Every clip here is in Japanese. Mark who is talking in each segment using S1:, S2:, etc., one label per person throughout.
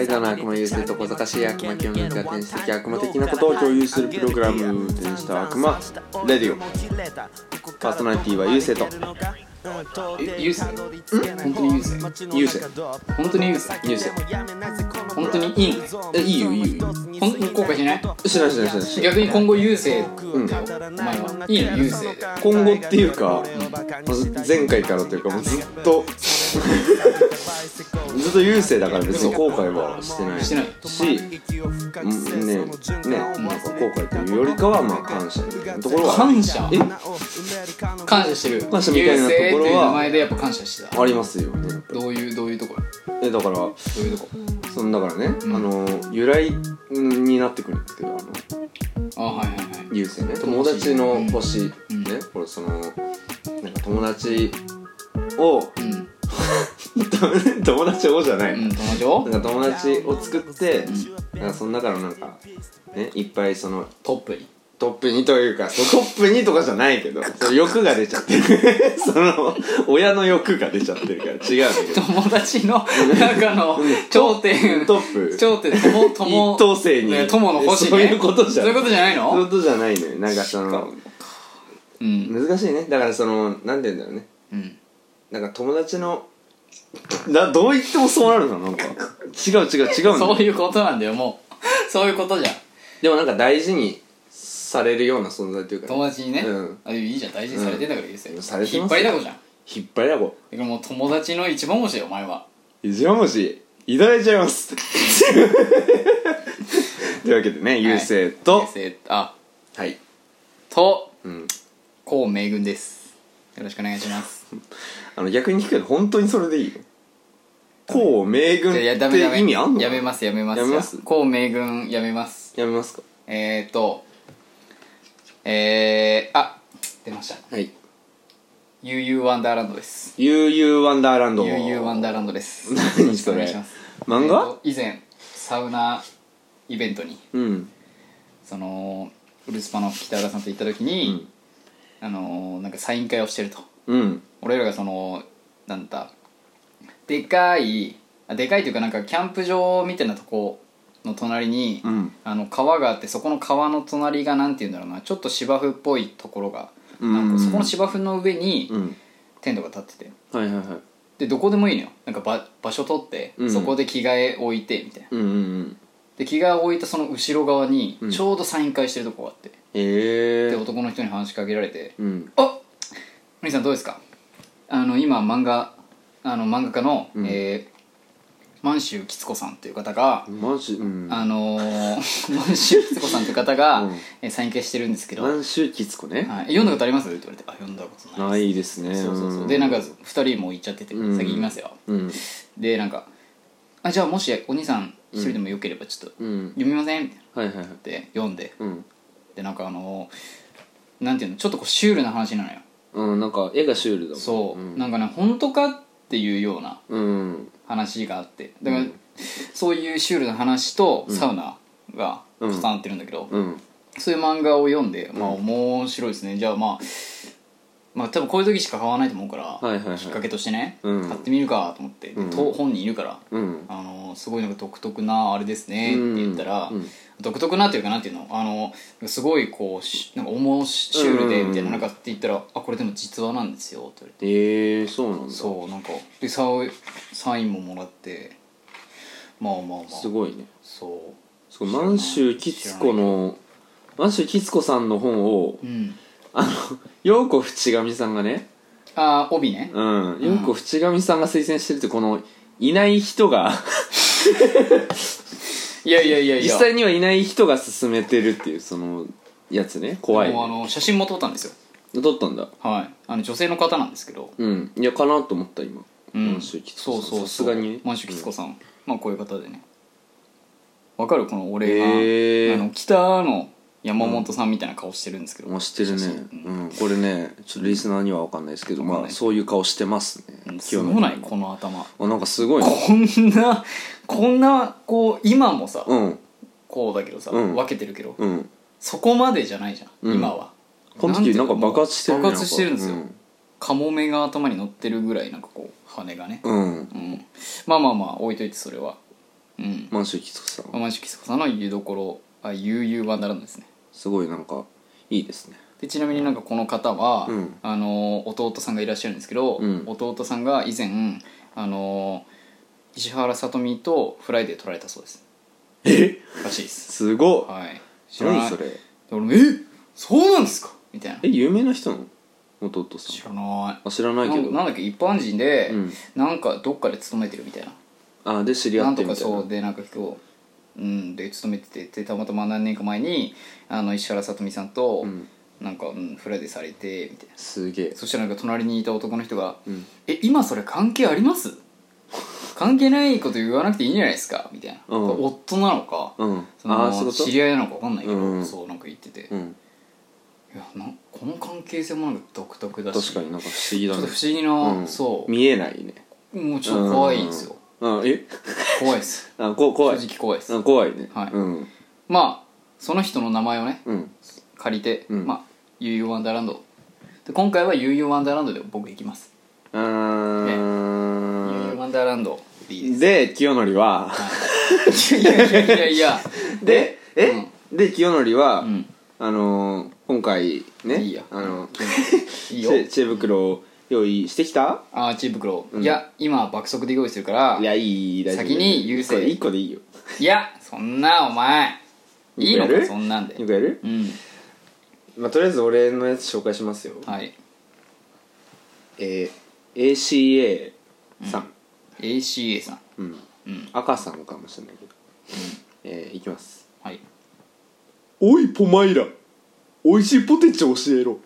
S1: 由すると小賢しい悪魔気を抜いた天使的悪魔的なことを共有するプログラム「天使と悪魔レディオ」パーソナリティは優勢と
S2: え優勢本当に優
S1: 優
S2: 勢
S1: 勢
S2: 本当に優勢
S1: 優勢
S2: 本当にいいの
S1: えいいよいいよ
S2: 本当に後悔しない
S1: しないしないしないしない
S2: 逆に今後優勢
S1: うん
S2: お前はいいの優勢で
S1: 今後っていうか、前回からというかもうずっとずっと優勢だから別に後悔はしてない
S2: してない
S1: し、うん、ねねなんか後悔というよりかはまあ感謝みたいなところは
S2: 感謝
S1: え
S2: 感謝してる
S1: 感謝みたいなところは
S2: 優勢っていう名前でやっぱ感謝してた
S1: ありますよねやっぱり
S2: どういうどういうところ
S1: えだから
S2: どういうとこ
S1: そのだからね、
S2: うん
S1: あの由来になってくるんですけどあの
S2: あはいはいはい
S1: 優勢ね友達の星ね、
S2: うん
S1: これそのなんか友達を
S2: うん
S1: 友達をじゃない、
S2: うん友達を
S1: なんか友達を作って、なんかその中のなんかねいっぱいその
S2: トップに
S1: トップにというかそのトップにとかじゃないけどその欲が出ちゃって るその親の欲が出ちゃってるから違うんだけど
S2: 友達の中の頂点
S1: トップ
S2: 頂点友友
S1: 一等星に
S2: ね友の星ね
S1: そういうことじゃ
S2: そういうことじゃない
S1: そういう
S2: の
S1: ことじゃないのよなんかその
S2: うん
S1: 難しいねだからそのなんて言うんだろうね
S2: うん
S1: なんか友達のなどう言ってもそうなるのなんか違う違う違うんだ
S2: そ
S1: よ
S2: ういうことなんだよもう そういうことじゃん
S1: でもなんか大事にされるような存在というかね、
S2: 友達にね、
S1: うん
S2: あいいじゃん大事にされてんだからいいですよ、
S1: うんされてますよ
S2: 引っ張りだこじゃん
S1: 引っ張りだこ
S2: だからもう友達の一番星よお前は
S1: 一文字いただいちゃいます というわけでね優勢と
S2: 平成あ
S1: はい、
S2: と
S1: うん、
S2: こう明軍ですよろしくお願いします
S1: あの逆に聞くけど本当にそれでいいよ孔明軍っ
S2: いやいやダ
S1: て
S2: メダメ
S1: 意味あんの
S2: やめますやめます
S1: やめます
S2: こう明軍やめます
S1: やめますか
S2: えーとえー、あ出ました
S1: はい
S2: 悠々ワンダーランドです
S1: 悠々ワンダーランド
S2: 悠々ワンダーランドですよろ
S1: 何
S2: しく
S1: そ
S2: お願い
S1: れ
S2: します
S1: 漫画、
S2: えーと以前サウナイベントに
S1: うん
S2: そのウルスパの北浦さんと行った時に、あのーなんかサイン会をしてると
S1: うん
S2: 俺らがそのなんだでかいあでかいというかなんかキャンプ場みたいなとこの隣に、
S1: うん
S2: あの川があってそこの川の隣がなんて言うんだろうなちょっと芝生っぽいところが、
S1: うん
S2: なんかそこの芝生の上に、
S1: うん
S2: テントが立ってて
S1: はいはいはい
S2: でどこでもいいのよなんか場場所取って、
S1: うん
S2: そこで着替え置いてみたいな
S1: うんうんうん
S2: で着替え置いたその後ろ側に、
S1: ん
S2: ちょうどサイン会してるとこがあって
S1: へえ
S2: で男の人に話しかけられて
S1: うん
S2: 「あお兄さんどうですかあの今漫画あの漫画家の、
S1: うん
S2: えー満州きつこさんという方が、
S1: マジうん
S2: あのー 満州きつこさんという方が、
S1: うん
S2: えーサイン会してるんですけど、はい
S1: 満州キツコね
S2: え読んだことあります?」って言われて「あ読んだことない」
S1: ないですね
S2: そうそうそうでなんか2人も行っちゃってて、
S1: うん
S2: 先言いますよ
S1: うん
S2: でなんか「あじゃあもしお兄さん一人でもよければちょっと
S1: うん
S2: 読みません?」みたいな
S1: はいはいはい
S2: って読んで
S1: うん
S2: でなんかあのーなんていうのちょっとこうシュールな話なのよ
S1: うんなんか絵がシュールだもん
S2: そう、
S1: ん
S2: なんかね本当かっていうような
S1: うん
S2: 話があってだから、そういうシュールな話とサウナが
S1: うん
S2: 重なってるんだけど、
S1: うん
S2: そういう漫画を読んでまあ面白いですねじゃあまあまあ多分こういう時しか買わないと思うから、
S1: はいはいはい
S2: きっかけとしてね、
S1: うん
S2: 買ってみるかと思って、で
S1: うん
S2: と本人いるから、
S1: うん
S2: あのすごいなんか独特なあれですねって言ったら、
S1: うんうん
S2: 独特なというかなんていうのあのすごいこうしなんか面白シュールでみたい
S1: う
S2: な
S1: ん
S2: なんかって言ったら「あこれでも実話なんですよ」って言
S1: へ
S2: われて
S1: えそうなんだ
S2: そうなんかでササインももらってまあまあまあ
S1: すごいね
S2: そ
S1: そう満州キツコの満州キツコさんの本を
S2: ううん
S1: あの陽子淵上さんがね
S2: あー帯ね
S1: うん陽子淵上さんが推薦してるってこのいない人が
S2: いやいやいやいや
S1: 実際にはいない人が勧めてるっていうそのやつね怖い
S2: もうあ
S1: ね
S2: の写真も撮ったんですよ
S1: 撮ったんだ
S2: はいあの女性の方なんですけど
S1: うんいやかなと思った今
S2: うん
S1: 満州吉
S2: そう
S1: 子
S2: そ
S1: さん
S2: うそう
S1: さすがに
S2: 満州吉子
S1: さ
S2: さん、まあこういう方でねわかるこの俺が、
S1: へー
S2: あの北の山本さんみたいな顔してるんですけど、
S1: もう知ってる
S2: 写
S1: ね
S2: 真
S1: うんこれねちょっとリスナーには分かんないですけど
S2: わかん
S1: ま
S2: な
S1: あ
S2: い
S1: そういう顔してますね
S2: うんす
S1: 清野
S2: ごないこの頭
S1: あなんかすごいね
S2: こんなこんなこう今もさ、
S1: うん
S2: こうだけどさ、
S1: うん
S2: 分けてるけど、
S1: うん
S2: そこまでじゃないじゃん、
S1: うん
S2: 今は
S1: この時なんか爆発してるね
S2: 爆発してるんですよ
S1: な
S2: カモメが頭に乗ってるぐらいなんかこう羽がね、
S1: うんうん
S2: うんまあまあまあ置いといてそれはうん
S1: 満州貴族さんは
S2: 満州貴子さんの湯どころあ悠々はならんですね
S1: すごいなんかいいですね
S2: でちなみになんかこの方は、
S1: うん
S2: あの弟さんがいらっしゃるんですけど、
S1: うん
S2: 弟さんが以前あの石原さとみとフライデー撮られたそうです
S1: え
S2: らしいです
S1: すごっ
S2: はい知らな
S1: 何
S2: い
S1: それ
S2: で俺も「えそうなんですか?」みたいな
S1: え有名な人なの弟さ
S2: 知
S1: ん
S2: らな
S1: あ知らない
S2: い
S1: け
S2: なん
S1: ど
S2: なんだっけ一般人で、
S1: うん
S2: なんかどっかで勤めてるみたいな
S1: あで知り
S2: な
S1: 合
S2: ん
S1: って
S2: と
S1: み
S2: か
S1: たい
S2: そ
S1: な
S2: うでなんか今日うんで勤めててでたまたま何年か前にあの石原さとみさんと、
S1: ん
S2: なんか、うん、フライデーされてみたいな
S1: すげえ
S2: そしたらなんか隣にいた男の人が「
S1: うん
S2: え今それ関係あります関係ないこと言わなくていいんじゃないですか」みたいな、
S1: うん
S2: 夫なのか、
S1: うん
S2: その
S1: ああそういうこと
S2: 知り合いなのか分かんないけど、
S1: うん
S2: そうなんか言ってて、
S1: う
S2: い
S1: ん
S2: やなこの関係性もなんか独特だし
S1: 確かになんか不思議
S2: ちょ
S1: だ
S2: っ
S1: ね
S2: と不思議な、
S1: うん
S2: そう
S1: 見えないね
S2: もうちょっと怖いんですよ、
S1: うんうんえ
S2: 怖いです
S1: あこ怖い
S2: 正直怖いです、
S1: うん怖いね
S2: はい
S1: うん
S2: まあその人の名前をね
S1: うん
S2: 借りて、
S1: うん
S2: まあ悠々ワンダーランドで今回は悠々ワンダーランドで僕行きます
S1: あ
S2: 悠々
S1: ー
S2: ワンダーランドでいいです
S1: で清則は
S2: いやいやいや いや
S1: でえで清則
S2: う
S1: は
S2: ん
S1: あのー今回ね
S2: いいよ
S1: あの
S2: いいよ
S1: 知恵袋を用意してきた
S2: あーチープクロ
S1: ん
S2: いや今爆速で用意してるから
S1: いやいい大丈夫
S2: 先に優勢
S1: 1個でいいよ
S2: いやそんなお前いいの
S1: や
S2: か
S1: る
S2: そんなんで
S1: よくやる
S2: うん
S1: まあとりあえず俺のやつ紹介しますよ
S2: はい
S1: えー ACA さん
S2: ACA さん
S1: うん
S2: うん
S1: 赤さんかもしれないけどえーいきます
S2: はい
S1: おいポマイラおいしいポテチ教えろ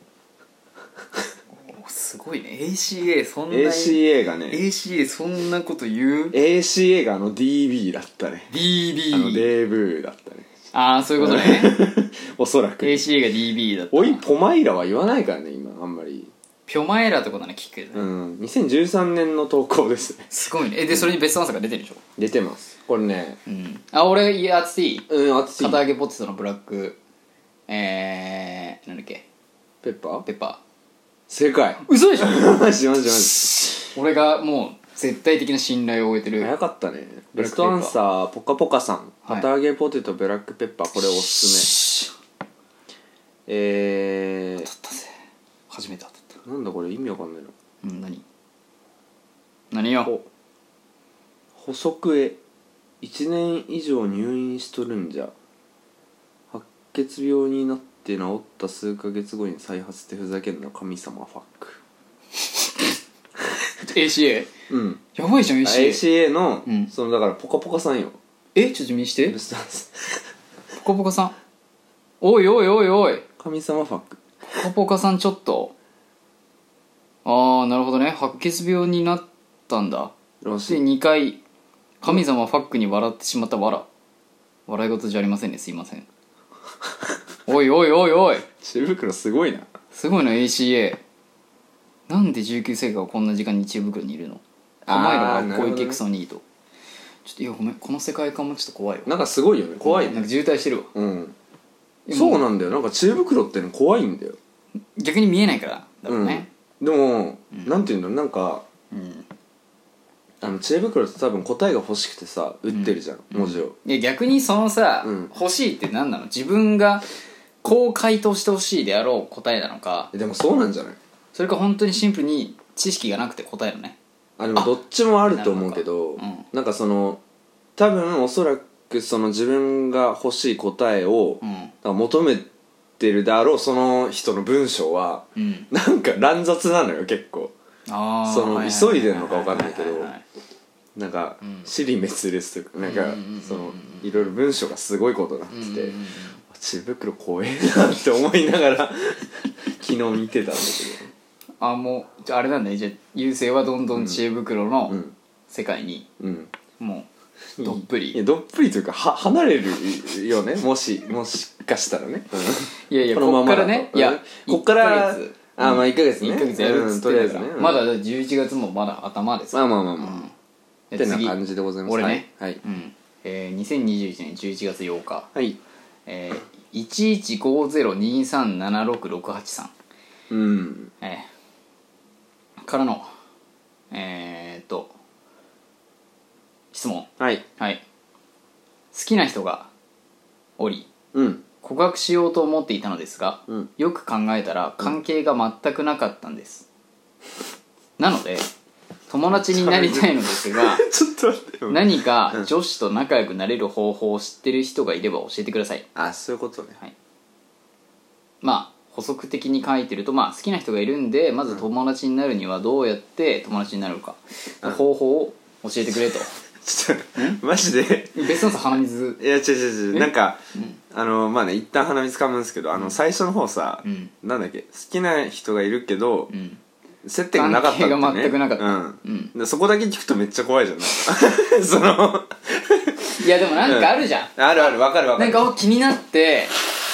S2: おすごいね ACA そんな
S1: ACA がね
S2: ACA そんなこと言う
S1: ACA があの DB だったねあの
S2: DB
S1: デーブーだったね
S2: ああそういうことね
S1: おそらく
S2: ACA が DB だったな
S1: おいポマイラは言わないからね今あんまり
S2: ピョマエラってことね聞くけどね
S1: うん2013年の投稿ですね
S2: すごいねえでそれにベストアンサーが出てるでしょ
S1: 出てますこれね
S2: うんあ俺いやつっていい
S1: うん熱い
S2: 片揚げポテトのブラックえー、なんだっけ
S1: ペッパー
S2: ペッパ
S1: 正解
S2: ー嘘で しょ
S1: マジマジマジ
S2: 俺がもう絶対的な信頼を終えて
S1: 早
S2: る
S1: かったね
S2: ブ
S1: ベ
S2: ラックペッパー
S1: ストアンサーポカポカさん
S2: はい
S1: 旗揚げポテトブラックペッパーこれおすすめえ
S2: 当たったぜ初めて当たっ
S1: ーなんだこれ意味わかんない
S2: たうん何何
S1: な
S2: よ
S1: お補足へ1年以上入院しとるんじゃ白血病になって治った数ヶ月後に再発ってふざけんな神様ファック
S2: ACA
S1: うん
S2: やばいじゃん ACA
S1: ACA の、
S2: うん
S1: そのだからポカポカさんよ
S2: えちょっと見して
S1: ベストアンサー
S2: ポカポカさんおいおいおいおい
S1: 神様ファック
S2: ポカポカさんちょっとああなるほどね白血病になったんだ
S1: ら
S2: そ
S1: し
S2: して
S1: い
S2: 2回「神様ファックに笑ってしまったわら」笑い事じゃありませんねすいませんおいおいおいおい
S1: 知恵袋すごいな
S2: すごいな ACA なんで19世紀がこんな時間に知恵袋にいるの
S1: あー
S2: お前ら
S1: な
S2: が
S1: るほ
S2: 小
S1: どね
S2: 池クソにいいと、ちょっといやごめんこの世界観もちょっと怖いよ
S1: なんかすごいよね怖い
S2: なん
S1: ね
S2: か渋滞してるわ
S1: うんそうなんだよなんか知恵袋っての怖いんだよ
S2: 逆に見えないからだろうね、
S1: うんでも、なんていうんだろうなんか
S2: うん
S1: あの知恵袋って多分答えが欲しくてさ打ってるじゃん、文字を
S2: いや逆にそのさ、
S1: うん
S2: 欲しいって何なの自分がこう回答してほしいであろう答えなのか
S1: えでもそうなんじゃない
S2: それか本当にシンプルに知識がなくて答えるね
S1: あでもどっちもあると思うけど
S2: なるほどうん
S1: なんかその多分おそらくその自分が欲しい答えを、
S2: うん
S1: なんか求めてるであろうその人の文章は、
S2: うん
S1: なんか乱雑なのよ結構
S2: あー
S1: その
S2: はいはい
S1: 急いでんのかわかんないけど
S2: はははい
S1: なんか
S2: ん
S1: 尻滅裂というかなんか
S2: うんうんうんうん
S1: そのいろいろ文章がすごいことになって
S2: うんう
S1: て
S2: んうん
S1: あ知恵袋怖えなって思いながら 昨日見てたんだ
S2: あもうじゃああれなんだねじゃあ優勢はどんどん知恵袋
S1: けどう
S2: の
S1: ん
S2: 世界に
S1: うん
S2: もうどっぷ
S1: いや
S2: り
S1: どっぷりというかは離れるよねもしもしかしたらね
S2: いやいや
S1: このま
S2: こっ
S1: まだ
S2: から
S1: と
S2: ね
S1: うん
S2: いや
S1: こっから
S2: 1ヶ月
S1: あまあ1ヶ月ね
S2: 1ヶ月やるっつ
S1: うん
S2: っ
S1: とりあえ
S2: て
S1: ず
S2: た
S1: ね
S2: か
S1: う
S2: ら
S1: ん
S2: まだ11月もまだ頭です
S1: まあ
S2: あ
S1: まあまあまあってな感じでございます
S2: 俺ね
S1: はい
S2: うんえー2021年11月8日
S1: はい
S2: えー、1150237668
S1: うん
S2: えー、からのえー、っと質問
S1: はい
S2: はいきな人がおり
S1: うん
S2: 告白しようと思っていたのですが
S1: うん
S2: よく考えたら関係が全くなかったんです、なので友達になりたいのですが
S1: ちょっと待ってよ
S2: 何か女子と仲良くなれる方法を知ってる人がいれば教えてください
S1: あそういうことね
S2: まあ補足的に書いてると、まあ、好きな人がいるんでまず友達になるにはどうやって友達になるか、
S1: うん
S2: 方法を教えてくれ と
S1: ちょっと マジで
S2: 別のさ鼻水
S1: いや違う違う違うなんか、あのまあね一旦鼻水かむんですけどあの、最初の方さ、
S2: うん
S1: なんだっけ好きな人がいるけど、
S2: うん
S1: 接点がなかったって、ね、
S2: 関係が全くなかった
S1: う
S2: うんん、
S1: でそこだけ聞くとめっちゃ怖いじゃん ないその
S2: いやでもなんかあるじゃん、
S1: あるあるわかるわか
S2: なん
S1: る
S2: かお気になって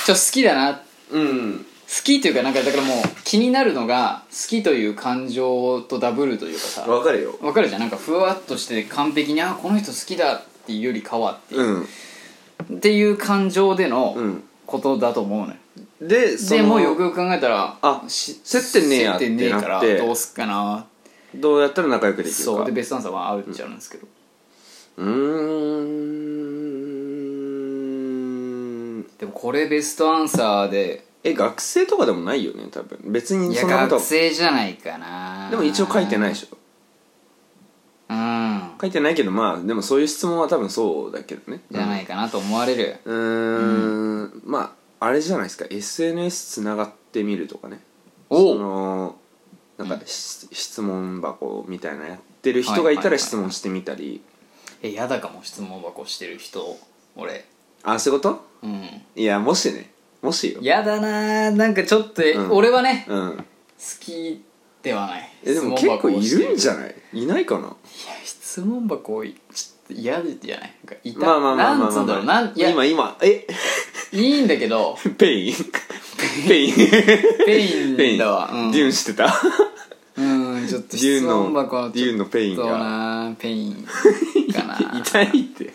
S2: ちょっと好きだな
S1: う
S2: 好
S1: ん
S2: きというかなんかだからもう気になるのが好きという感情とダブルというかさ
S1: わかるよ
S2: わかるじゃんなんかふわっとして完璧にあこの人好きだっていうよりかはっていう、
S1: うん
S2: っていう感情での
S1: うん
S2: ことだと思うのよ
S1: でその
S2: でもうよくよく考えたら
S1: あ
S2: し
S1: 接点ねえや
S2: 接点ねえから
S1: ってなって
S2: どうすっかな
S1: どうやったら仲良くできるか
S2: そうでベストアンサーはあるっちゃあるんですけど、
S1: うーん
S2: でもこれベストアンサーで
S1: え学生とかでもないよね多分別
S2: い
S1: に
S2: や
S1: そんなこと
S2: 学
S1: は
S2: 生じゃないかな
S1: でも一応書いてないで
S2: ょ
S1: しょ
S2: うん
S1: 書いてないけどまあでもそういう質問は多分そうだけどね
S2: じゃないかなと思われる、
S1: うーんまああれじゃないですか SNS つながってみるとかねそ
S2: おお
S1: のなんか、し質問箱みたいなやってる人がいたら質問してみたり、
S2: えやだかも質問箱してる人俺
S1: あそういうこと
S2: うん
S1: いやもしねもしよ
S2: やだなーなんかちょっと、
S1: ん
S2: 俺はね、好
S1: うん
S2: きではない
S1: えでも結構いるんじ
S2: ゃ
S1: ゃないいないかない
S2: や質問箱いちょっと嫌じゃないなんかいた
S1: まあまあまあまあ
S2: なんつ
S1: ま
S2: う
S1: あ
S2: んだろう
S1: ま
S2: な
S1: あ
S2: んいや
S1: 今今え
S2: いいんだけど
S1: ペイン ペ イン
S2: ペインだわ
S1: ペインデューンしてた
S2: うんうんちょっ
S1: デ
S2: と
S1: ュー
S2: 質
S1: ン
S2: 問箱
S1: の
S2: は
S1: デ
S2: ち
S1: ュ
S2: ょ
S1: ー
S2: っ
S1: ンのペイン
S2: と
S1: が
S2: なペインか な
S1: 痛いって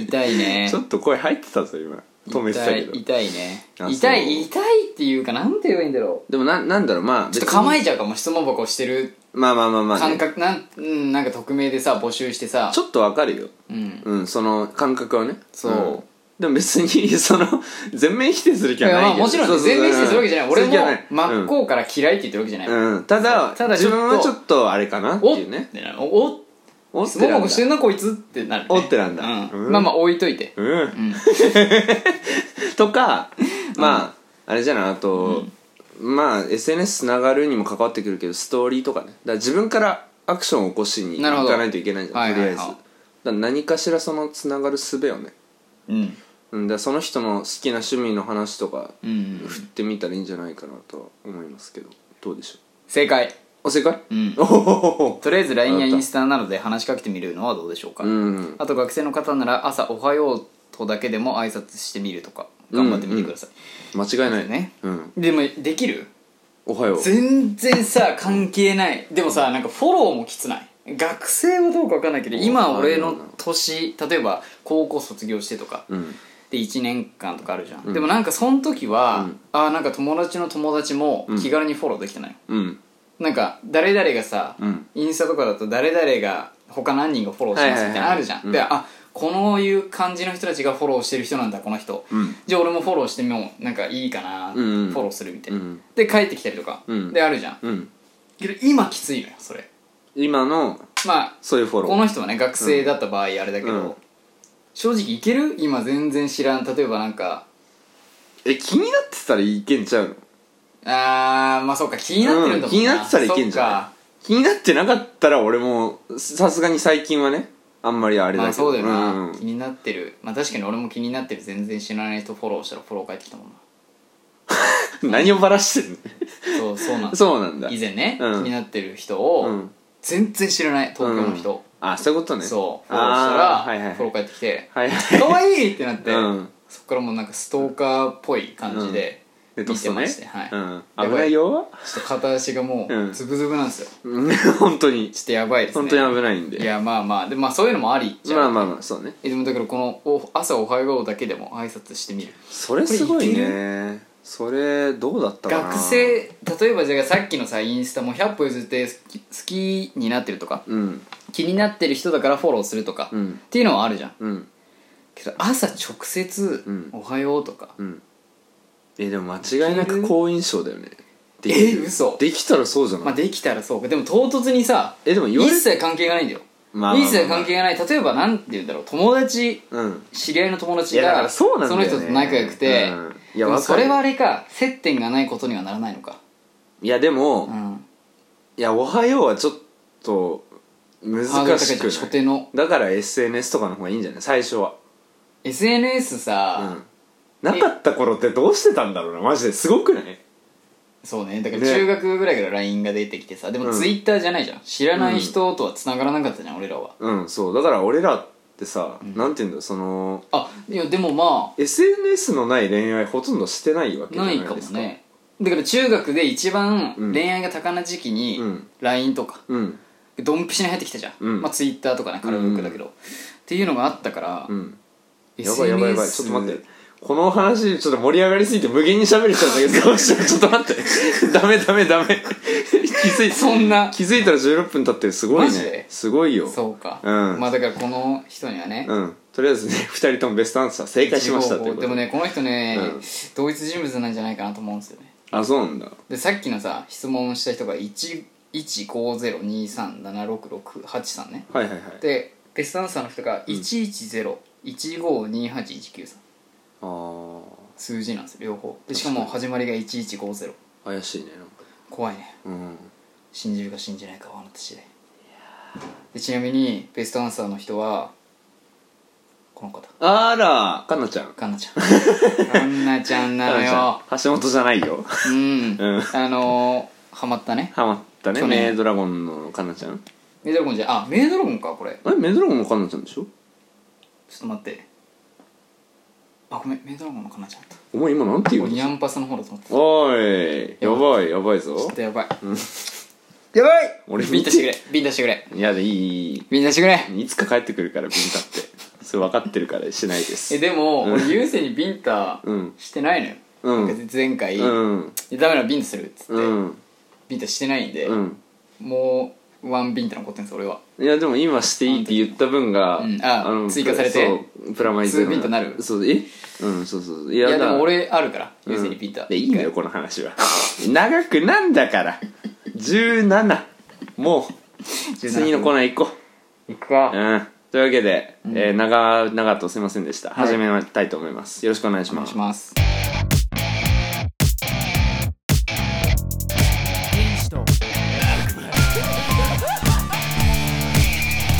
S2: 痛いね
S1: ちょっと声入ってたぞ今止めてたけど
S2: 痛い痛いね
S1: あそう
S2: 痛い痛いっていうかなんて言えばいいんだろ
S1: でもななんだろうまあ
S2: うちょっと構え
S1: 別に
S2: ちゃうかも質問箱してる
S1: まあまあまあまあね、
S2: 感覚なんうんなんか匿名でさ募集してさ
S1: ちょっとわかるよ
S2: うん
S1: うんその感覚はね
S2: そうん
S1: でも別に その全面否定する気
S2: い
S1: はない
S2: や
S1: けど
S2: まあもちろん
S1: そう
S2: ね
S1: そうそう
S2: 全面否定するわけじゃない俺
S1: する気はない
S2: も真っ向から嫌いって言ってるわけじゃない
S1: うんうんただ
S2: ただ
S1: 自分はち
S2: ち
S1: ょ
S2: ょっと
S1: っとあれかなって
S2: おっ
S1: いうね
S2: てなるおっ
S1: お
S2: 質問
S1: なんだ
S2: 箱してんなこいつってなるね
S1: おってなんだ
S2: う
S1: うん
S2: んまあまあ置いといて
S1: うんとかまああれじゃないあとまあ SNS つながるにも関わってくるけどストーリーとかねだから自分からアクションを起こしに
S2: なるほ
S1: 行
S2: ど
S1: かないといけないじゃん
S2: はい
S1: と
S2: はい
S1: りあ
S2: は
S1: え
S2: い
S1: ずだから何かしらそのつながる術をね
S2: うん
S1: うんだからその人の好きな趣味の話とか
S2: うん
S1: 振ってみたらいいんじゃないかなとは思いますけどどうでしょ
S2: 正解
S1: うお正解
S2: うん
S1: おお
S2: とりあえず LINE や
S1: わかった
S2: インスタなどで話しかけてみるのはどうでしょうか、
S1: うん
S2: あと学生の方なら朝「おはよう」とだけでも挨拶してみるとか頑張ってみてください、
S1: 間違いない
S2: ね
S1: うん
S2: でもできる
S1: おはよう
S2: 全然さ関係ないでもさなんかフォローもきつない学生はどうか分かんないけど今俺の年例えば高校卒業してとか
S1: うん
S2: で1年間とかあるじゃん、
S1: ん
S2: でもなんかその時は、
S1: うん
S2: あーなんか友達の友達も気軽にフォローできてない、
S1: うん
S2: なんか誰々がさ、
S1: うん
S2: インスタとかだと誰々が他何人がフォローしてますみたいなのあるじゃん、
S1: はいはい
S2: で
S1: は
S2: あこのいう感じの人たちがフォローしてる人なんだこの人、
S1: うん
S2: じゃあ俺もフォローしてみようなんかいいかな、
S1: うんうん
S2: フォローするみたいな、
S1: うん
S2: で帰ってきたりとか、
S1: うん
S2: であるじゃん
S1: うん
S2: けど今きついのよそれ
S1: 今の
S2: まあ
S1: そういうフォロー
S2: この人はね学生だった場合あれだけど、
S1: うん
S2: 正直いける今全然知らん例えばなんか
S1: え気になってたらいけんちゃうの
S2: あーまあそうか気になってるんだもんな、
S1: 気になってたらいけんじゃん気になってなかったら俺もさすがに最近はねあんまりあ
S2: そっか
S1: れ
S2: ま
S1: だ
S2: あ
S1: けど
S2: そうだよな、
S1: うんうん
S2: 気になってるまあ確かに俺も気になってる全然知らない人フォローしたらフォロー返ってきたもんな
S1: 何をばらしてる
S2: そうそうなん
S1: の
S2: だ
S1: そうなんだ
S2: 以前ね、
S1: うん
S2: 気になってる人
S1: う
S2: を
S1: ん
S2: 全然知らない東京の
S1: う
S2: 人
S1: ん、あそういうことね
S2: そうフォローしたら
S1: あ、ーはいはい
S2: フォロー返ってきて
S1: はい
S2: 「
S1: はい
S2: 可愛いってなって、
S1: うん
S2: そっからもうなんかストーカーっぽい感じで
S1: ネ
S2: 見
S1: ットス
S2: て
S1: トね
S2: まして、はい、
S1: うん
S2: やば
S1: 危ないよ
S2: ちょっと片足がも
S1: うん
S2: うズブズブなんですよ、
S1: うん本当に
S2: ちょっとやばいですね
S1: 本当に危ないん
S2: い
S1: で
S2: やまあまあでまあそういうのもありじゃん、
S1: まあまあまあそうね
S2: えでもだからこのお朝おはようだけでも挨拶してみる
S1: それすごい
S2: これい
S1: ねそれどうだったかな
S2: 学生例えばじゃあさっきのさインスタも100歩譲って好き好きになってるとか
S1: うん
S2: 気になってる人だからフォローするとか、
S1: う
S2: っ
S1: ん
S2: ていうのはあるじゃん
S1: うん
S2: けど朝直接
S1: うん
S2: 「おはよう」とか、
S1: うんえでも間違いなく好印象だよねで
S2: え嘘
S1: できたらそうじゃない、
S2: まあできたらそうかでも唐突にさ
S1: えでも言わ
S2: 一
S1: れ
S2: 切関係がないんだよ、
S1: まあまあまあ
S2: 一切関係がない例えばなんて言うんだろう友達
S1: うん
S2: 知り合いの友
S1: い
S2: 達
S1: やだか
S2: が
S1: らそうなんだよ、ね、
S2: その人と仲良くて、
S1: うんい
S2: で
S1: や
S2: も
S1: わか
S2: そ
S1: る
S2: れはあれか接点がないことにはならないのか
S1: いやでも、
S2: うん
S1: いや「おはよう」はちょっと難
S2: ハードル高
S1: し
S2: いじ
S1: く
S2: ゃん
S1: ない
S2: 初手の
S1: だから SNS とかの方がいいんじゃない最初は
S2: SNS
S1: う
S2: さ、
S1: んなかった頃ってどうしてたんだろうなマジですごくない
S2: そうねだから
S1: ね
S2: 中学ぐらいから LINE が出てきてさで
S1: う
S2: も
S1: ん
S2: Twitter じゃないじゃん、知らない人とは繋がらなかったじゃん俺らは
S1: うんそうだから俺らってさ、なんていうんだろうその
S2: あいやでもま
S1: SNS のない恋愛ほとんどしてないわけじ
S2: あ
S1: ゃな
S2: ないいかも
S1: ですか
S2: ねだから中学で一番
S1: うん
S2: 恋愛が高な時期に
S1: うん
S2: LINE とか
S1: うん
S2: ドンピシャに入ってきたじゃん、
S1: うん
S2: まあ、Twitter とかね軽くだけど、っていうのがあったから、
S1: うんや
S2: SNS
S1: ばいやばいやばいちょっと待ってこの話ちょっと盛り上がりすぎて無限に喋れちゃうんだけど ちょっと待って ダメダメダメ気づい
S2: そんな
S1: 気づいたら16分経ってるすごい
S2: マジ
S1: ね
S2: です
S1: ごいよ
S2: そうか、
S1: うん
S2: まあだからこの人にはね、
S1: うんとりあえずね2 人ともベストアンサー正解しました
S2: 一
S1: と
S2: 応
S1: いう
S2: こう
S1: こと
S2: でもねこの人ね、
S1: うん
S2: 同一人物なんじゃないかなと思うんですよね
S1: あそうなんだ
S2: でさっきのさ質問した人が11502376683ね
S1: はいはいはい
S2: でベストアンサーの人が110152819
S1: あー
S2: 数字なんですよ両方でしかも始まりが1150
S1: 怪しいねなんか
S2: 怖いね
S1: うん
S2: 信じるか信じないかはあなた次第でちなみにベストアンサーの人はこの方
S1: あらかなちゃん
S2: かんな ちゃんかんなちゃんなのよ
S1: かなちゃん橋本じゃないよ
S2: うん、
S1: うん
S2: あのー、ハマったね
S1: ハマったね
S2: 去年
S1: メイドラゴンのかなちゃん
S2: メイドラゴンじゃあメイドラゴンかこれ
S1: あれメイドラゴンのかなちゃんでしょ
S2: ちょっと待ってあごめんメイドラゴンのかなちゃんだっ
S1: お前今なんて
S2: た
S1: 言う
S2: 俺
S1: の
S2: ニャンパスの方だと思ってたち
S1: おいやばいやばいぞ
S2: ょっとやばい
S1: やばい俺
S2: ビンタしてくれビンタしてくれ
S1: いやでいいいい
S2: ビンタしてくれ
S1: いいつか帰ってくるからビンタってそれ分かってるからしないで
S2: え
S1: す
S2: でも俺優勢にビンタ
S1: うん
S2: してないのよ、
S1: うん
S2: なんか前回、
S1: うん
S2: ダメならビンタするっつって、
S1: うん
S2: ビンタしてないんで、
S1: うん
S2: もうワンビンタ残ってんです俺はい
S1: やでも今していいって言った分が、
S2: うんあ追加されて
S1: そうプラマイゼロ
S2: ツービンとなる
S1: そうえうんそうそうそうい
S2: いや
S1: だ
S2: でも俺あるから
S1: うん
S2: 優勢にビンタ、
S1: でいいんだよこの話は 長くなんだから17もう
S2: 17
S1: 次のコーナー行こ
S2: いくか
S1: ううんというわけで、えー長々とすいませんでした、始めたいと思いますよろしくお願いし
S2: お願
S1: ま
S2: い
S1: す
S2: します
S3: 悪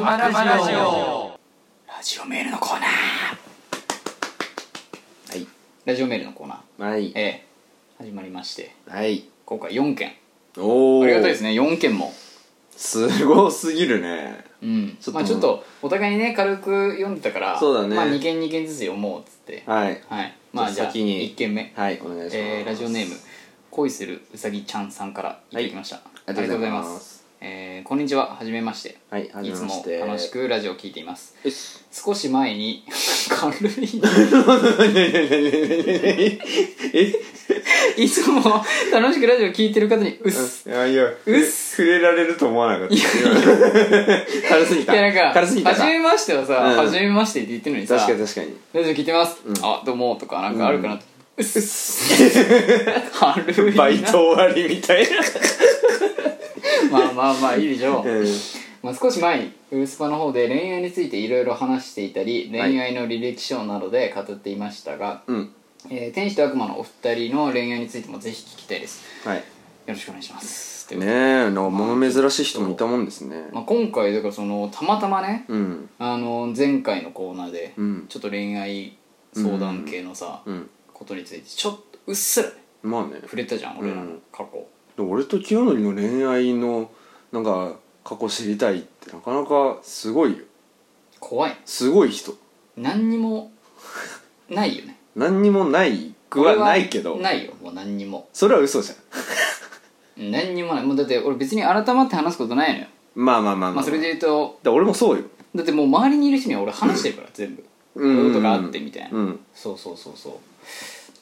S3: 魔ラジ
S2: ラジ
S3: オ
S2: ラジオメールのコーナー
S1: はい
S2: ラジオメールのコーナー
S1: はい
S2: ええ始まりまして
S1: はい
S2: 今回4件
S1: おお
S2: ありがたいですね4件も
S1: すごすぎるね
S2: うん
S1: ちょっと
S2: まあちょっとお互いにね軽く読んでたから
S1: そうだね
S2: まあ2件2件ずつ読もうっつって
S1: はい
S2: はいまあ
S1: じ
S2: じ
S1: ゃ
S2: ゃ
S1: あ
S2: あ
S1: 先に
S2: 1件目
S1: はいお願いします、
S2: えーラジオネーム恋するうさぎちゃんさんからいただきました、
S1: ありがとうございます
S2: えーこんにちははじめまして
S1: はいはじ
S2: い
S1: め
S2: つ
S1: まし
S2: も
S1: て
S2: 楽しくラジオを聞いています
S1: よし
S2: 少し前に 軽い ないつも楽しくラジオを聞いてる方にうっす
S1: いやいや
S2: うっ
S1: 触れられると思わなかった軽すぎ
S2: いやなん
S1: た
S2: か
S1: 軽すぎた
S2: 初
S1: か
S2: めましてはさ、
S1: うん
S2: 初めましてって言ってるのにさ
S1: 確かに確かに
S2: ラジオ聞いてます、
S1: ん
S2: あどうもとかなんかあるかな、うっす 軽いな
S1: バイト終わりみたいな
S2: まあまあまあいいでしょう
S1: うん
S2: まあ、少し前にウルスパの方で恋愛についていろいろ話していたり
S1: はい
S2: 恋愛の履歴書などで語っていましたが、
S1: うん
S2: えー天使と悪魔のお二人の恋愛についてもぜひ聞きたいです
S1: はい
S2: よろしくお願いしますという
S1: ね
S2: こ
S1: えなんか物珍しい人もいたもんですね
S2: とでまあ、今回だからそのたまたまね、
S1: うん
S2: あの前回のコーナーで
S1: うん
S2: ちょっと恋愛相談系のさ、
S1: うん
S2: ことについてちょっとうっすらね
S1: まあね
S2: 触れたじゃん俺ら
S1: う
S2: の
S1: ん
S2: 過去、
S1: 俺と清則の恋愛のなんか過去知りたいってなかなかすごいよ
S2: 怖い
S1: すごい人
S2: 何にもな いよね
S1: 何にもないくはないけど
S2: 俺はないよもう何にも
S1: それは嘘じゃん
S2: 何にもないもうだって俺別に改まって話すことないのよ
S1: まあまあまあまあ、
S2: まあそれで言うと
S1: だ俺もそうよ
S2: だってもう周りにいる人には俺話してるから全部こう
S1: うん
S2: いうことがあってみたいな、
S1: うん
S2: そうそうそうそう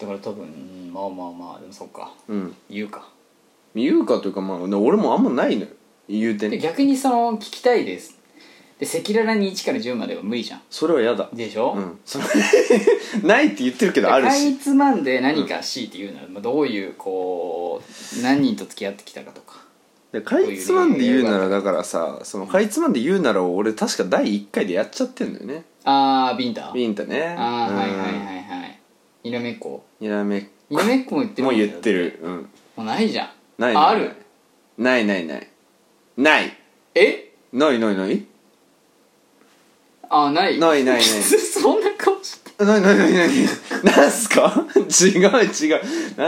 S2: だから多分うんまあまあまあでもそっか
S1: うん
S2: 言うか
S1: 言うかというかまあ俺もあんまないのよ言うて
S2: で
S1: ね
S2: 逆にその聞きたいですで赤裸々に1から10までは無理じゃん
S1: それは嫌だ
S2: でしょ、
S1: うんそれ ないって言ってるけ
S2: で
S1: どある
S2: かい
S1: し
S2: つまんで何かしいっていうのは、まあ、どういうこう何人と付き合ってきたかとか
S1: でかいつまんで言うならだからさそのかいつまんで言うならを俺確か第1回でやっちゃってんだよね
S2: ああビンタ
S1: ビンタね
S2: ああ、はいはい
S1: い
S2: はいはいにらめっこ
S1: にらめっ
S2: にらめっこも言ってる
S1: もうん
S2: だよ
S1: 言ってるうん
S2: もうないじゃん
S1: ない
S2: あ
S1: な
S2: あ
S1: い
S2: る
S1: ないないないない
S2: え
S1: ないないない
S2: あない
S1: ないないない
S2: そんな顔して
S1: なになになになになんすか 違う違うな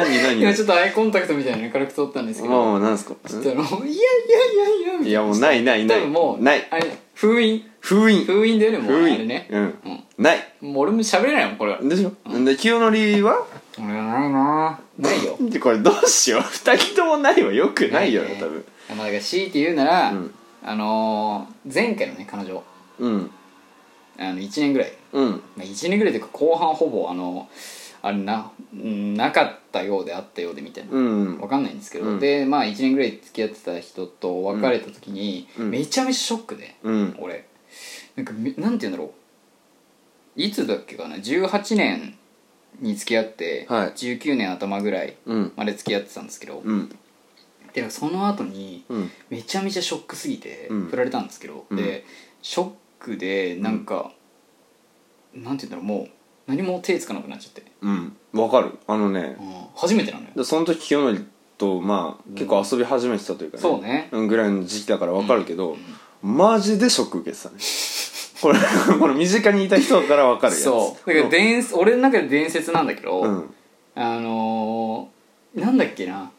S1: になに
S2: 今ちょっとアイコンタクトみたいなの軽く取ったんですけ
S1: まあ
S2: ど
S1: まあなんすか
S2: そしたらもういやいやいやいやみたいない
S1: やもうないないな
S2: 多
S1: い
S2: 分もう
S1: ない
S2: あれ封印
S1: 封印
S2: 封印だよねもうあ
S1: 封
S2: れ
S1: 印
S2: ね
S1: うん
S2: うん
S1: ない
S2: もう俺も喋れないもんこれは
S1: でしょで清則は
S2: 俺はないなないよ
S1: でこれどうしよう二人ともないはよくないよ
S2: ね
S1: ね多分
S2: まあだから強いて言うなら、
S1: うん
S2: あのー前回のね彼女
S1: うん
S2: あの1年ぐらい、
S1: うん
S2: まあ、1年ぐらいというか後半ほぼあのあれなうんなかったようであったようでみたいな、
S1: うん
S2: わかんないんですけど、
S1: うん
S2: でまあ1年ぐらい付き合ってた人と別れた時に、
S1: うん
S2: めちゃめちゃショックで、
S1: うん
S2: 俺なんかめなんて言うんだろういつだっけかな18年に付き合って、
S1: はい
S2: 19年頭ぐらい
S1: うん
S2: まで付き合ってたんですけど、
S1: うん
S2: でその後に
S1: うん
S2: めちゃめちゃショックすぎて
S1: うん
S2: 振られたんですけど、
S1: うん
S2: でショックでなんか、なんて言うんだろうもう何も手つかなくなっちゃって、
S1: うんわかるあのね
S2: うん初めてなのよ、
S1: でその時清則とまあ結構遊び始めてたというか
S2: そうね
S1: うんぐらいの時期だからわかるけどマジでショック受けてたねこれこれ身近にいた人からわかるやつ
S2: そうだから伝説俺の中で伝説なんだけど、
S1: うん
S2: あのー、なんだっけな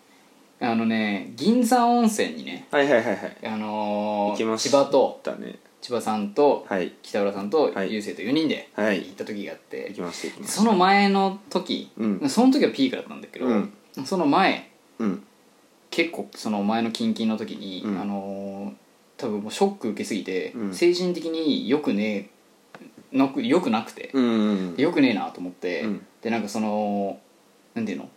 S2: あのね銀山温泉にね
S1: はいはいはいはい
S2: あのー
S1: 行きまし
S2: 千
S1: た
S2: 葉と
S1: だね
S2: 千葉さんと
S1: はい
S2: 北浦さんと
S1: はい
S2: 雄星と4人で
S1: は
S2: 行
S1: い
S2: った時があって、
S1: 行きました行きました
S2: その前の時、
S1: うん
S2: その時はピークだったんだけど、
S1: うん
S2: その前
S1: うん
S2: 結構その前のキンキンの時に、
S1: うん
S2: あのー多分もうショック受けすぎて、
S1: うん
S2: 精神的によくねえなくよくなくて、
S1: うんうん
S2: よくねえなと思って、
S1: うん
S2: でなんかそのなんていうの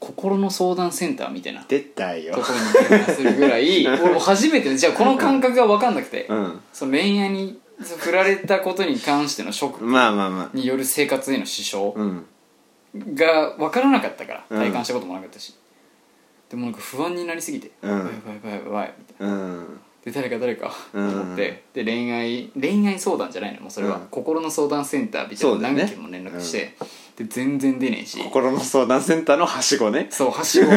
S2: 心の相談センターみたいなと
S1: 出たよ
S2: こに電話するぐ らい俺も初めてねじゃあこの感覚が分かんなくて、
S1: うん
S2: その恋愛にその振られたことに関してのショック
S1: まあまあま
S2: による生活への支障、
S1: あうん
S2: が分からなかったから
S1: うん
S2: 体感したこともなかったし、でもなんか不安になりすぎて「
S1: うん
S2: やばいやばいやばい」みたいな
S1: うん
S2: で誰か誰かと
S1: うん
S2: 思って、で恋愛恋愛相談じゃないのもうそれは、
S1: うん
S2: 心の相談センターみたい
S1: そうだ
S2: な
S1: よね
S2: 何件も連絡して、で全然出ねえし
S1: 心の相談センターのはしごね
S2: そう はしご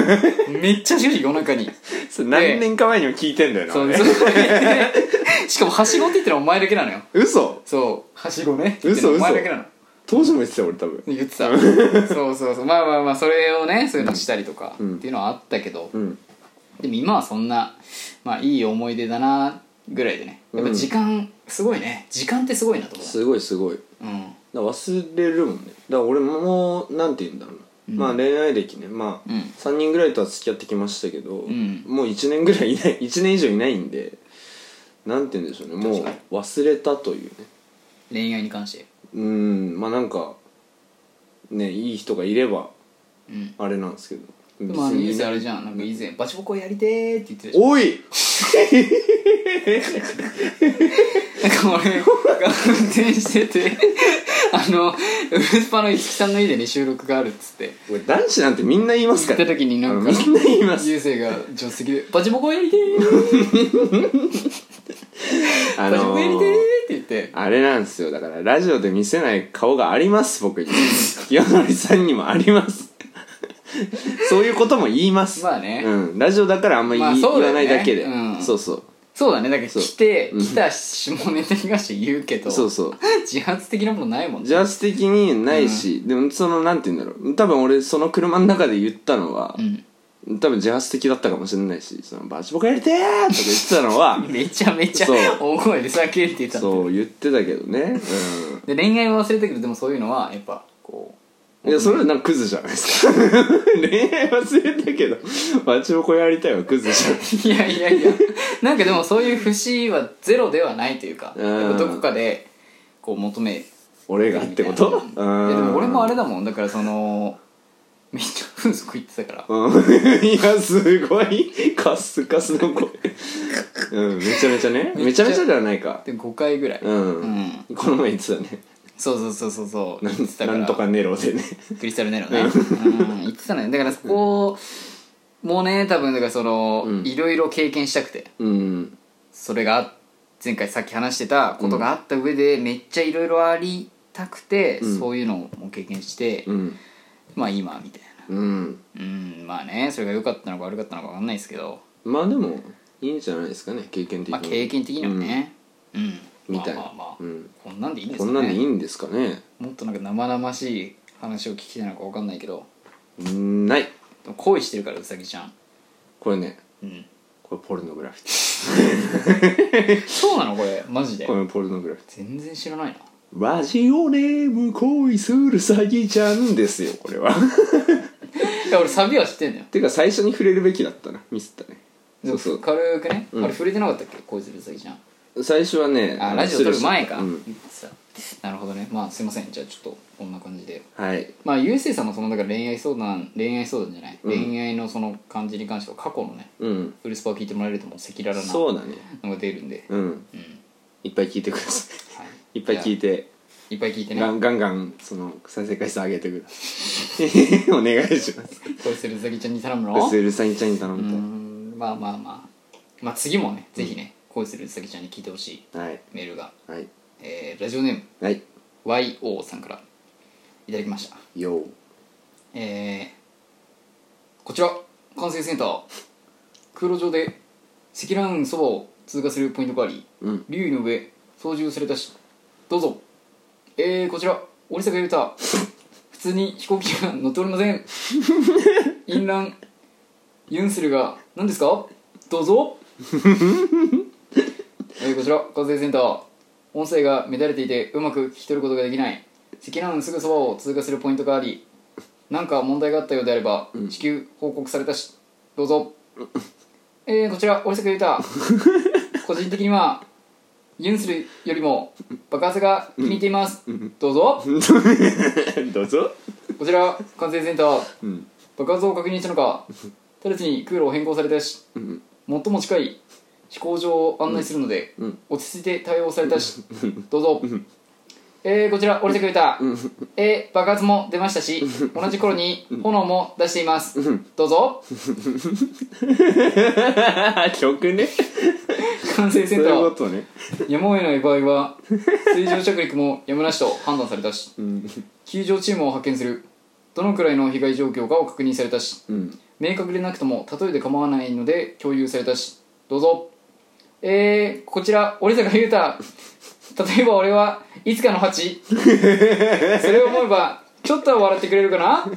S2: めっちゃしごし夜中に
S1: それ何年か前にも聞いてんだよな
S2: そう
S1: 俺
S2: そうしかもはしごって言ってるのはお前だけなのよ
S1: 嘘
S2: そうはしごねって言ってるのはお前だけなの
S1: 当時も言ってたよ俺多分
S2: 言ってたそうそうそうまあまあまあそれをねそういうのしたりとか、
S1: うん
S2: っていうのはあったけど、
S1: うん
S2: でも今はそんな、まあ、いい思い出だなぐらいでねやっぱ時間、すごいね時間ってすごいなと思、
S1: すごいすごいう
S2: うん、
S1: だから忘れるもんねだから俺もなんて言うんだろうな、
S2: うん
S1: まあ恋愛歴ねまあ、
S2: うん
S1: 3人ぐらいとは付き合ってきましたけど、
S2: ん
S1: もう1年ぐらいいない1年以上いないんでなんて言うんでしょうねも
S2: 確かに
S1: う忘れたというね
S2: 恋愛に関して
S1: うんまあなんかねいい人がいれば
S2: うん
S1: あれなんですけど
S2: でもあの
S1: 別に
S2: 以
S1: い
S2: 前
S1: ない
S2: あれじゃんなんか以前「バチボコやりてー」って言ってたじ
S1: おい
S2: ゃんなんか俺が運転しててあのウルスパの五木さんの家でね収録があるっつって
S1: 俺男子なんてみんな言います
S2: 行
S1: か
S2: った
S1: ら
S2: 時になんか
S1: あのみんな言います
S2: 優勢が助手席で「バチボコやりてー」
S1: あ
S2: バチボ
S1: の
S2: コやりて
S1: ー
S2: ー」って言って
S1: あれなんですよだからラジオで見せない顔があります 僕に清則さんにもありますそういうことも言います
S2: まあね
S1: うん、ラジオだからあんまり
S2: まあ
S1: 言い
S2: そう
S1: 言
S2: だ
S1: わ
S2: よ
S1: な
S2: ね
S1: いだけで、
S2: うん
S1: そうそう
S2: そうだねだから
S1: そう
S2: 来て
S1: うん
S2: 来た下ネタ東言うけど
S1: そうそう
S2: 自発的なものないもんね
S1: ジャス的にないし、でもそのなんて言うんだろう多分俺その車の中で言ったのは
S2: う、ん
S1: 多分自発的だったかもしれないしそのバチボカやりてーとか言ってたの は
S2: めちゃめちゃ
S1: そう
S2: 大声で叫んでたの
S1: そう言ってたけどね
S2: で恋愛は忘れたけどでもそういうのはやっぱこ
S1: うんいやそれはなんかクズじゃないですか 恋愛忘れたけどバチボコやりたいはクズじゃないう
S2: いやいやいやなんかでもそういう節はゼロではないというか
S1: うん
S2: やっぱどこかでこう求め
S1: 俺
S2: て
S1: が
S2: る
S1: っ
S2: み
S1: て
S2: たいな
S1: こと
S2: いやでも俺もあれ
S1: だ
S2: だもんだからそのめっちゃ風俗行ってたから
S1: うん、 いやすごいカスカスの声うんめちゃめちゃねめ
S2: め
S1: ち
S2: ち
S1: ゃ
S2: ゃ
S1: めちゃではないか
S2: で5回ぐらい、
S1: うん、
S2: うん
S1: この前言ってたね
S2: そうそうそうそうそう
S1: な
S2: 言ってたから
S1: んとかネロでね
S2: クリスタルネロね、うん、言ってたのよだからそこもうね多分だからその、
S1: うん
S2: いろいろ経験したくて
S1: うん
S2: それが前回さっき話してたことがあった上で、めっちゃいろいろありたくて、
S1: うん
S2: そういうのも経験して、
S1: うん
S2: まあ今みたいな
S1: うん
S2: うんまあねそれが良かったのか悪かったのか分かんないですけど、
S1: まあでもいいんじゃないですかね経験的に、
S2: まあ、経験的にはねうん、
S1: みたいな
S2: まあまあまあ、
S1: うん
S2: こんなんでいいんです
S1: こ
S2: かね
S1: んなんでいいんですかね
S2: もっとなんか生々しい話を聞きたいのか分かんないけど
S1: うんない
S2: でも恋してるからうさぎちゃん
S1: これね
S2: うん
S1: これポルノグラフィテ
S2: そうなのこれマジで
S1: ィこれポルノグラフィテ
S2: 全然知らないな
S1: ィラジオネーム恋するサギちゃんですよこれは
S2: いや俺サビは知ってんだよ
S1: てか最初に触れるべきだったなミスったねそ
S2: でも
S1: うそう
S2: 軽くね、
S1: うん
S2: あれ触れてなかったっけ恋するうさぎちゃん
S1: 最初はね
S2: あ
S1: の
S2: ラジオ撮る前か、
S1: うん
S2: さなるほどねまあすいませんじゃあちょっとこんな感じで
S1: はい
S2: まあ USA さんもそのだから恋愛相談恋愛相談じゃない、
S1: うん
S2: 恋愛のその感じに関しては過去のね
S1: うん
S2: フルスパを聞いてもらえるともう赤裸々
S1: そう
S2: な
S1: だね
S2: のが出るんで、
S1: うん
S2: うん
S1: いっぱい聞いてくださ
S2: はい
S1: いっぱい聞い
S2: て
S1: て
S2: いっぱい聞いてね
S1: ガンガンガンその再生回数上げてください お願いします
S2: 恋するうさぎちゃんに頼むの
S1: ウセルサインちゃんに頼
S2: うー
S1: み
S2: んまあまあまあまあ次もねぜひね、恋するうさぎちゃんに聞いてほしい
S1: たいはい
S2: メールが、
S1: はい
S2: えーラジオネーム
S1: はい
S2: YO さんからいただきました
S1: よ
S2: えーこちら管制センター空路上で積乱雲そばを通過するポイントがあり
S1: ううん
S2: 竜の上操縦されたしどうぞえー、こちら折坂裕太普通に飛行機が乗っており ませんインランユンスルが何ですかどうぞえー、こちら火星センター音声が乱れていてうまく聞き取ることができない積乱雲すぐそばを通過するポイントがあり何か問題があったようであれば至急報告されたしどうぞ えー、こちら折坂裕太個人的にはユンするよりも爆発が気に入っています、どうぞ
S1: どう ぞ
S2: こちら管制センター
S1: うん
S2: 爆発を確認したのか直ちに空路を変更されたし
S1: うん
S2: 最も近い飛行場を案内するので、
S1: うん
S2: 落ち着いて対応されたしどうぞ、えー、こちら降りてくれた、えー、爆発も出ましたし同じ頃に炎も出しています、どうぞ
S1: 曲ね
S2: 管制セ
S1: そうい
S2: ン
S1: う
S2: タ
S1: こ
S2: ー
S1: とね
S2: やむを得ない場合は水上着陸もやむなしと判断されたし
S1: うん
S2: 救助チームを派遣するどのくらいの被害状況かを確認されたし
S1: うん
S2: 明確でなくとも例えで構わないので共有されたしどうぞえー、こちら折坂裕太 例えば俺はいつかの 蜂それを思えばちょっとは笑ってくれるかな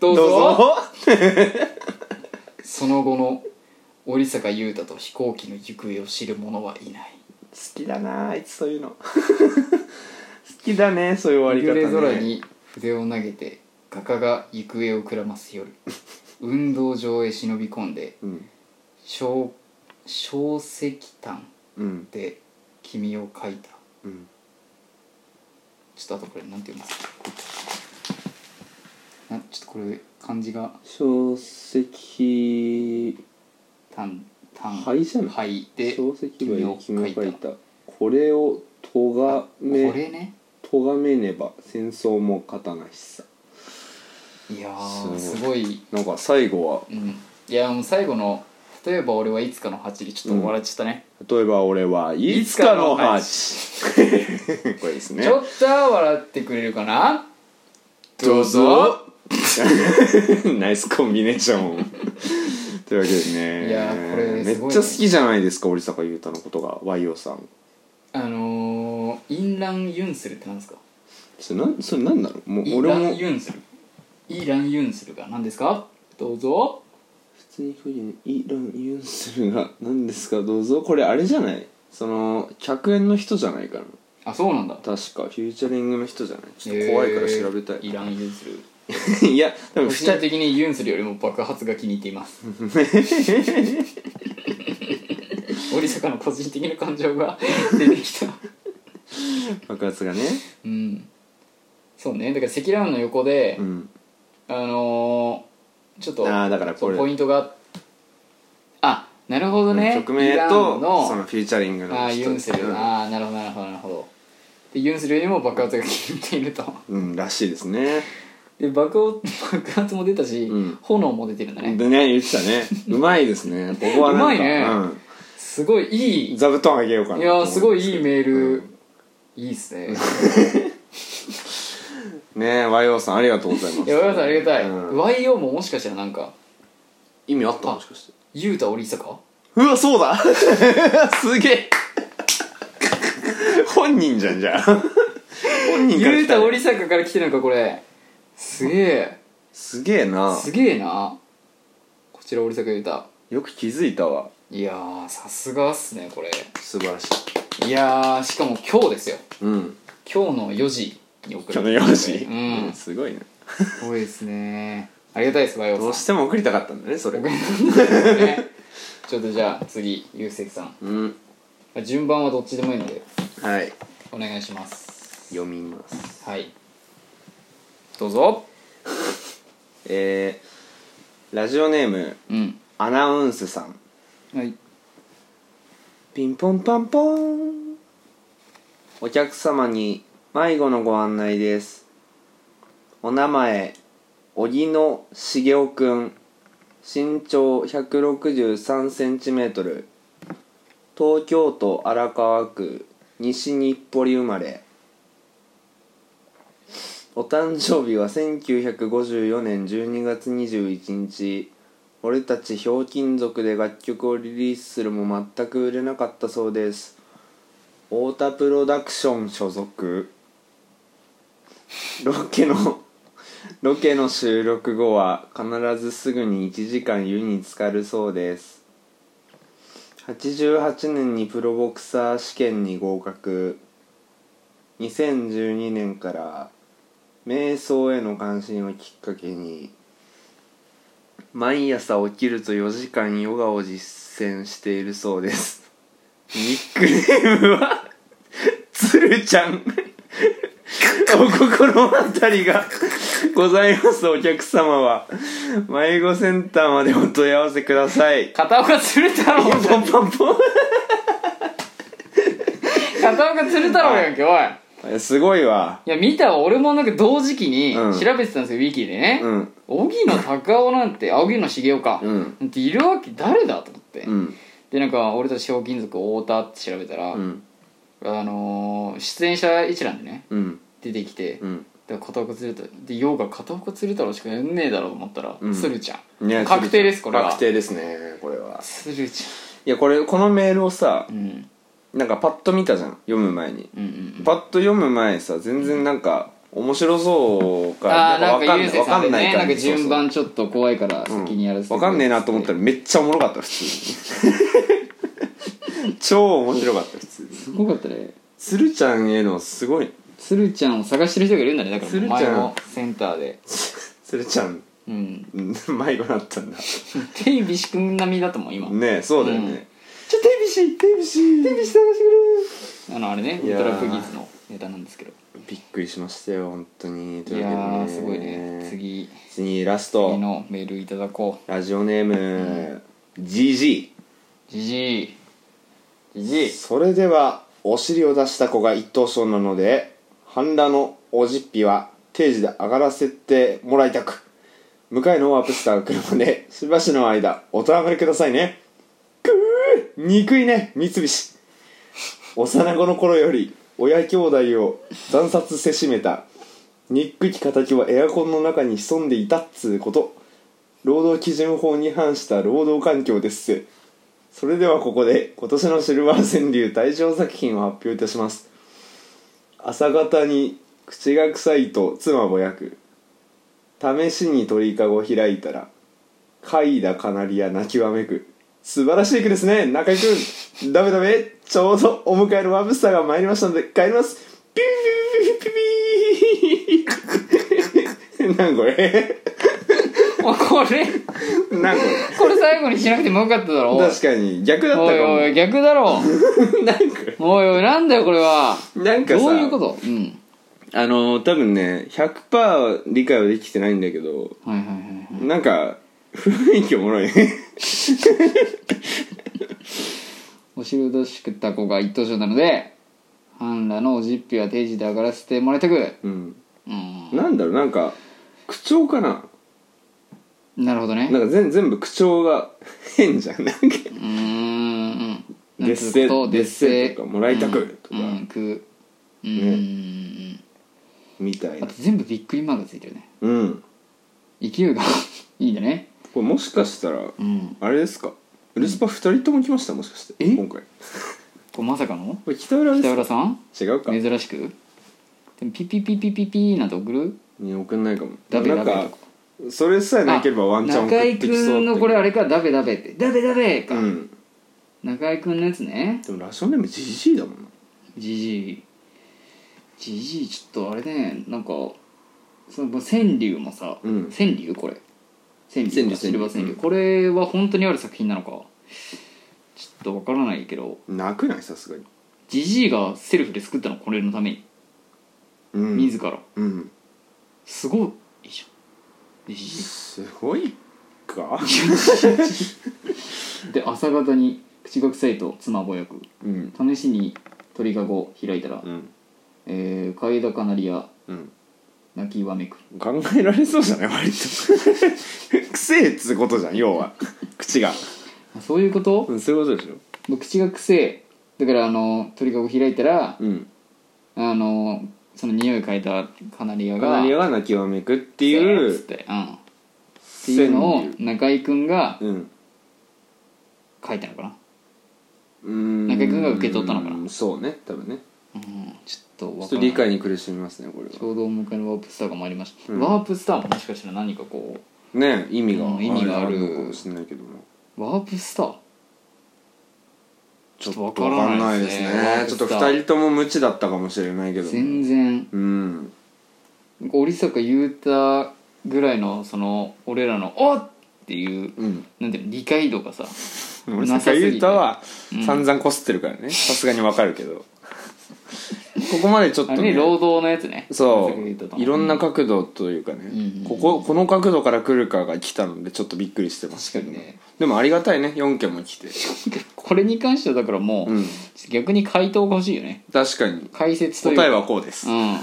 S2: ど
S1: ど
S2: う
S1: う
S2: ぞ
S1: ぞ
S2: その後の折坂裕太と飛行機の行方を知る者はいない
S1: 好きだなあいつそういうの 好きだねそういう終わ
S2: 夕
S1: り
S2: 暮
S1: 方
S2: れ空
S1: ね
S2: に筆を投げて画家が行方をくらま す夜運動場へ忍び込んで
S1: うん
S2: 小小石炭
S1: うん
S2: で君を描いた
S1: うん
S2: ちょっとあとこれなんて言うんですかなちょっとこれ漢字が
S1: 小石
S2: 炭炭
S1: 灰じゃない
S2: 灰で
S1: 小石
S2: 君
S1: 灰
S2: を
S1: に君を
S2: 描いた
S1: 描いたこれをとが
S2: こ
S1: め
S2: れね
S1: とがめねば戦争も勝たなしさ
S2: いやー
S1: す
S2: すごい、
S1: なんか最後は
S2: うん、いやーもう最後の「例えば俺はいつかの鉢」でちょっと笑っちゃったね、
S1: 例えば俺はいつかの話これですね
S2: ちょっとは笑ってくれるかな
S1: どうぞ ナイスコンビネーションというわけでね
S2: いやーこ
S1: め
S2: れす
S1: っ
S2: ごいね
S1: ちゃ好きじゃないですか折坂優太のことが YO さん
S2: あのー、インラン・ユンスルってなんですか
S1: それなんそれなんなのもう
S2: イン
S1: 俺
S2: ラ
S1: も
S2: ン・ユンスルイーラン・ユンスルが何ですかどうぞ
S1: 普通に巨人イーラン・ユンスルが何ですかどうぞこれあれじゃないその100円の人じゃないかな
S2: あそうなんだ
S1: 確かフューチャリングの人じゃないちょっと怖いから調べた
S2: えーイ
S1: い、
S2: ーラン・ユンスル
S1: いやでも
S2: 個
S1: 二
S2: 人
S1: 人
S2: 的にユンスルよりも爆発が気に入っています 折坂の個人的な感情が 出てきた
S1: 爆発がね
S2: うんそうねだから積乱雲の横で、
S1: うん
S2: あのちょっと
S1: あーだからこれ
S2: そうポイントがあなるほどね
S1: 曲名
S2: イラン
S1: と
S2: の
S1: そのフューチャリング
S2: あ
S1: の
S2: あユンセル、
S1: うん
S2: ああなるほどなるほどなるほどでユンセルにも爆発が効いていると
S1: うんらしいですね
S2: で爆発 爆発も出たし、
S1: うん
S2: 炎も出てるんだね
S1: でね言ってたねうまいです ねここはなんか
S2: うまいねすごいい
S1: うん
S2: い
S1: 座布団あげようかないい
S2: やーすごいいいメール、
S1: うん
S2: いいっすね
S1: ねえ YO さんありがとうございます
S2: いや親さんありがたい、
S1: うん
S2: YO ももしかしたらなんか
S1: 意味あったもしかして
S2: 雄太織坂
S1: うわそう だすげえ 本人じゃん じゃあ本人から
S2: 雄
S1: 来た
S2: 太織坂から来てるのかこれすげえ
S1: すげえな
S2: すげえなこちら織坂雄太
S1: よく気づいたわ
S2: いやーさすがっすねこれ
S1: 素晴らしい
S2: いやーしかも今日ですよ
S1: うん
S2: 今日の4時に送る
S1: 去年よし
S2: う
S1: うんんすごいね
S2: すごいですねありがたいですバイ
S1: ど
S2: オ
S1: う
S2: さ
S1: しても送りたかったんだねそれ
S2: ん、ね、ちょっとじゃあ次ゆうせいさ
S1: うん
S2: ん順番はどっちでもいいので
S1: はい
S2: お願いします
S1: 読みます
S2: はいどうぞ
S1: えー、ラジオネーム
S2: うん
S1: アナウンスさん
S2: はい
S1: ピンポンパンポーンお客様に迷子のご案内ですお名前荻野茂雄くん身長1 6 3トル東京都荒川区西日暮里生まれお誕生日は1954年12月21日俺たちひょうきん族で楽曲をリリースするも全く売れなかったそうです太田プロダクション所属ロケのロケの収録後は必ずすぐに1時間湯に浸かるそうです88年にプロボクサー試験に合格2012年から瞑想への関心をきっかけに毎朝起きると4時間ヨガを実践しているそうですニックネームはつるちゃんお心当たりがございますお客様は迷子センターまでお問い合わせください
S2: 片岡鶴太郎
S1: ポンポンポンポン
S2: 片岡鶴太郎やんけおい
S1: えすごいわ
S2: いや見たわ俺もなんか同時期に
S1: うん
S2: 調べてたんですよ、ウィキでね
S1: うん
S2: 荻野隆夫な んてあ荻野茂雄か、
S1: うん
S2: なんているわけ誰だと思って、
S1: うん
S2: でなんか俺たちひょうきん族太田って調べたら、
S1: うん
S2: あのー、出演者一覧でね
S1: うん
S2: 出てきて、
S1: うん
S2: で片岡鶴太郎でヨガ片岡鶴太郎しかやんねえだろうと思ったら、
S1: うん
S2: 鶴ちゃん、
S1: いや
S2: 確定ですこれは
S1: 確定ですねこれは
S2: 鶴ち
S1: いやこれこのメールをさ
S2: ゃん、うん、
S1: なんかパッと見たじゃん読む前に
S2: うんうん
S1: パッと読む前さ全然なんか面白そうか
S2: ああーなん
S1: わ
S2: か
S1: ん
S2: ゆ
S1: な
S2: う
S1: い
S2: せい
S1: わ
S2: さ
S1: か
S2: んで
S1: んない
S2: ねなん
S1: 感
S2: か
S1: じ
S2: 順番ちょっと怖いから
S1: そうそう
S2: 先にやらせて
S1: わかんねえなと思ったらめっちゃおもろかった普通に 超面白かった普通に
S2: すごかったね
S1: 鶴ちゃんへのすごい
S2: 鶴ちゃんを探してる人がいるんだねだから
S1: 鶴ちゃん
S2: 前のセンターで
S1: 鶴ちゃん
S2: うん
S1: うん迷子になったんだ
S2: テイビシ君並みだと思う今
S1: ねえそうだよね、
S2: うん
S1: ちょテビシテビシテビシ探して
S2: あのあれねウ
S1: い
S2: ル
S1: や
S2: ト
S1: ー
S2: ラプギーズのネタなんですけど
S1: くれびっくりしましたよ本当にとい
S2: い
S1: う
S2: や
S1: わけでね
S2: ーすごいね次
S1: 次ラス
S2: 次
S1: ト
S2: のメールいただこ
S1: ラジオネーム GG、
S2: うじじいじじい
S1: それではお尻を出した子が一等賞なので半裸のおじっぴは定時で上がらせてもらいたく向かいのワープスターが来るまで しばしの間おとあがりくださいねくー憎いね三菱幼子の頃より親兄弟を惨殺せしめた憎き敵はエアコンの中に潜んでいたっつうこと労働基準法に反した労働環境ですせそれではここで今年のシルバー川柳大賞作品を発表いたします朝方に口が臭いと妻ぼやく試しに鳥かご開いたら貝だカナリア泣きわめく素晴らしい句ですね中居君ダメダメちょうどお迎えのワブスターが参りましたので帰りますピューピューピューピューピューなんこれ
S2: もうこれ
S1: なんこ
S2: これ最後にしなくてもよかっただろ
S1: れ
S2: おい
S1: 確かに逆だったか
S2: おい
S1: も
S2: おい逆だろ
S1: なんか
S2: おいおいなんだよこれは
S1: なんかさ
S2: どういうことうん
S1: あのー多分ね100%理解はできてないんだけど
S2: はいはいはいはい
S1: なんか雰囲気おもろいね
S2: お汁どしくた子が一等賞なので半裸のおじっぴは定時で上がらせてもらいたく
S1: うん
S2: うん
S1: なんだろうなんか口調かな
S2: なるほどね
S1: なんか全全部口調が 変じゃんなんか
S2: うーん
S1: 劣勢
S2: なんつうこと
S1: 劣勢とかもらいたく
S2: うん
S1: とか
S2: うんくうーん
S1: みたい
S2: あ
S1: な
S2: と全部びっくりマークついてるね
S1: うん
S2: 勢いが いいんだね
S1: これもしかしたら
S2: うん
S1: あれですかウルスパ2人とも来ましたもしかして
S2: え
S1: 今回
S2: これまさかの
S1: これ北浦
S2: 北
S1: で
S2: 浦さん
S1: す違うか
S2: 珍しくでもピピピピピピなんて送る
S1: に送んないかも
S2: ダベ
S1: なん
S2: ダベ
S1: かそれさえなければワンチャン送
S2: 中
S1: っ
S2: 居
S1: てきそうだっ
S2: 君
S1: たけど
S2: のこれあれかダベダベってダベダベか、
S1: うん
S2: 中居君のやつね
S1: でもラジオネームジジイだもんな
S2: じじいじじいちょっとあれねなんかその川柳もさ、
S1: うん
S2: 川柳これ川柳
S1: 川
S2: か
S1: 柳
S2: シルバー川柳、
S1: うん
S2: これは本当にある作品なのかちょっとわからないけど
S1: 泣くないさすがに
S2: じじいがセルフで作ったのこれのために、
S1: うん
S2: 自ら
S1: うん
S2: すごいいいじゃんじじい
S1: すごい か
S2: で朝方に口が臭いと妻ぼやく
S1: うん
S2: 試しに鳥かご開いたら、
S1: うん
S2: えー、買いだかなりや
S1: うん
S2: 泣きわめく
S1: 考えられそうじゃない 割とくせえっつうことじゃん要 は口が
S2: あそういうこと、
S1: うんそういうことでしょ
S2: もう口が臭えだからあの鳥かご開いたら、
S1: うん
S2: あのその匂い嗅いだカナリア
S1: カ
S2: が
S1: ナリアが泣きわめくってい
S2: 臭えっつ
S1: う
S2: って、うん、っていうのを中居君が
S1: うん
S2: 書いたのかな、
S1: うん
S2: 中居君が受け取ったのかな
S1: うんそうね多分ね
S2: うん、ちょ
S1: ち
S2: っと
S1: ょ
S2: わ
S1: っと
S2: からない
S1: 理解に苦しみますねこれ
S2: ちょ
S1: は
S2: うどお迎えのワープスターが参りました、
S1: うん
S2: ワープスターももしかしたら何かこ
S1: ね意味が
S2: うん意味がある
S1: のかもしれないけども
S2: うワープスター
S1: ちょっとわかんないですねちょっと2人とも無知だったかもしれないけど
S2: 全然
S1: うん
S2: 織坂優太ぐらいのその俺らの「おっ!」っていう
S1: うん
S2: なんていうの理解度がさ
S1: 俺
S2: なさ
S1: 坂
S2: すぎて
S1: 優太は
S2: うん
S1: 散々こすってるからねさすがにわかるけどここまでちょっ
S2: あ
S1: と
S2: れね
S1: ね
S2: 労働のやつね
S1: そういろんな
S2: 確
S1: 角度というか
S2: うん
S1: ねこここの角度から来るかが来たのでちょっとびっくりしてます
S2: か
S1: けど
S2: にね
S1: でもありがたいね4件も来て
S2: これに関してはだからもう、
S1: うん
S2: 逆に回答が欲しいよね
S1: 確かに
S2: 解説というか
S1: 答えはこうです
S2: うん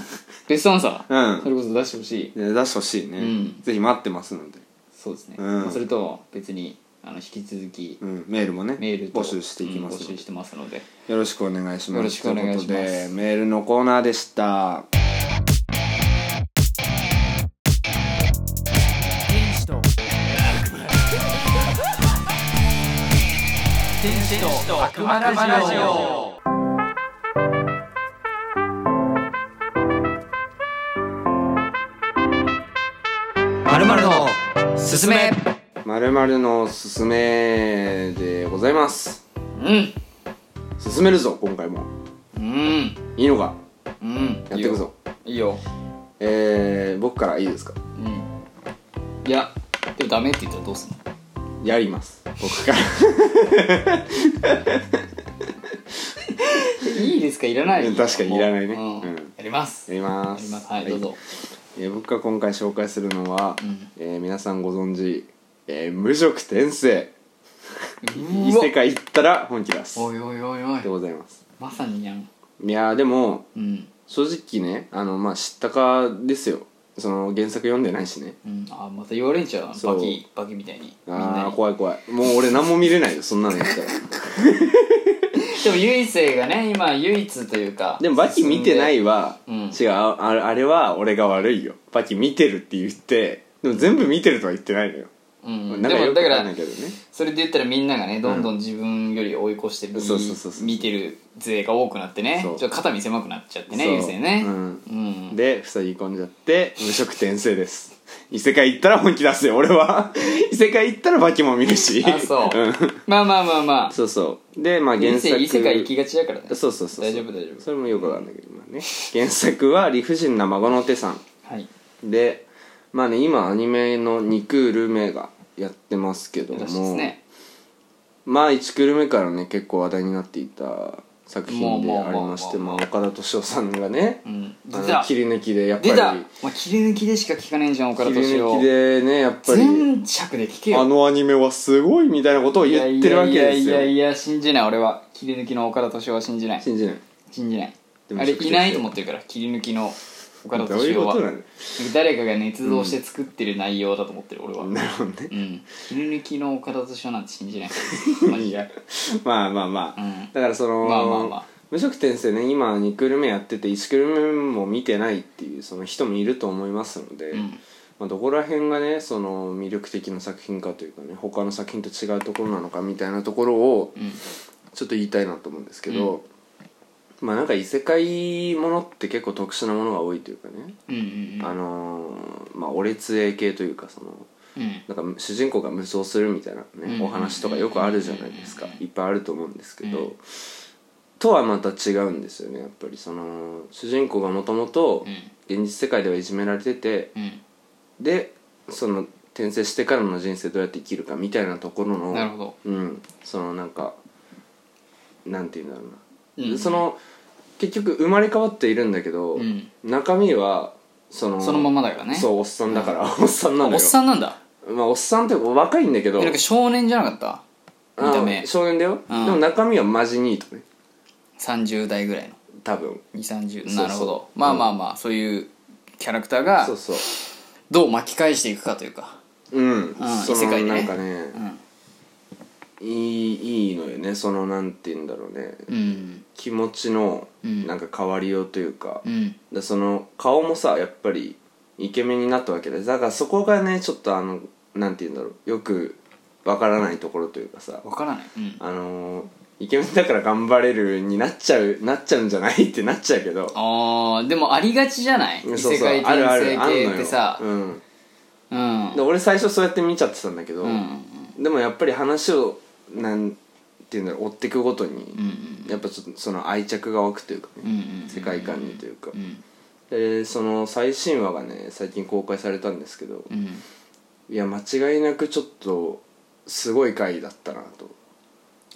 S2: ベストアンサー、
S1: うん
S2: それこそ出してほしい
S1: で出してほしいうね
S2: ん
S1: ぜひ待ってますので
S2: そうですね、
S1: うん
S2: まあそれと別にあの引き続き
S1: うんメールもね
S2: メールと
S1: 募集していきま
S2: うん
S1: す
S2: 募
S1: の
S2: 集
S1: で
S2: してますので
S1: よろしくお願いします
S2: よろしくお願いします
S1: ということでメールのコーナーでした
S2: まるまるのすすめ
S1: まるまるのおすすめでございます
S2: うん
S1: 進めるぞ今回も
S2: うん
S1: いいのか
S2: うん
S1: やっていくぞ
S2: いいよ、
S1: えー、僕からいいですか
S2: うん、いやでもダメって言ったらどうすんの
S1: やります僕から
S2: いいですかいらない
S1: うん確かにいらないね
S2: もううん
S1: うん
S2: やります
S1: やりま
S2: や
S1: す
S2: りますはいどうぞ、
S1: えー僕が今回紹介するのは、
S2: うん
S1: えー皆さんご存知、えー無職転生
S2: う
S1: 異
S2: わ
S1: 世界行ったら本気出す
S2: おいおいおいおい
S1: でございます
S2: まさにやん
S1: いやーでも
S2: うん、
S1: 正直ねあのまあ知ったかですよその原作読んでないしね
S2: うん、あまた言われんちゃうバ
S1: そう
S2: キバキみたいにみんな
S1: あー
S2: に
S1: 怖い怖いもう俺何も見れないよそんなの言ったら
S2: でも唯一生がね今唯一というか
S1: でもバキ見てないは、
S2: うん
S1: 違うああれは俺が悪いよバキ見てるって言ってでも全部見てるとは言ってないのよ、
S2: 進んで、うん、
S1: なん
S2: で
S1: か
S2: も
S1: よく
S2: だか
S1: わかんない
S2: ら
S1: けどね
S2: それで言ったらみんながねどんどん自分より追い越してる、
S1: そうそうそうそう
S2: 見てる勢が多くなってねち
S1: そ
S2: ょ
S1: う
S2: っと肩身狭くなっちゃってね
S1: そう
S2: 優勢ね
S1: うん
S2: うん、
S1: で塞ぎ込んじゃって無職転生です異世界行ったら本気出すよ俺 は異世界行ったらバキも見るし
S2: あそうん まあまあまあまあ
S1: そうそうでまあ原
S2: 異
S1: 作
S2: 世異世界行きがちだからね
S1: そうそうそうそう
S2: 大丈夫大丈夫
S1: それもよくわかんないけど、まあね、原作は理不尽な孫の手さん
S2: はい
S1: でまあね今アニメの2クール目がやってますけど
S2: らしいで
S1: も、
S2: すね
S1: まあ1クール目からね結構話題になっていた作品でありましてま
S2: ま
S1: あ岡田敏夫さんがね
S2: うん
S1: あの
S2: 出た
S1: 切り抜きでやっ
S2: 出た
S1: ぱ
S2: お
S1: り
S2: 前切り抜きでしか聞かねえじゃん岡
S1: 切
S2: 田
S1: り
S2: 敏
S1: 抜
S2: 夫
S1: きでねやっぱり
S2: 全尺で聞けよ
S1: あのアニメはすごいみたいなことを言ってるわけです
S2: いやいや
S1: よ
S2: いや信じない俺は切り抜きの岡田敏夫は信じない
S1: 信じない
S2: 信じない
S1: でも
S2: あれ
S1: 信じ
S2: い
S1: てる
S2: ないと思ってるから切り抜きの岡田
S1: どうい
S2: 敏
S1: う
S2: 夫
S1: こ
S2: は
S1: となの
S2: 誰かが捏造して作ってる内容だと思ってる俺はうん
S1: なるほどね
S2: 切り抜きの岡田敏夫なんて信じないマ ジ
S1: い
S2: で
S1: やまあまあまあ、
S2: うん
S1: だからその、
S2: まあまあまあ
S1: 無職転生ね今2クール目やってて1クール目も見てないっていうその人もいると思いますので、
S2: うん
S1: まあ、どこら辺がねその魅力的な作品かというかね他の作品と違うところなのかみたいなところを
S2: うん
S1: ちょっと言いたいなと思うんですけど、まあなんか異世界ものって結構特殊なものが多いというかね、
S2: うんうん
S1: あのーまあお列絵系というかその
S2: うん
S1: なんか主人公が無双するみたいなね
S2: うん
S1: お話とかよくあるじゃないですか
S2: うん
S1: いっぱいあると思うんですけど、
S2: うん
S1: とはまた違うんですよねやっぱりその主人公がもともと
S2: うん
S1: 現実世界ではいじめられてて
S2: うん
S1: でその転生してからの人生どうやって生きるかみたいなところの
S2: なるほど
S1: うん、そのなんかなんて言うんだろうな、
S2: うん
S1: その結局生まれ変わっているんだけど、
S2: うん
S1: 中身はその
S2: そのままだからね
S1: そうおっさんだから、おっさんなんだよ
S2: おっさんなんだ
S1: まあおっさんって若いんだけど
S2: えなんか少年じゃなかった見た
S1: あ
S2: 目
S1: 少年だよ、
S2: うん
S1: でも中身はマジニートね
S2: 30代ぐらいの
S1: 多分そう
S2: 230
S1: そう
S2: なるほどまあまあまあそういうキャラクターが
S1: そうそう
S2: どう巻き返していくかというか
S1: うん、
S2: ん
S1: その
S2: 異世界でね
S1: なんかね
S2: うん
S1: いいいいのよねそのなんて言うんだろうね
S2: うん
S1: 気持ちの
S2: うん
S1: なんか変わりようというか、
S2: うん
S1: でその顔もさやっぱりイケメンになったわけでだからそこがねちょっとあのなんて言うんだろうよくわからないところというかさ
S2: 分からないうん
S1: あのーイケメンだから頑張れるになっちゃうなっちゃうんじゃないってなっちゃうけど
S2: あーでもありがちじゃない異
S1: そうそう
S2: 世界
S1: あ
S2: 転
S1: るあ
S2: 生
S1: るあんの
S2: 系
S1: よ
S2: ってさ
S1: うん、
S2: うん
S1: で俺最初そうやって見ちゃってたんだけど、
S2: うん
S1: でもやっぱり話をなんていうんだろう追っていくごとに、
S2: うん
S1: やっぱちょっとその愛着が湧くというか
S2: うんう
S1: ね、
S2: ん
S1: 世界観にというか、
S2: うん
S1: でその最新話がね最近公開されたんですけど、
S2: うん
S1: いや間違いなくちょっとすごい回だったなと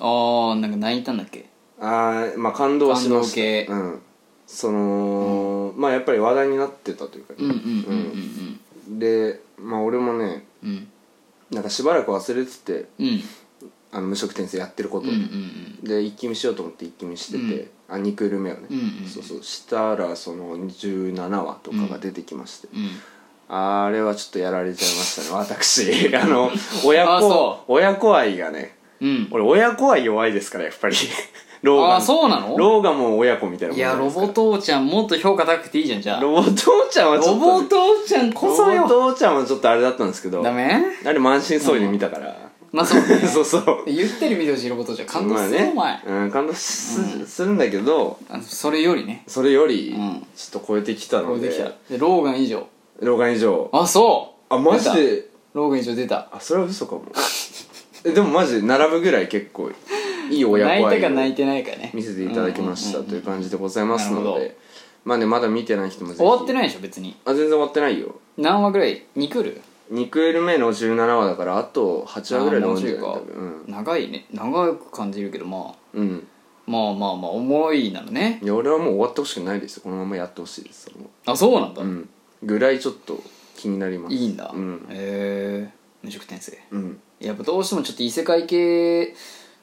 S2: ああなんか泣いたんだっけ
S1: あーまあ感動はしました
S2: 感動系
S1: うんその、まあやっぱり話題になってたというか
S2: うんうん
S1: ね、
S2: うんうん
S1: でまあ俺もね
S2: うん
S1: なんかしばらく忘れてて
S2: うん
S1: あの無職転生やってること
S2: うんう
S1: を
S2: んうん
S1: で一気見しようと思って一気見してて、あ2クール目をね、
S2: うんうん
S1: そうそうしたらその17話とかが出てきまして、
S2: うん
S1: あれはちょっとやられちゃいましたね 私あの親
S2: あそ
S1: 子親子愛がね
S2: うん
S1: 俺親子愛弱いですからやっぱり ローガン
S2: ああそうなの
S1: ローガンも親子みたいなもん
S2: い
S1: じゃ
S2: や
S1: な
S2: ロ
S1: ですか
S2: ボ父ちゃんもっと評価高くていいじゃんじゃあ
S1: ロボ父ちゃんはちょ
S2: ロ
S1: っと
S2: ボ父ちゃんこそ
S1: ロボ
S2: よ
S1: 父ちゃんはちょっとあれだったんですけど
S2: ダ
S1: あ
S2: メ
S1: れ満身創痍で見たから、
S2: まあ そ う
S1: そうそう
S2: ゆったり見てほしいロボットじゃ感動するよお
S1: まあ
S2: 前
S1: ねうん、感動す,、するんだけど
S2: あそれよりね
S1: それより
S2: うん
S1: ちょっと超えてきた
S2: こ
S1: の
S2: れ
S1: で,、
S2: できたでローガン以上
S1: 老眼以上
S2: あそう
S1: あマジ
S2: 出た
S1: で
S2: ローガン以上出た
S1: あそれは嘘かもえでもマジで並ぶぐらい結構いい親子愛
S2: 泣いたか
S1: を
S2: 泣いてないかね
S1: 見せていただきました
S2: うんうん
S1: と
S2: うん
S1: いう感じでございます
S2: なる
S1: の
S2: ほど
S1: でまあねまだ見てない人もぜひ
S2: 終わってないいでしょ別に
S1: あ全然終わってないよ
S2: 何話ぐらい2クール
S1: 2クール目の17話だからあと8話ぐらいで終わるんじゃない
S2: あ
S1: 多
S2: ーもう
S1: 分
S2: 長いね長く感じるけどまあ
S1: うん、うん、
S2: まあまあまあ重いなのね
S1: いや俺はもう終わってほしくないですよこのままやってほしいですも
S2: あそうなんだ
S1: う、うん、ぐらいちょっと気になります
S2: いいんだ
S1: うん
S2: へえ無職転生
S1: うん
S2: やっぱどうしてもちょっと異世界系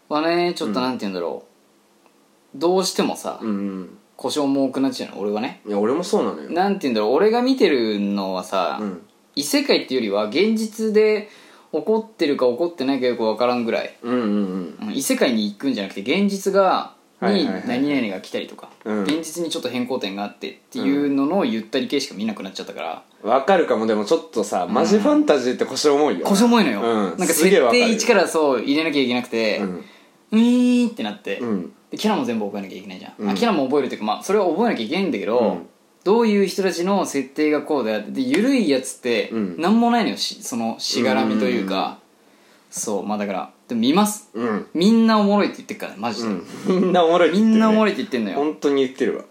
S2: はねちょっとなんて言うんだろう、どうしてもさ、
S1: うんうん
S2: 故障も多くなっちゃうの俺はね
S1: いや俺もそうなのよ
S2: なんて言うんだろう俺が見てるのはさ、
S1: うん
S2: 異世界っていうよりは現実で起こってるか起こってないかよく分からんぐらい、
S1: うんうん
S2: うん異世界に行くんじゃなくて現実が
S1: はいはい
S2: に
S1: はい
S2: 何々が来たりとか、
S1: うん
S2: 現実にちょっと変更点があってっていうののゆったり系しか見なくなっちゃったから、
S1: うんわかるかもでもちょっとさマジファンタジーって腰重いよ
S2: 腰重いのよ、
S1: うん
S2: なんか
S1: す
S2: 設
S1: げえわかる
S2: 定1からそう入れなきゃいけなくて、
S1: うん
S2: うーんってなって、
S1: うん
S2: でキャラも全部覚えなきゃいけないじゃん、
S1: うん
S2: あキャラも覚えるというか、まあ、それは覚えなきゃいけないんだけど、
S1: うん
S2: どういう人たちの設定がこうであってで緩いやつって
S1: うん
S2: 何もないのよしそのしがらみというか、そうまあだからでも見ます
S1: うん
S2: みんなおもろいって言ってるからねマジ
S1: う
S2: で、
S1: んみんなおもろいって
S2: み
S1: 言ってるね
S2: んなおもろいって言ってんのよ
S1: 本当に言ってるわ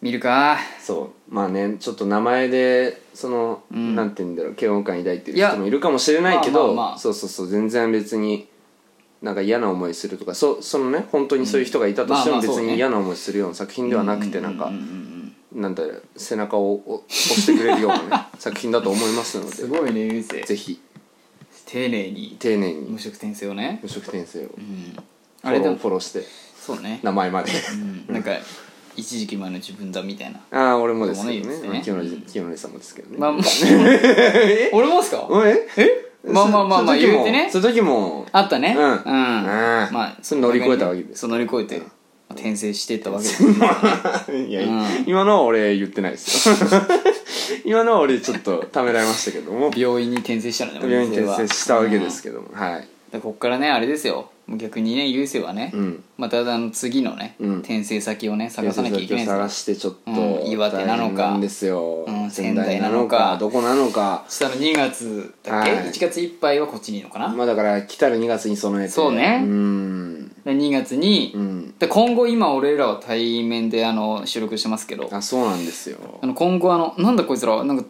S2: 見るか
S1: そうまあねちょっと名前でその、
S2: うん
S1: なんて言うんだろう嫌悪感抱いてる
S2: いや
S1: 人もいるかもしれないけど
S2: まあまあまあ
S1: そうそうそう全然別になんか嫌な思いするとかそそのね本当にそういう人がいたとして
S2: ま
S1: も
S2: あまあ
S1: 別
S2: そうね
S1: に嫌な思いするような作品ではなくてなんか
S2: うんうんうん
S1: なんだろう背中をお押してくれるような ね作品だと思います
S2: うん
S1: の
S2: す
S1: で
S2: ごいね優勢
S1: ぜひ
S2: 丁寧に
S1: 丁寧
S2: 無
S1: に
S2: 色転生をね
S1: 無色転生を
S2: うん
S1: フ
S2: あれ
S1: ォ
S2: で
S1: ロー
S2: も
S1: フォローして
S2: そうね
S1: 名前まで
S2: うんなんか一時期前の自分だみたいな
S1: ああ俺もですけど
S2: 俺もね言って
S1: ねま
S2: ね
S1: あ清則清則さんもですけどね
S2: まあまあ俺もっすか
S1: おい
S2: えまあまあまあま
S1: その
S2: あ
S1: 時
S2: 言う
S1: も
S2: てね
S1: その時も
S2: あったね
S1: うん
S2: うん
S1: あー
S2: まあ
S1: それ乗り越えたわけです
S2: そう乗り越えてまあ転生してったわけです
S1: いや、
S2: うん
S1: 今のは俺言ってないですよ 今のは俺ちょっとためらいましたけども
S2: 病院に転生したのね
S1: 病院に
S2: 俺は
S1: 転生したわけですけども、はい
S2: でこっからねあれですよもう逆にね優勢はね、
S1: うん
S2: またあの次のね、
S1: うん
S2: 転生先をね探さなきゃいけないん
S1: 探
S2: ですよ
S1: してちょっと、
S2: うん岩手なのか
S1: 大変んですよ、
S2: うん
S1: 仙
S2: 仙
S1: 台
S2: 台
S1: な
S2: な
S1: の
S2: のか
S1: かどこなのか
S2: そしたら2月だっけ、
S1: はい
S2: 1月いっぱいはこっちにいるのかな、
S1: まあだから来たら2月に備えて
S2: そうね
S1: うん
S2: で2月に、
S1: うん
S2: で今後今俺らは対面であの収録してますけどあ
S1: あそうなんですよ
S2: の今後あのなんだこいつらなんか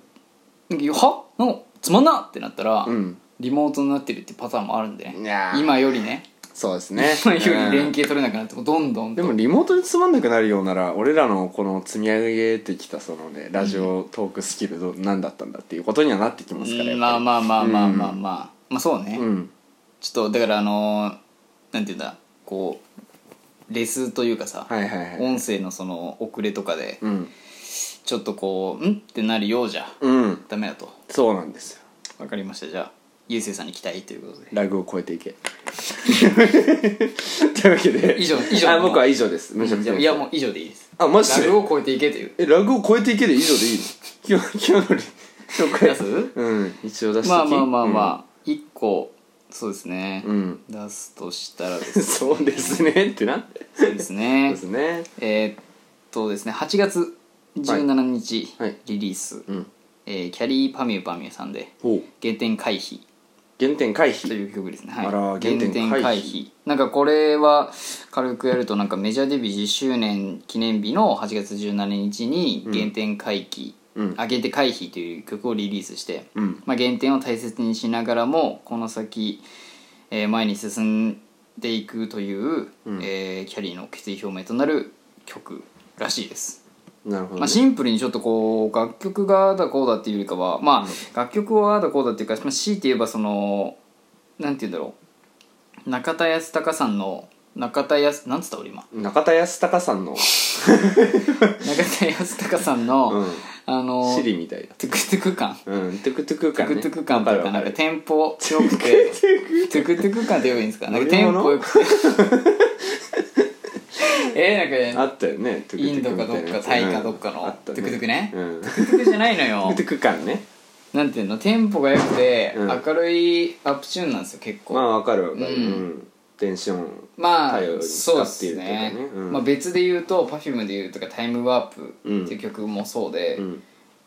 S2: なんかはなんかつまんなってなったら、
S1: うん
S2: リモートになってるってパターンもあるんでね
S1: いやー
S2: 今よりね
S1: そうですね
S2: 今より連
S1: うん
S2: 携取れなくなってもどんどんと
S1: でもリモートでつまんなくなるようなら俺らのこの積み上げてきたそのねラジオトークスキルど何だったんだっていうことにはなってきますからやっぱり
S2: まあまあまあまあまあまあ、まあそうね、
S1: うん
S2: ちょっとだからあのーなんていうんだこうレスというかさ、
S1: はいはいはい
S2: 音声のその遅れとかで
S1: うん
S2: ちょっとこう「ん?」ってなるようじゃ
S1: うん
S2: ダメだと
S1: そうなんですよ
S2: わかりましたじゃあゆうせいさんに期待ということで
S1: ラグを超えてい けというわけで
S2: 以上以上
S1: あ僕は以上です無職
S2: いやいやもう以上でいいです
S1: あマジ
S2: ラ
S1: で
S2: グを超えていけという
S1: えラグを超えていけで以上でいいの 清清則紹介
S2: 出す
S1: うん一応出してき
S2: まあまあまあまあ、一個そうですね、
S1: うん、うん
S2: 出すとしたらで す
S1: そうですねってな
S2: そうです
S1: そう
S2: ね
S1: ですね
S2: えーっとですね8月17日
S1: はいはい
S2: リリース、
S1: うん
S2: えーキャリーパミュパミュさんで
S1: ほう
S2: 「原点回避」
S1: 原点回
S2: と
S1: 避
S2: いう曲ですね、はい、
S1: あら原点回避
S2: なんかこれは軽くやるとなんかメジャーデビュー10周年記念日の8月17日に「原点回帰」
S1: うん
S2: あ原点回避という曲をリリースして、
S1: うん
S2: まあ、原点を大切にしながらもこの先、えー前に進んでいくという、えーキャリーの決意表明となる曲らしいです、
S1: なるほど、ね
S2: まあ、シンプルにちょっとこう楽曲がああだこうだっていうよりかはまあ、楽曲はああだこうだっていうか、まあ、強いて言えばそのなんて言うんだろう中田康隆さんの中田康なんつった俺今
S1: 中田康隆さんの、
S2: 中田康隆さんの、
S1: うん、
S2: あの
S1: シリみたい
S2: トゥクトゥク感
S1: なうんトゥクトゥク
S2: ト
S1: 感、
S2: ゥ
S1: ね、
S2: クトゥク感というか
S1: わ
S2: な
S1: るわ
S2: んか
S1: る
S2: テンポ強くてトゥクトゥク感って言えばいいんですかなんかテンポよくて えー、なんか
S1: あったよねトゥ
S2: イ
S1: クト
S2: ンド
S1: ゥクみ
S2: か
S1: たいな
S2: どっか
S1: やつ
S2: タイかどっか
S1: うんあ
S2: の
S1: っ
S2: ト
S1: た
S2: ゥクトゥクね
S1: うんト
S2: トゥクトゥクじゃないの
S1: ゥ
S2: よ
S1: クトゥク感ね
S2: なんていうのテンポが良くて
S1: うん
S2: 明るいアップチューンなんですよ結構
S1: まあわかるわかる、う
S2: うんん
S1: テンション
S2: まあ
S1: 頼りに使
S2: そうで
S1: っている
S2: す
S1: というかね
S2: ね、
S1: うん
S2: まあ、別で言うと Perfume で言うとか「タイムワープ」っていう曲もそうで、
S1: うん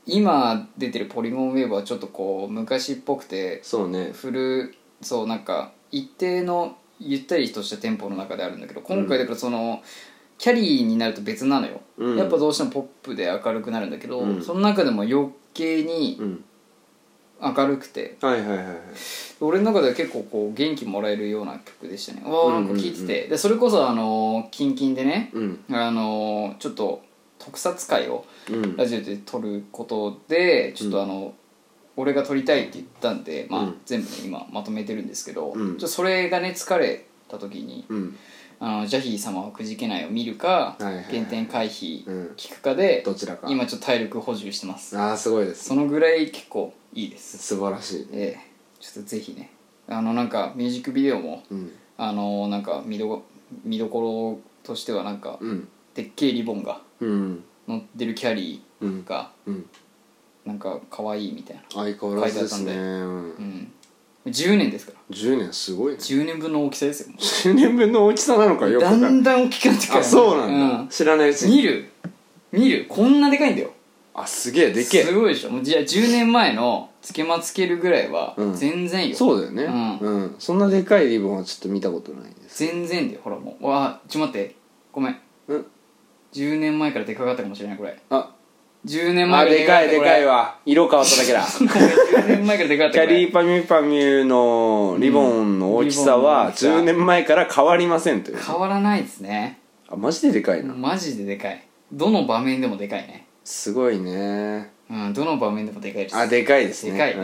S2: 今出てる「ポリゴンウェーブ」はちょっとこう昔っぽくて
S1: そうね
S2: フルそうなんか一定のゆったりとしたテンポの中であるんだけど今回だからその、キャリーになると別なのよ、
S1: うん
S2: やっぱどうしてもポップで明るくなるんだけど、
S1: うん
S2: その中でも余計に
S1: うん
S2: 明るくて
S1: はいはいはいはい
S2: 俺の中では結構こう元気もらえるような曲でしたねわあなんか聴いてて、
S1: うんうん
S2: でそれこそあのキンキンでね、
S1: うん
S2: あのちょっと特撮会を
S1: うん
S2: ラジオで撮ることでちょっとあの、俺が撮りたいって言ったんで、まあ
S1: うん
S2: 全部、ね、今まとめてるんですけど、
S1: うん
S2: ちょっとそれがね疲れた時に
S1: うん
S2: 「あのジャヒー様はくじけない」を見るか
S1: は
S2: 「
S1: いはいはい
S2: 原点回避
S1: うん」
S2: 聞くかで、
S1: どちらか
S2: 今ちょっと体力補充してます
S1: ああすごいです
S2: そのぐらい結構いいです
S1: 素晴らしい
S2: ええちょっとぜひねあのなんかミュージックビデオも
S1: うん
S2: あのなんか見どこ見どころとしてはなんか
S1: うん
S2: でっけえリボンが
S1: うん
S2: 乗ってるキャリ
S1: う
S2: ー
S1: ん
S2: が
S1: うん
S2: なんか可愛いみたいな
S1: 相変わらずですね
S2: 書いて
S1: う
S2: あ
S1: ん
S2: うん10年ですから
S1: 10年すごいね
S2: 10年分の大きさですよもう
S1: 10年分の大きさなのかよく
S2: だ
S1: わかん
S2: んだん大きくなってくる
S1: あそうなんだ、知らないうち
S2: うん
S1: に
S2: 見る見るこんなでかいんだよ
S1: あすげえでけ
S2: す
S1: え
S2: ごいでしょもうじゃあ10年前のつけまつけるぐらいは
S1: うん
S2: 全然よ、
S1: そうだよねう、
S2: うん
S1: そんなでかいリボンはちょっと見たことないです
S2: 全然だよほらもうわあちょっと待ってごめん
S1: うん
S2: 10年前からでかかったかもしれないこれ
S1: あ
S2: 10年
S1: あ
S2: 前
S1: でかいでかい
S2: わ
S1: わ色変わ っただけだ
S2: 10年前からでかかっ
S1: キ
S2: た
S1: ャ
S2: これ
S1: リーパミュパミュのリボンの大きさ
S2: うん
S1: は
S2: リボンの大きさ
S1: 10年前から変わりませんという
S2: 変わらないですね
S1: あマジででかいな
S2: マジででかいどの場面でもでかいね
S1: すごいね
S2: うんどの場面でもでかいです
S1: あでかいですね
S2: でかい
S1: うん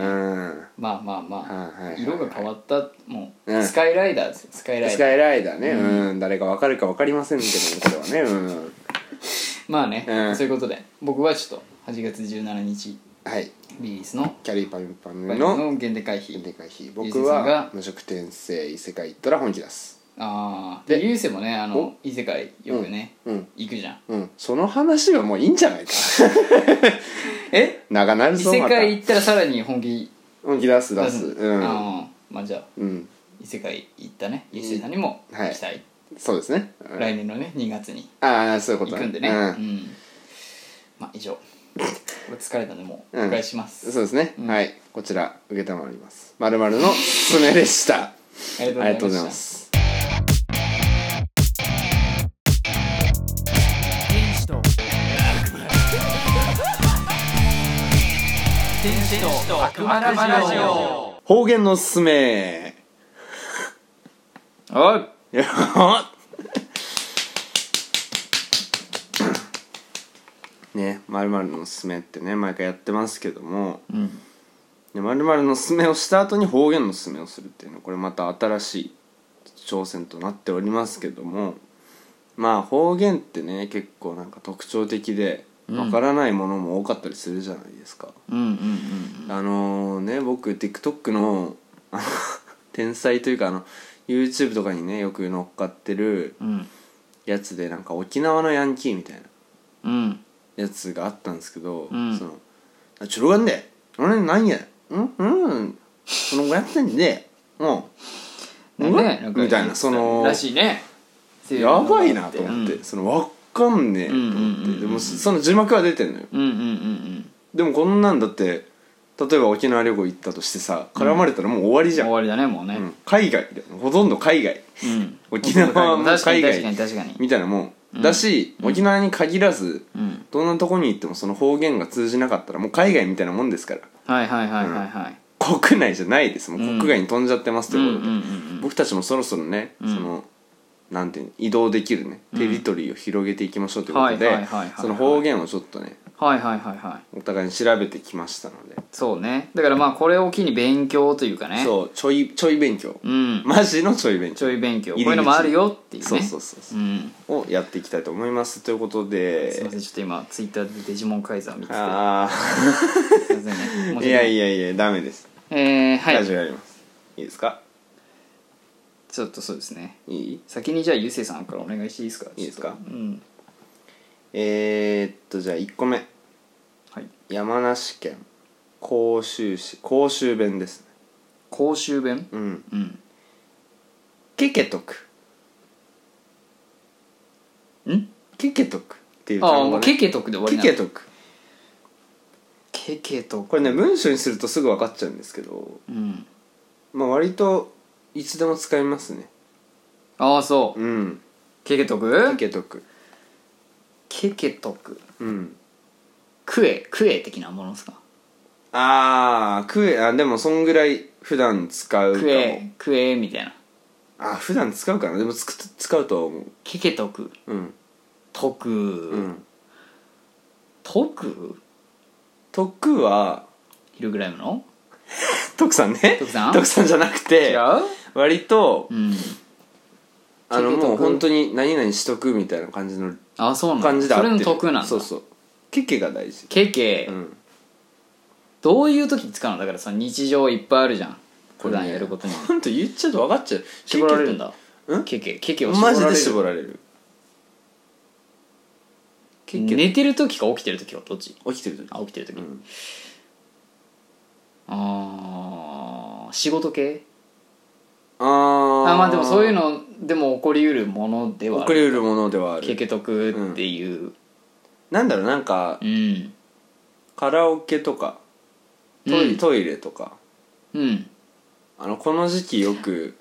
S2: まあまあま
S1: はいはい
S2: あ
S1: はい
S2: 色が変わったも
S1: う
S2: うんスカイライダーですよスカイライ
S1: ス
S2: ダー
S1: カイライダーねうん誰がわかるかわかりませんけどもこれはねうん
S2: まあね
S1: うん
S2: そういうことで僕はちょっと8月17日
S1: はい
S2: リリースの
S1: キャリーパミュパミ
S2: バ
S1: ュ
S2: イ
S1: の
S2: オの限定回避
S1: でかい日
S2: ゆう
S1: 僕
S2: じさんが
S1: は無職転生異世界行ったら本気出す
S2: ああ
S1: で
S2: で優勢もねあの異世界よくね
S1: うん
S2: 行くじゃん
S1: うんその話はもういいんじゃ ないか
S2: え
S1: 長なる
S2: 異
S1: ぞ
S2: 世
S1: また
S2: 界行ったらさらに本気
S1: 本気出す
S2: 出
S1: 出
S2: す
S1: す
S2: んだ
S1: うん
S2: あーまあじゃあ
S1: うん
S2: 異世界行ったね優勢さんにも
S1: はい
S2: 行きたい
S1: そうですねうん
S2: 来年のね2月に
S1: ああそういうこと
S2: 行くんでね
S1: う
S2: うんまあ以上 俺疲れたんでもう
S1: うん
S2: お返しします
S1: そうですね
S2: うん
S1: はいこちら承りますまるまるのすすめでした
S2: あ
S1: あ
S2: り
S1: りがとうござい
S2: ま
S1: ま
S2: した
S1: す
S3: 天使と天使と悪魔ラジオ
S1: 方言のすすめ
S2: おい
S1: よっねまるまるのすすめってね毎回やってますけども
S2: うん
S1: で〇〇の勧めをした後に方言の勧めをするっていうのはこれまた新しい挑戦となっておりますけどもまあ方言ってね結構なんか特徴的で
S2: うん
S1: わからないものも多かったりするじゃないですか、
S2: うんうん
S1: あのね僕 TikTok のあの 天才というかあの YouTube とかにねよく乗っかってる
S2: うんうん
S1: やつでなんか沖縄のヤンキーみたいな
S2: うん
S1: やつがあったんですけど、
S2: ん
S1: その「あちょろがんで俺なんやうんうんその子やってんでうん
S2: なんかねんか
S1: みたいなその
S2: らしいね
S1: やばいなと思って、
S2: うん
S1: そのわかんねえと思って、
S2: うんうんうんうん
S1: でもその字幕は出てんのよ
S2: うんうんうん
S1: でもこんなんだって例えば沖縄旅行行ったとしてさ絡まれたらもう終わりじ
S2: 終
S1: ゃん、
S2: わりだねもうね
S1: うん海外だよほとんど海外
S2: うん
S1: 沖縄はもう
S2: 確かに
S1: 海外
S2: 確かに確かに
S1: みたいなもん、だし沖縄に限らず、
S2: うん
S1: どんなとこに行ってもその方言が通じなかったらもう海外みたいなもんですから
S2: はいはいはいはいはい
S1: 国内じゃないですもう
S2: うん
S1: 国外に飛んじゃってますと
S2: う
S1: い
S2: ん
S1: う
S2: う
S1: こ
S2: ん
S1: と
S2: う
S1: で、
S2: ん
S1: 僕たちもそろそろね、
S2: ん
S1: そのなんていうの移動できるねテリトリーを広げていきましょうということ
S2: はいはい
S1: で
S2: はいはい
S1: その方言をちょっとね
S2: はいはいはいはい
S1: お互いに調べてきましたので、
S2: そうねだからまあこれを機に勉強というかね
S1: そうちょいちょい勉強、
S2: うん
S1: マジのちょい勉
S2: ち
S1: 強、
S2: ょい勉強こう
S1: 入り口
S2: いうのもあるよっていうね
S1: そうそうそうそううんをやっていきたいと思いますということ
S2: すい
S1: で
S2: ませんちょっと今ツイッターでデジモンカイザー見てて
S1: あ
S2: すいません
S1: あ
S2: ね
S1: いやい
S2: や
S1: やいやダメです、
S2: えーは
S1: ラ
S2: い
S1: ジオやりますいいですか
S2: ちょっとそうですね
S1: いい
S2: 先にじゃあゆうせいさんからお願いしていいですか
S1: いいですか
S2: ちょっとうん
S1: えー、っとじゃあ1個目
S2: はい
S1: 山梨県甲州市甲州弁ですね
S2: 公衆弁
S1: うん
S2: うん
S1: ケケトク
S2: ん
S1: ケケトクっていう
S2: ああ
S1: 単
S2: も
S1: 語、
S2: う
S1: ね、
S2: ケケとくで終わり
S1: ケ
S2: な
S1: ケ
S2: の
S1: トク
S2: ケケとく
S1: これね文章にするとすぐ分かっちゃうんですけど
S2: うん
S1: まあ割といつでも使いますね
S2: ああそう
S1: うん
S2: ケケと
S1: ケ
S2: く
S1: ケトク
S2: ケケとく
S1: うん
S2: クエクエ的なものですか
S1: あークエあでもそんぐらい普段使うか
S2: ク
S1: も
S2: エクエみたいな
S1: あ普段使うかなでもつく使うとは思う
S2: ケケとく
S1: うん
S2: とく、
S1: うん
S2: とく
S1: トクは
S2: ヒルグライムの
S1: トクさんね
S2: トクさん
S1: トクさんじゃなくて割と
S2: う、うん
S1: あの
S2: ケケト
S1: もう
S2: ク
S1: 本当に何々しとくみたいな感じの
S2: あそうなんだ
S1: 感じで合
S2: そ
S1: って
S2: れ
S1: る
S2: の得なんだ
S1: そうそうケケが大事
S2: ケケ、
S1: うん
S2: どういう時に使うのだからさ日常いっぱいあるじゃん普段やることに
S1: ほんと言っちゃうと分かっちゃう
S2: 絞られるんだ
S1: うん
S2: ケケケケを絞ら
S1: マ
S2: れ
S1: ジ
S2: る
S1: で絞られるケケ
S2: 寝てる時か起きてる時はどっち
S1: 起きてる時
S2: あ起きてる時、
S1: うん
S2: あー仕事系
S1: あー
S2: あまあでもそういうのでも起こりうるものではあ
S1: 送り
S2: る
S1: うるものではあ
S2: ケ
S1: る
S2: ケ得っていう
S1: なんだろうなんか
S2: うん
S1: カラオケとかトイ,、
S2: うん
S1: トイレとか
S2: うん
S1: あのこの時期よく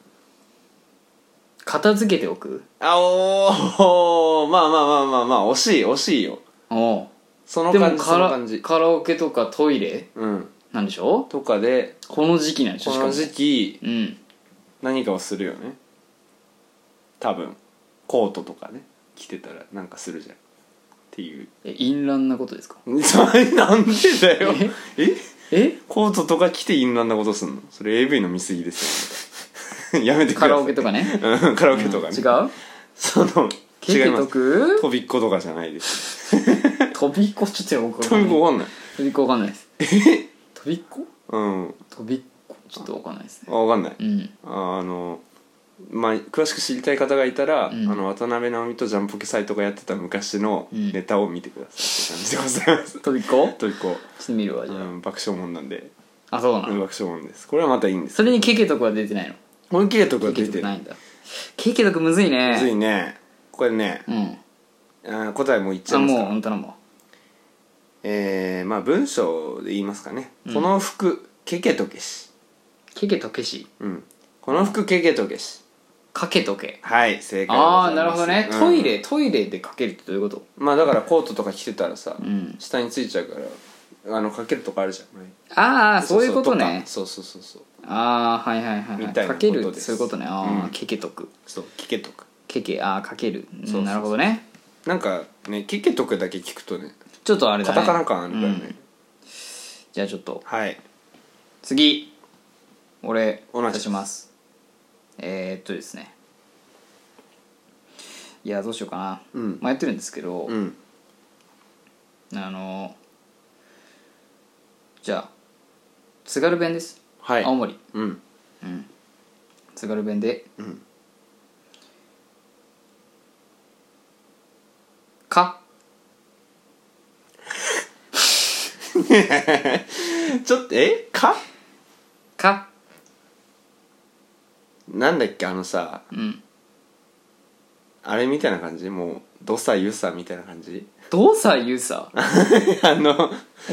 S2: 片付けておく
S1: あおーまあまあまあまあまあ惜しい惜しいよ
S2: おう
S1: その
S2: でも
S1: 感じ
S2: カ
S1: その
S2: ラ
S1: 感じ
S2: カラオケとかトイレ
S1: うん
S2: なんでしょ
S1: とかで
S2: この時期なんでし
S1: こ
S2: ょしか
S1: の
S2: も
S1: 時期
S2: うん
S1: 何かをするよね多分コートとかね着てたらなんかするじゃんっていう
S2: え淫乱なことですか
S1: なんでだよえ
S2: え
S1: コートとか着て淫乱なことすんのそれ AV の見過ぎですよ やめてくださ
S2: カ
S1: い
S2: ラオケとかね
S1: うんカラオケとかね、
S2: 違う
S1: その
S2: ケ
S1: 違い
S2: ケ
S1: ま
S2: と
S1: す
S2: く
S1: 飛びっことかじゃないです
S2: 飛びっこちょっとよくわか
S1: 飛び
S2: ん
S1: っ
S2: ない
S1: こわかんない
S2: 飛びっこわかんないです飛びっこ
S1: うん
S2: 飛びっこちょっとわかんないですね
S1: あわかんない
S2: うん
S1: ああのまあ詳しく知りたい方がいたら、
S2: うん
S1: あの渡辺直美とジャンポケサイトがやってた昔の
S2: うん
S1: ネタを見てください、って感じでございます
S2: 飛びっこ
S1: というこ
S2: ちょっと見るわ
S1: う、
S2: じゃあ、
S1: うん、爆笑もんなんで、
S2: あそうな
S1: うん、
S2: の
S1: 爆笑もんですこれはまたいいんです
S2: それにケケとくは出てないの
S1: 本気でとか出
S2: ケケと
S1: て
S2: く
S1: る
S2: ないんだケケとくむずいね
S1: むずいねこれね、
S2: うん
S1: あー答えもう言っちゃ
S2: あ
S1: います
S2: もう
S1: か
S2: 本当なもん
S1: えー、まあ文章で言いますかね、
S2: うん
S1: この服ケケとけし、
S2: ケケとけし
S1: うん、この服ケケとけし
S2: かけとけ
S1: はい正解でございます
S2: ああなるほどね、
S1: うん
S2: トイレトイレでかけるってどういうこと
S1: まあだからコートとか着てたらさ、
S2: うん
S1: 下についちゃうからあのかけるとかあるじゃん、
S2: ああそういうことね
S1: そうそうそうそう
S2: ああはいはいはい、は
S1: みたいな
S2: か
S1: ことで
S2: け
S1: す
S2: るってそういうことねああ、
S1: うん
S2: ケケとく
S1: そう聞けとか
S2: ケケああかけるう
S1: そう
S2: ん
S1: そうそう
S2: なるほどね
S1: なんかね聞けとかだけ聞くとね
S2: ちょっとあれだ
S1: カ
S2: ね
S1: タカナ感あるからね、
S2: うんじゃあちょっと
S1: はい
S2: 次俺
S1: お願いします
S2: 出しますえー、っとですねいやどうしようかな、
S1: うん
S2: 迷ってるんですけど、
S1: うん
S2: あのじゃあ津軽弁です、
S1: はい
S2: 青森
S1: うん
S2: 津軽弁で
S1: うん
S2: 「か
S1: ちょっとえか」
S2: か
S1: なんだっけあのさ
S2: うん
S1: あれみたいな感じもうドサユサみたいな感じ
S2: 「どうさゆさ
S1: あの」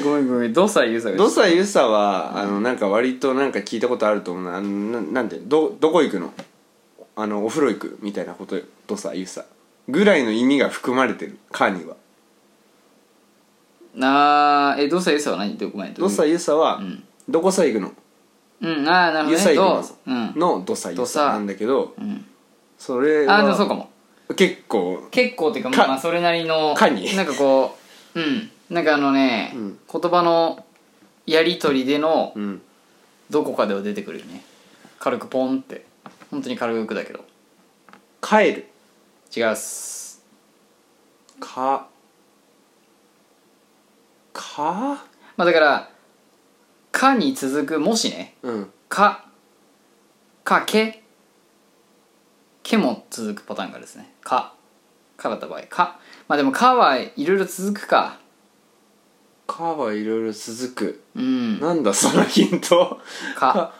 S2: ごめんごめん「どうさゆさ」
S1: ドサユサはあのなんか割となんか聞いたことあると思うなあのななんでどどこ行くのあのお風呂行くみたいなことよドサユサぐらいの意味が含まれてる「か」には
S2: あーえ「どうさゆさ」は何どごめん
S1: ドサユサは
S2: ん
S1: 「どこさ行くの
S2: うんああなるほ
S1: ユ
S2: ど
S1: サ
S2: ね
S1: 行
S2: ど
S1: く
S2: ううん
S1: の」の「ドサユ
S2: ド
S1: サ」
S2: サ
S1: なんだけど
S2: ん
S1: それ
S2: あーでもそうか
S1: は
S2: も
S1: 結構
S2: 結構っていうか
S1: か
S2: まあそれなりの
S1: かに
S2: なんかこううんなんかあのね、
S1: ん
S2: 言葉のやり取りでの
S1: うん
S2: どこかでは出てくるよね軽くポンって本当に軽くだけど
S1: 「帰る
S2: 違うっす」
S1: 「か」「か」
S2: まあだから「か」に続くもしね
S1: うん
S2: 「か」「かけ」「け」も続くパターンがですね「か」「か」だった場合「か」まあでも「か」はいろいろ続くか
S1: 「か」はいろいろ続く
S2: うん
S1: なんだそのヒント
S2: 「
S1: 「
S2: か」
S1: か」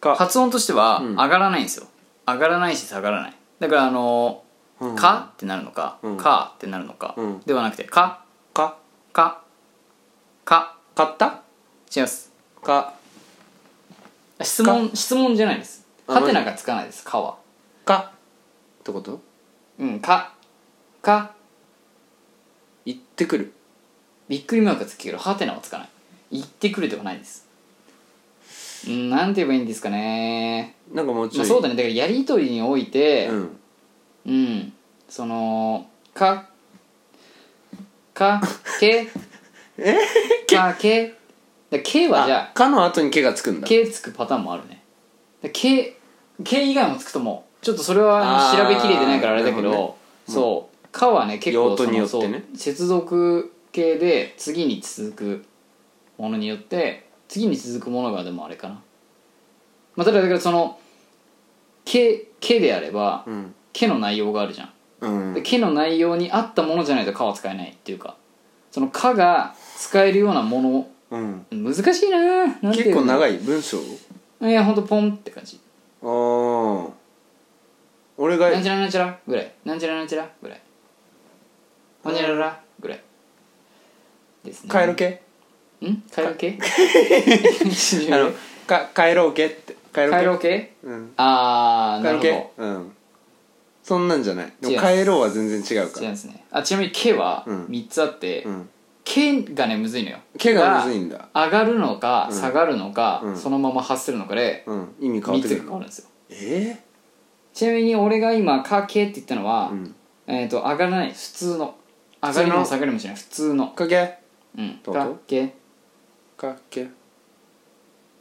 S1: か
S2: 発音としては
S1: うん
S2: 上がらないんですよ、上がらないし下がらないだからあの
S1: う
S2: ー
S1: ん
S2: かってなるのか、
S1: うん
S2: かってなるのか、
S1: うん
S2: ではなくてか
S1: か
S2: かか
S1: 買った
S2: 違います
S1: か
S2: 質問質問じゃないです
S1: あ
S2: はてながつかないですかは
S1: かってこと
S2: うんかか
S1: 行ってくる
S2: びっくりマークがつくけどはてなはつかない言ってくるではないですうんなんて言えばいいんですかね
S1: なんかもうちょい、
S2: まあそうだねだからやりとりにおいて、
S1: うん
S2: うんそのかか けかけだけはじ
S1: あ
S2: ゃ
S1: かの後に「け」がつくん
S2: あ
S1: だ
S2: けつくパターンもあるねだけけ以外もつくともうちょっとそれはあの調べきれてないからあれだけど
S1: なるほ
S2: そうかはね結構
S1: 用途によってね
S2: そのそう接続系で次に続くものによって次に続くものがでもあれかなまあただだからそのけけであれば、
S1: うん
S2: けの内容があるじゃん
S1: うん
S2: で「け」の内容に合ったものじゃないと「か」は使えないっていうかその「か」が使えるようなも
S1: うん
S2: の難しいなぁなんて
S1: 結構
S2: い
S1: 長い文章
S2: うのいやほんとポンって感じ
S1: ああ俺
S2: 「なん
S1: が
S2: ちゃらなんちゃら」ぐらい「なんちゃらなんちゃら」ぐらい「ほにゃらら」ぐらいですね
S1: 「帰ろうけ」
S2: ん帰ろうけ
S1: あの「か帰ろうけ」って「帰ろうけ」
S2: 帰ろうけ
S1: うん
S2: あー
S1: 帰
S2: な
S1: ろ
S2: る
S1: う
S2: ほ
S1: け
S2: ど」
S1: うんそんなんじゃないで
S2: 違い
S1: も「
S2: ます
S1: 帰ろう」は全然違うか
S2: 違うん
S1: ら
S2: ですねあちなみに「け」は
S1: うん
S2: 3つあって
S1: うん
S2: 毛がねむずいのよ
S1: 毛がむずいんだ
S2: 上がるのか
S1: うん
S2: 下がるのか、
S1: うん
S2: そのまま発するのかで
S1: うん意味変わっ
S2: 3
S1: て
S2: つ
S1: く
S2: が
S1: る
S2: 変わ
S1: の
S2: るんですよ
S1: え
S2: ちなみに俺が今「かけ」って言ったのは、
S1: ーうん
S2: えっ、と上がらない普通の上がりも下がりもしない普通の
S1: かけ
S2: うん
S1: どうぞ
S2: かけ
S1: かけあ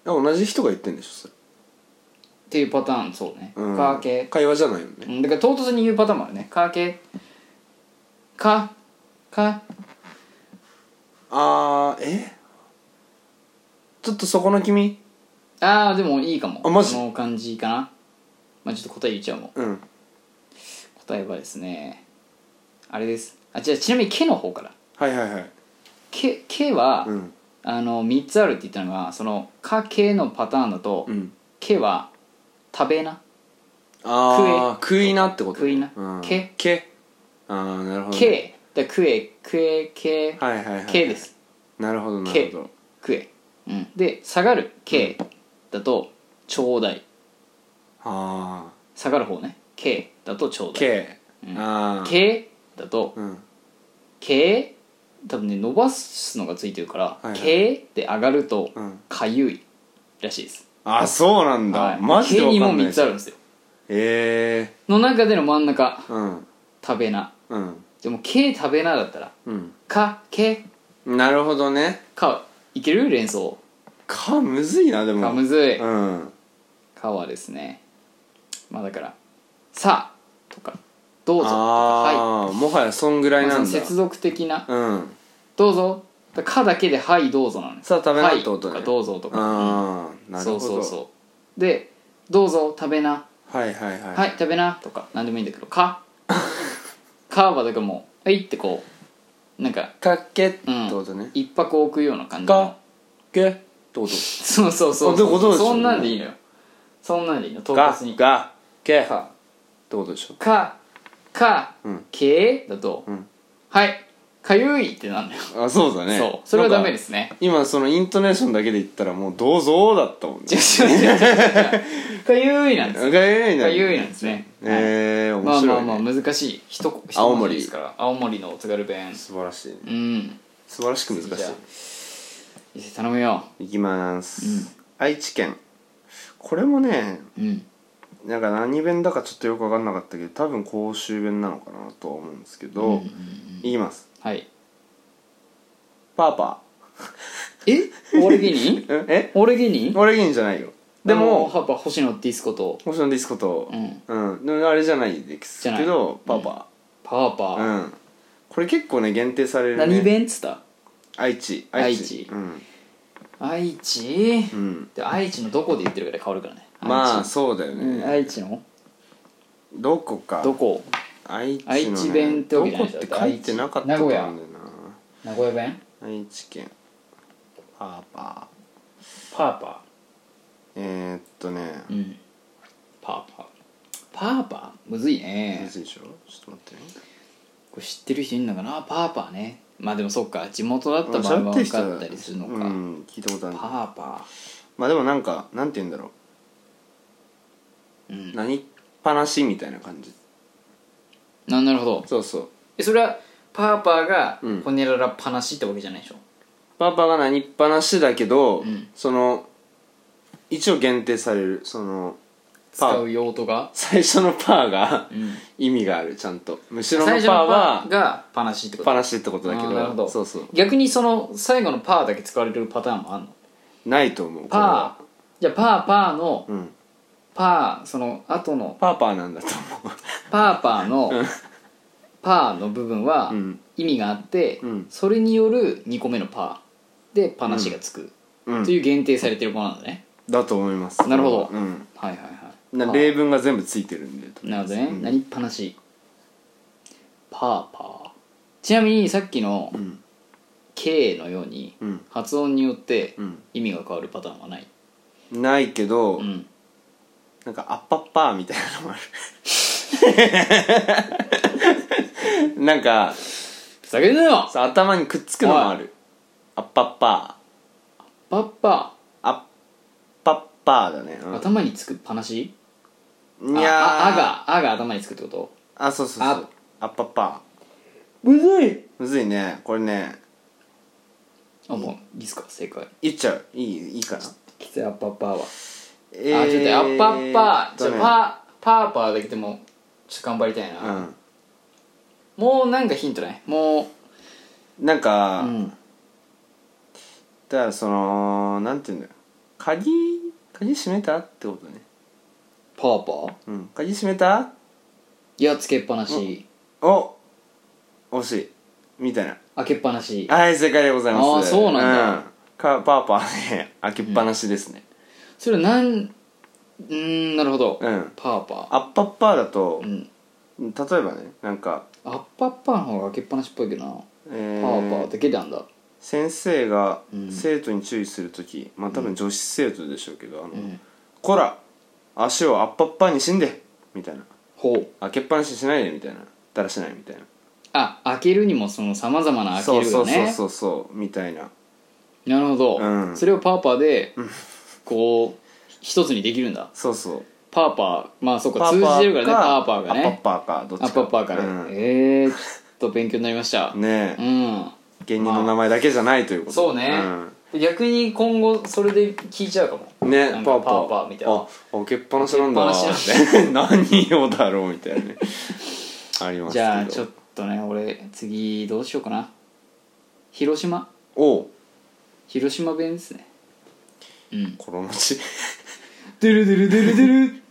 S1: 同じ人が言ってんでしょそれ
S2: っていうパターンそうね、
S1: うん
S2: かけ
S1: 会話じゃないよね
S2: うんだから唐突に言うパターンもあるねかけかか
S1: あーえちょっとそこの君
S2: ああでもいいかも
S1: あマジ
S2: この感じかなまあちょっと答え言っちゃうもん
S1: うん
S2: 答えはですねあれですあじゃあちなみに「け」の方から
S1: はいはいはい
S2: 「け」けは、
S1: うん
S2: あの3つあるって言ったのがその「か」「け」のパターンだと
S1: うん
S2: 「け」は「食べな」
S1: ああ食いなってこと
S2: 食いな
S1: うん
S2: け
S1: けああなるほ
S2: 「
S1: どね
S2: け」だから「食え」「食え」「け」
S1: はいはいはい
S2: 「け」です
S1: なるほど
S2: 「
S1: なる
S2: け」
S1: ほど
S2: 「食え」うんで下がる「け」だと「ちょうだい」
S1: ああ
S2: 下がる方ね「け」だと「ちょうだい」
S1: けあ
S2: 「
S1: あ
S2: け」だと
S1: うん
S2: 「け」多分ね伸ばすのがついてるから
S1: いは
S2: 「
S1: い
S2: け」で上がると
S1: うん
S2: 「かゆい」らしいです
S1: あそうなん
S2: は
S1: だ
S2: い
S1: マジで
S2: 「け」
S1: わ
S2: に
S1: か
S2: も
S1: んない
S2: 3つあるんですよ
S1: え
S2: の中での真ん中
S1: えうん
S2: 食べな
S1: うん
S2: でも「け」食べなだったら
S1: うん
S2: 「か」「け」
S1: なるほどね
S2: 「か」いける連想
S1: かむずいなで
S2: 「
S1: も
S2: か」むずい
S1: うん
S2: 「か」はですねまあだから「さあ」とか「どうぞ」とか「はい
S1: ああもはやそんぐ」らい
S2: まあ
S1: な
S2: その
S1: んだ
S2: 接続的な
S1: うん
S2: 「どうぞ」だからか」だけで「はいどうぞ」なのよ
S1: さあ食べな
S2: はい
S1: ってことね
S2: かどうぞ」とか
S1: ああなる
S2: そ
S1: ほど
S2: うそうそうで「どうぞ食べな」
S1: はいはいはい
S2: はい食べなとか何でもいいんだけ ど「か」「か」はだからもう「はい」ってこうなんか
S1: かけってことね
S2: 一泊置くような感じ
S1: か
S2: の
S1: けってこと
S2: そうそうそう
S1: あどういうことでしょう
S2: そんなんでいいのよそんなんでいいの唐
S1: が
S2: 突にか
S1: がけって
S2: か
S1: ことでしょ
S2: かか
S1: うん
S2: けだと
S1: うん
S2: はいかゆいってなんだよ
S1: あそうだね
S2: そうそれはダメですすね
S1: 今そのイントネーションだけで言ったらもう「どうぞ」だったもんね
S2: 違う違う違う違う違う かゆいなんですよ
S1: がゆいな
S2: かゆいなんですね
S1: ええ面
S2: まあ
S1: 白いね
S2: まあまあ難しい一言一
S1: 青
S2: 文字
S1: 森
S2: ですから青森のお津軽弁
S1: 素晴らしいね
S2: うん
S1: 素晴らしく難し
S2: じゃあ
S1: い
S2: 伊勢頼むよ
S1: いきます愛知県これもね
S2: うん
S1: なんか何弁だかちょっとよく分かんなかったけど多分甲州弁なのかなとは思うんですけどいきます
S2: はい
S1: パーパ
S2: え俺芸人
S1: ーんえ
S2: 俺芸人
S1: 俺芸人じゃないよで
S2: あ
S1: も
S2: のやっぱ星野ディスコと
S1: もちろんディスコと
S2: うん
S1: うんでもあれじゃないですけど
S2: じ
S1: パ
S2: ゃない
S1: パ
S2: パーパ
S1: う
S2: ー
S1: んこれ結構ね限定されるね
S2: 何弁っつった
S1: 愛知
S2: 愛知
S1: うん
S2: 愛知
S1: うん
S2: で愛知のどこで言ってるかで変わるからね
S1: まあ
S2: 愛知
S1: そうだよ
S2: うん
S1: ね
S2: 愛知の
S1: どこか
S2: どこ
S1: 愛知のね
S2: 愛知弁ってわけじゃないで
S1: ど
S2: しょ
S1: こって書いてなかった
S2: 愛知
S1: と
S2: 名
S1: 思う
S2: 古屋
S1: んだよ
S2: 名古屋弁
S1: な愛知県パーパー
S2: パーパ
S1: えー、っとね
S2: ーうんパーパーパーパーむずいね
S1: むずいでしょちょっと待ってね
S2: これ知ってる人いるのかなパーパーねまあでもそっか地元だった場合
S1: 喋
S2: は
S1: ってる
S2: 分
S1: 人は
S2: かったりするのか、
S1: うん聞いたことある
S2: パーパ
S1: まあでもなんかなんて言うんだろ
S2: ーうん
S1: う何っぱなしみたいな感じ
S2: ななるほど
S1: そうそう
S2: えそれはパーパーが
S1: うん
S2: ほにゃららっぱなしってわけじゃないでしょ、
S1: パパが何っぱなしだけど、
S2: ん
S1: その一応限定されるそのパー
S2: 使う用途が、
S1: 最初のパーが
S2: うん、
S1: 意味があるちゃんと後ろのパ
S2: 最
S1: ー
S2: 初のパー
S1: は
S2: がパなしってこと
S1: ぱなしってことだけ
S2: あ
S1: ど
S2: ーなるほど
S1: そうそう
S2: 逆にその最後のパーだけ使われてるパターンもあるの
S1: ないと思うこれ
S2: パ
S1: は
S2: ーじゃあパーパーの
S1: うん
S2: パーその後の
S1: パーパーなんだと 思
S2: パーパーのパーの部分は
S1: うん
S2: 意味があって、
S1: うん
S2: それによる2個目のパーでパなしがつく、
S1: う、う
S2: と
S1: ん、
S2: いう限定されてるものなんだね
S1: だと思います
S2: なるほど
S1: うん、
S2: はいはいはい
S1: な
S2: パー
S1: 例文が全部ついてるんで
S2: なるほどね、
S1: うん
S2: なりっぱなしパーパーちなみにさっきの
S1: うん
S2: 「K」のように
S1: うん
S2: 発音によって
S1: うん
S2: 意味が変わるパターンはない、
S1: ないけど、
S2: うん、
S1: なんかアッパッパーみたいなのもあるなんか
S2: ふざけんなよ
S1: そう頭にくっつくのもあるアッパッパ
S2: パッパ
S1: ーアッパッパーだね、
S2: ー頭につくっぱなし
S1: うん、い
S2: あ
S1: やー
S2: ああが「あ」が頭につくってこと
S1: あそうそうそうアッパッパ
S2: むずい
S1: ーむずいねこれね
S2: あもういいっすか正解
S1: 言っちゃういいいいかな
S2: きついアッパッパーは、
S1: え
S2: あちょっとアッパッパー、
S1: じ
S2: じ
S1: ゃ
S2: ゃパーパーパーだけでもちょっと頑張りたいな、
S1: うん
S2: もうなんかヒントないもう
S1: なんか、
S2: うん
S1: だからそのなんていうんだよ鍵鍵閉めたってことね
S2: パーパー
S1: うん鍵閉めた
S2: いやつけっぱなし、
S1: お惜しいみたいな
S2: 開けっぱなし
S1: はい正解でございます
S2: あーそうなんだ
S1: うんかパーパーね開けっぱなしですね
S2: それなんうーんなるほど、
S1: うん、
S2: パーパ
S1: アッパッパーだと
S2: ー、うん
S1: 例えばねなんか、
S2: アッパッパーの方が開けっぱなしっぽいけどな、
S1: えー
S2: パーパーだけなんだ
S1: 先生が
S2: うん
S1: 生徒に注意する時、まあ多分女子生徒でしょうけど「あの
S2: ん
S1: こら足をアッパッパーにしんで」みたいな
S2: ほう
S1: 開けっぱなしにしないでみたいなだらしないみたいな
S2: あ開けるにもそのさまざまな開ける
S1: そ
S2: よ
S1: う
S2: ね
S1: そうそうそうそうみたいな
S2: なるほど、
S1: うん
S2: それをパーパーでこう一つにできるんだ
S1: そうそう
S2: パーパーまあそうか通じてるからねパーパーが
S1: アッ
S2: ね
S1: パッパーかどっち
S2: ア
S1: か
S2: ッパッパーから、
S1: うん
S2: ええー、ちょっと勉強になりました、
S1: ね
S2: う
S1: え
S2: ん
S1: 芸人の名前だけじゃないということ
S2: そうね、逆に今後それで聞いちゃうかも
S1: うんね
S2: なん
S1: パ
S2: か
S1: ーパー
S2: パーパーみたいな
S1: あ開けっぱなしなんだ
S2: 開けっぱな し
S1: 何をだろうみたいなねありますけど
S2: じゃあちょっとね俺次どうしようかな広島
S1: おう
S2: 広島弁ですねうん
S1: この餅
S2: ドゥルドゥルドゥルドゥル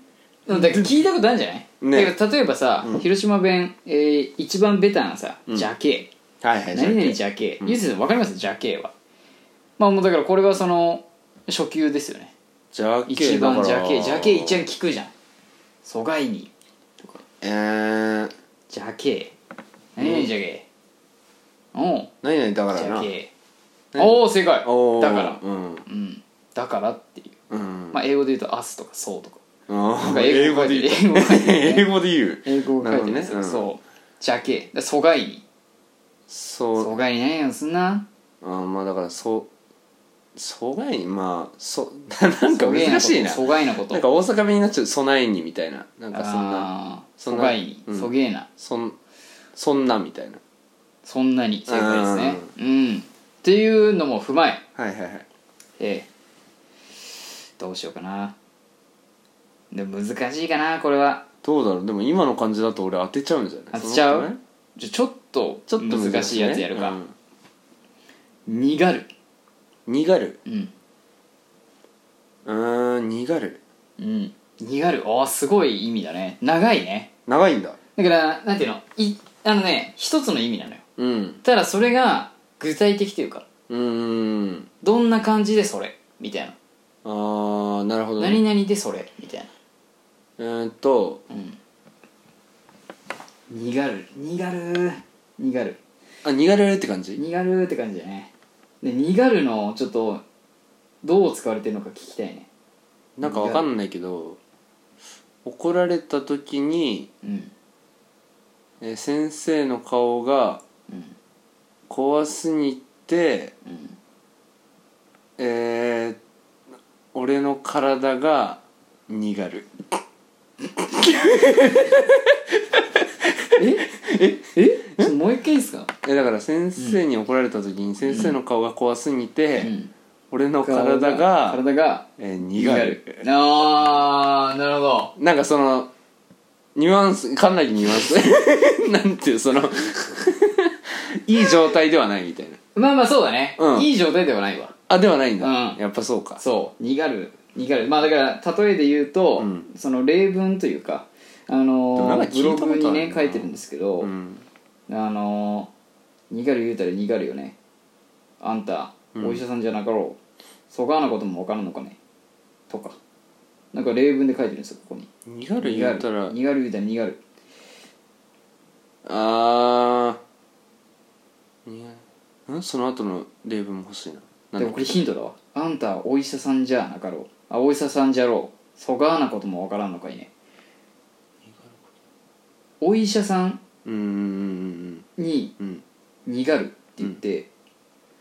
S2: だから聞いたことあるんじゃない、
S1: ね
S2: だから例えばさ、広島弁、えー一番ベタなさ「ジャケ
S1: はいはい
S2: 何々
S1: じ
S2: ジ
S1: ゃ
S2: ャケゆうせいさん分かりますジャケはまあもうだからこれはその初級ですよね
S1: ジャッケ
S2: 一番ジャケジャケ一
S1: 応
S2: 番聞くじゃん疎外に
S1: えー
S2: ジャケ何々ジャケおう
S1: 何々だか
S2: ジ
S1: ら
S2: ャ
S1: な
S2: ケおお正解
S1: おう
S2: だから
S1: うん
S2: うんだからっていう
S1: うん
S2: まあ英語で言うと「us」とか「そう」とか
S1: あ
S2: ん
S1: ー
S2: か
S1: 英
S2: 英
S1: 語
S2: 語
S1: で
S2: で
S1: 言う
S2: 英語で ね
S1: 英語で言う
S2: 英語が書いてるんですよ、
S1: なるほどね
S2: そうジャケだ疎外に
S1: そう
S2: 疎外に何やんすんな
S1: あーまあだからそう疎外にまあそ なんか難しいな
S2: 疎外なこと
S1: なんか大阪弁になっちゃうそないにみたいななんかそんな
S2: あー
S1: そん
S2: 疎
S1: な
S2: 外に
S1: うん
S2: そげえな
S1: そんそんなみたいな
S2: そんなに正解ですねうんっていうのも踏まえ
S1: はいはいはい
S2: ええどうしようかなでも難しいかなこれは
S1: どうだろうでも今の感じだと俺当てちゃうんじゃな
S2: 当
S1: い
S2: てちゃ
S1: そんなことな
S2: う
S1: い
S2: じゃちょっと
S1: ちょっと
S2: 難しいやつやるか
S1: うん
S2: にがる
S1: にがる
S2: うん
S1: うーんにがる
S2: うんにがるああすごい意味だね長いね
S1: 長いんだ
S2: だからなんていうのいあのね一つの意味なのよ
S1: うん
S2: ただそれが具体的というか
S1: うーん
S2: どんな感じでそれみたいな、
S1: あーなるほどね
S2: 何々でそれみたいな
S1: うーんと
S2: うんにがるにがるにがる
S1: あにがるって感じ
S2: にがるって感じだねでにがるのちょっとどう使われてるのか聞きたいね
S1: なんかわかんないけど怒られた時に
S2: うん
S1: えー先生の顔が
S2: うん
S1: 怖すぎて
S2: うん
S1: えー、俺の体がにがる
S2: ちょっともう一回いいですか
S1: えだから先生に怒られた時に先生の顔が怖すぎて、
S2: うん
S1: 俺の体が、
S2: 体が
S1: えーにがる
S2: ああなるほど
S1: なんかそのニュアンスかなりニュアンス なんていうそのいい状態ではないみたいな
S2: まあまあそうだね、
S1: うん
S2: いい状態ではないわ
S1: あではないんだ、
S2: うん
S1: やっぱそうか
S2: そうにがるにがるまあだから例えで言うと、
S1: うん
S2: その例文というかあ
S1: でも
S2: の
S1: なんか
S2: ー
S1: 聞い
S2: ブ
S1: たこと
S2: ロ
S1: あるな
S2: グにね書いてるんですけど、
S1: うん
S2: あのー、にがる言うたらにがるよねあんたお医者さんじゃなかろう、そがなことも分からんのかねとかなんか例文で書いてるんですよここに
S1: にがる言ったら
S2: にがる言うたらにがる
S1: あーにがんその後の例文も欲しいななんだ
S2: でも
S1: っ
S2: こ
S1: け
S2: れヒントだわあんたお医者さんじゃなかろうあお医者さんじゃろうそがなことも分からんのかいねお医者さん
S1: うーん
S2: に
S1: うん
S2: にがるって言って、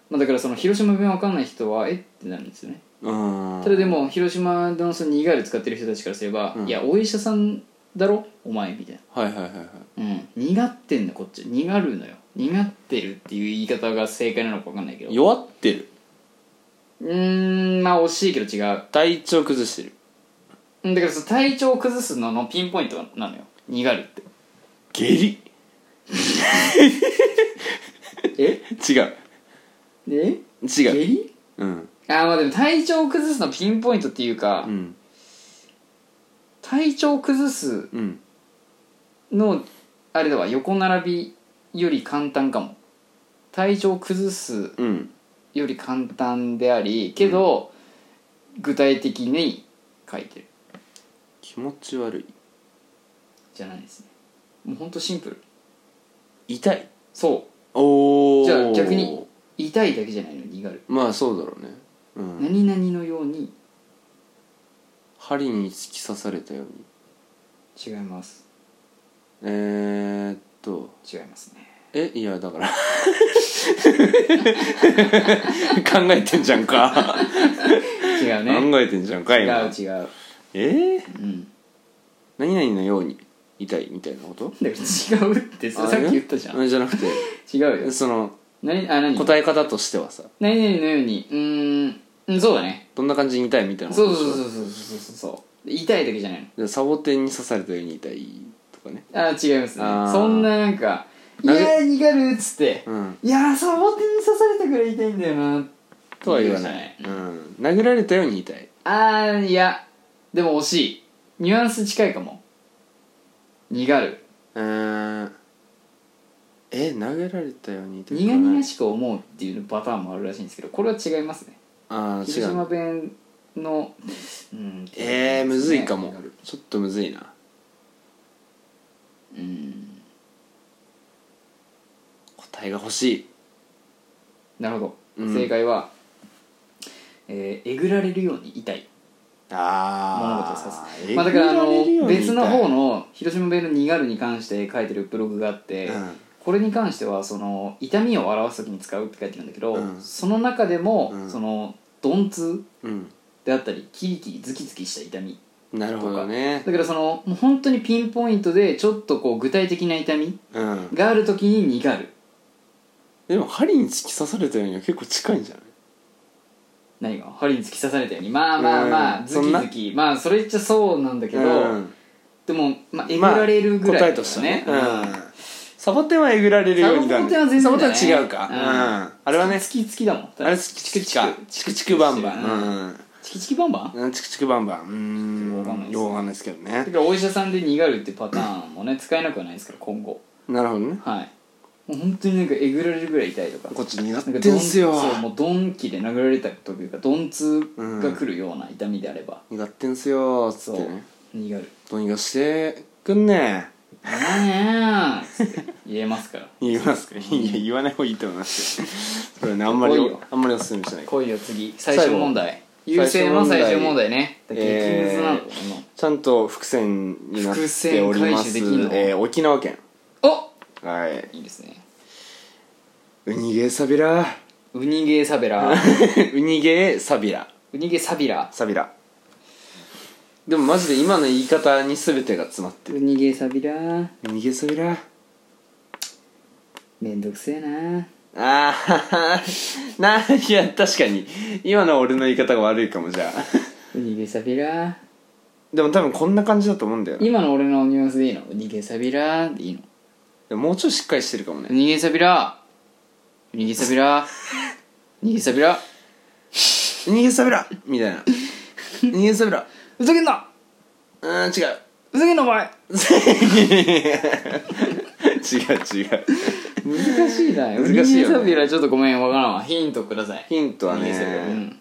S2: まあ、だからその広島弁わかんない人はえってなるんですよね
S1: うん
S2: ただでも広島のそのにがる使ってる人たちからすれば、
S1: うん
S2: いやお医者さんだろお前みたいな
S1: はいはいはいはい
S2: うん苦ってんだこっち苦るのよ担ってるっていう言い方が正解なのか分かんないけど
S1: 弱ってる
S2: うーんまあ惜しいけど違う
S1: 体調崩してる
S2: うんだからその体調を崩すののピンポイントなのよ苦るって
S1: 下痢
S2: え
S1: 違う
S2: え下
S1: 違う
S2: 痢
S1: うん
S2: あーまあでも体調を崩すのピンポイントっていうか、
S1: うん
S2: 体調を崩す
S1: うん
S2: のあれだわ横並びより簡単かも体調を崩す
S1: うん
S2: より簡単でありけど、具体的に書いてる
S1: 気持ち悪い
S2: じゃないですねもうほんとシンプル
S1: 痛い
S2: そ
S1: おお
S2: じゃあ逆にう痛いだけじゃないの苦る
S1: まあそうだろうねうん
S2: 何々のように
S1: 針に突き刺されたように
S2: 違います
S1: えー、っと
S2: 違いますね
S1: えいやだ から考えてんじゃんか、
S2: 違うね
S1: 考えてんじゃんか
S2: 違う
S1: 今
S2: 違う
S1: えー、
S2: うん
S1: 何々のように痛いみたいなこと
S2: だから違うってささっき言ったじゃん
S1: あ
S2: 違
S1: れじゃなくて
S2: うよ
S1: その
S2: 何あ何
S1: 答え方としてはさ
S2: 何々のようにうーんうんそうだね
S1: どんな感じに痛いみたいな
S2: そう
S1: で
S2: そうそうそうそうそうそう痛いだけじゃないの
S1: でサボテンに刺されたように痛いとかね
S2: あー違いますね
S1: あー
S2: そんななんか「い
S1: なぜ
S2: やー苦る」っつって
S1: うん
S2: いやーサボテンに刺されたくらい痛いんだよな
S1: とは言わない、うん、殴られたように痛い
S2: あーいやでも惜しいニュアンス近いかも苦る
S1: うーんえ殴られたように痛い
S2: 苦々しく思うっていうパターンもあるらしいんですけどこれは違いますね
S1: ああ違
S2: 広
S1: う
S2: 島弁のうん
S1: えー、むずいかも
S2: 苦る
S1: ちょっとむずいな
S2: うん
S1: 答えが欲しい
S2: なるほど、
S1: うん
S2: 正解は、えーえぐられるように痛い物事を
S1: あ
S2: 指
S1: あ
S2: まあ、だからあの別の方
S1: の
S2: の広島弁の「苦る」に関して書いてるブログがあって、
S1: うん
S2: これに関してはその痛みを表す時に使うって書いてるんだけど、
S1: うん
S2: その中でも、
S1: うん
S2: その鈍痛
S1: うん
S2: であったりキリキリズキズキした痛み
S1: なるほどね
S2: だからそのもう本当にピンポイントでちょっとこう具体的な痛み
S1: うん
S2: がある時に苦る
S1: でも針に突き刺されたようには結構近いんじゃない
S2: 何が針に突き刺されたようにまあまあまあ、
S1: うん
S2: ズキ
S1: そんな
S2: ズキまあそれ言っちゃそうなんだけど、
S1: うん
S2: でも、まあ、えぐられるぐらい
S1: まあ答え
S2: だ
S1: と
S2: よ
S1: してはね、うん、サボテンはえぐられるようにだね
S2: サボテンは全然だね
S1: サボテンは違うか、
S2: う
S1: うんんあれはね
S2: つきつきだもん
S1: あれチクチクチクチクチクバンバン
S2: チキチキバンバン
S1: うんチクチクバンバンうーんよ
S2: よ
S1: うわ
S2: くわ
S1: か
S2: か
S1: ん
S2: ん
S1: ないですけどね
S2: だからお医者さんで苦るってパターンもね使えなくはないですから今後
S1: なるほどね
S2: はいもう本当になんかえぐられるぐらい痛いとか
S1: こっち苦
S2: なん
S1: 手
S2: か
S1: で
S2: ドン
S1: すよ
S2: そうもうドンキで殴られたというか鈍痛が来るような痛みであれば、
S1: 苦手んすよつっ
S2: そう
S1: てね
S2: 苦る
S1: どうにかしてくんね
S2: 「ああ」つって言えますから
S1: 言いますかいや言わない方がいいと思いますよそれねあんま
S2: 来い
S1: り
S2: よ
S1: あんまりおすすめしない
S2: 来いよ次最終問題
S1: 最後
S2: 優勢の最終問題ね激
S1: 最
S2: ム
S1: 終問題
S2: ズなの、こ
S1: ちゃんと伏線になっておりま
S2: 伏線回収
S1: す
S2: できんの
S1: えー沖縄県
S2: の
S1: はい
S2: おいいですね
S1: ウニゲーサビラ
S2: ウニゲーサベラ
S1: ウニゲーサビラ
S2: ウニゲーサビラ
S1: サビラでもマジで今の言い方に全てが詰まって
S2: ウ
S1: る
S2: ニゲーサビラ
S1: ウニゲーサビラ
S2: めんどくせえな
S1: あーないや確かに今の俺の言い方が悪いかもじゃあ
S2: ウニゲーサビラ
S1: でも多分こんな感じだと思うんだよな
S2: 今の俺のニュアンスでいいの「ウニゲサビラ」でいいの「
S1: でももうちょいしっかりしてるかも
S2: ウ
S1: ね
S2: ニゲサビラ」「ウニゲサビラ」「ウニゲサビラ」
S1: ウニゲーサビラみたいなウニゲーサビラ
S2: 「ふざけんな
S1: うーん違う
S2: ふざけんなお前!
S1: 違う違う」
S2: 難し
S1: 難しい
S2: いな
S1: よね
S2: ウニゲサビラちょっとごめんわからんわヒントください
S1: ヒントは
S2: ウニゲサビラう
S1: ね
S2: ん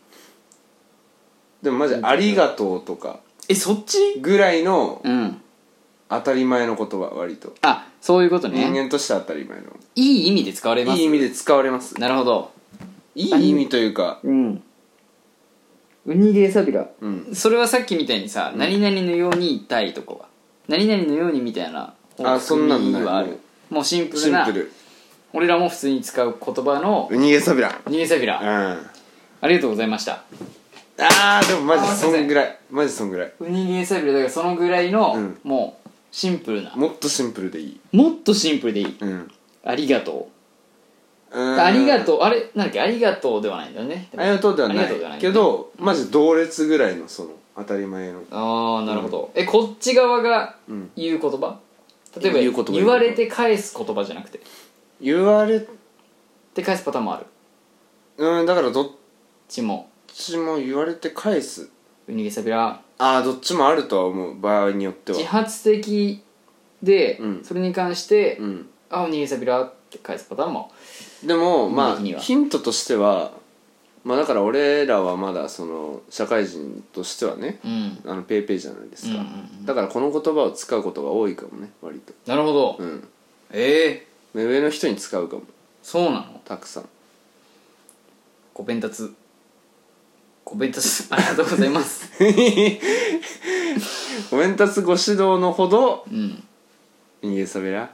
S1: でもマジ「ありがとう」とか
S2: えそっち
S1: ぐらいの
S2: うん
S1: 当たり前の言葉割と
S2: あそういうこと
S1: 人
S2: ね
S1: 間として当たり前の
S2: いい意味で使われます
S1: いい意味で使われます
S2: なるほど
S1: いい意味というか
S2: うんウニゲサビラ
S1: うん
S2: それはさっきみたいにさ「何々のように痛い」とかは「何々のように」みたいな
S1: あそんなのない
S2: はある
S1: も
S2: もうシンプ
S1: シ
S2: ル
S1: ン
S2: な
S1: プル
S2: 俺らも普通に使う言葉の
S1: ウニゲーサビラ
S2: 「ニューサビ
S1: うん
S2: ラ」
S1: あ
S2: ありがとうございました
S1: ーでもマジ
S2: あーすい
S1: そ
S2: ません
S1: んぐらいマジそんぐらい
S2: ウニゲーサビラだからそのぐらいの、
S1: うん
S2: もうシンプルな
S1: もっとシンプルでいい
S2: もっとシンプルでいい
S1: うん
S2: ありがとう
S1: あ
S2: ありがとうあれなんだっけありがとうではないんだよね
S1: ありがとうでは
S2: あ
S1: な
S2: りがとうではないい
S1: けどマジ同列ぐらいのその当たり前の
S2: ああなるほど、えこっち側が
S1: うん
S2: 言う言葉例えば
S1: 言う言葉
S2: 言われて返す言葉じゃなくて
S1: 言われ
S2: で返すパターンもあるう
S1: うんだからどっ
S2: ちも
S1: ちも言われて返す
S2: ウニゲサビラ
S1: ああどっちもあるとは思う場合によっては
S2: 自発的で、
S1: うん
S2: それに関して「
S1: うん
S2: あウニゲサビラ」って返すパターンも
S1: でもまあ
S2: 的には
S1: ヒントとしてはまあだから俺らはまだその社会人としてはね
S2: うん
S1: あのペイペイじゃないですか、
S2: うんうん
S1: だからこの言葉を使うことが多いかもね割と
S2: なるほど、
S1: うん
S2: ええ
S1: 目上の人に使うかも
S2: そうなの
S1: たくさん
S2: ご弁達ご弁達 ありがとうございます
S1: コメンタスご指導のほど
S2: うん
S1: 逃げそべら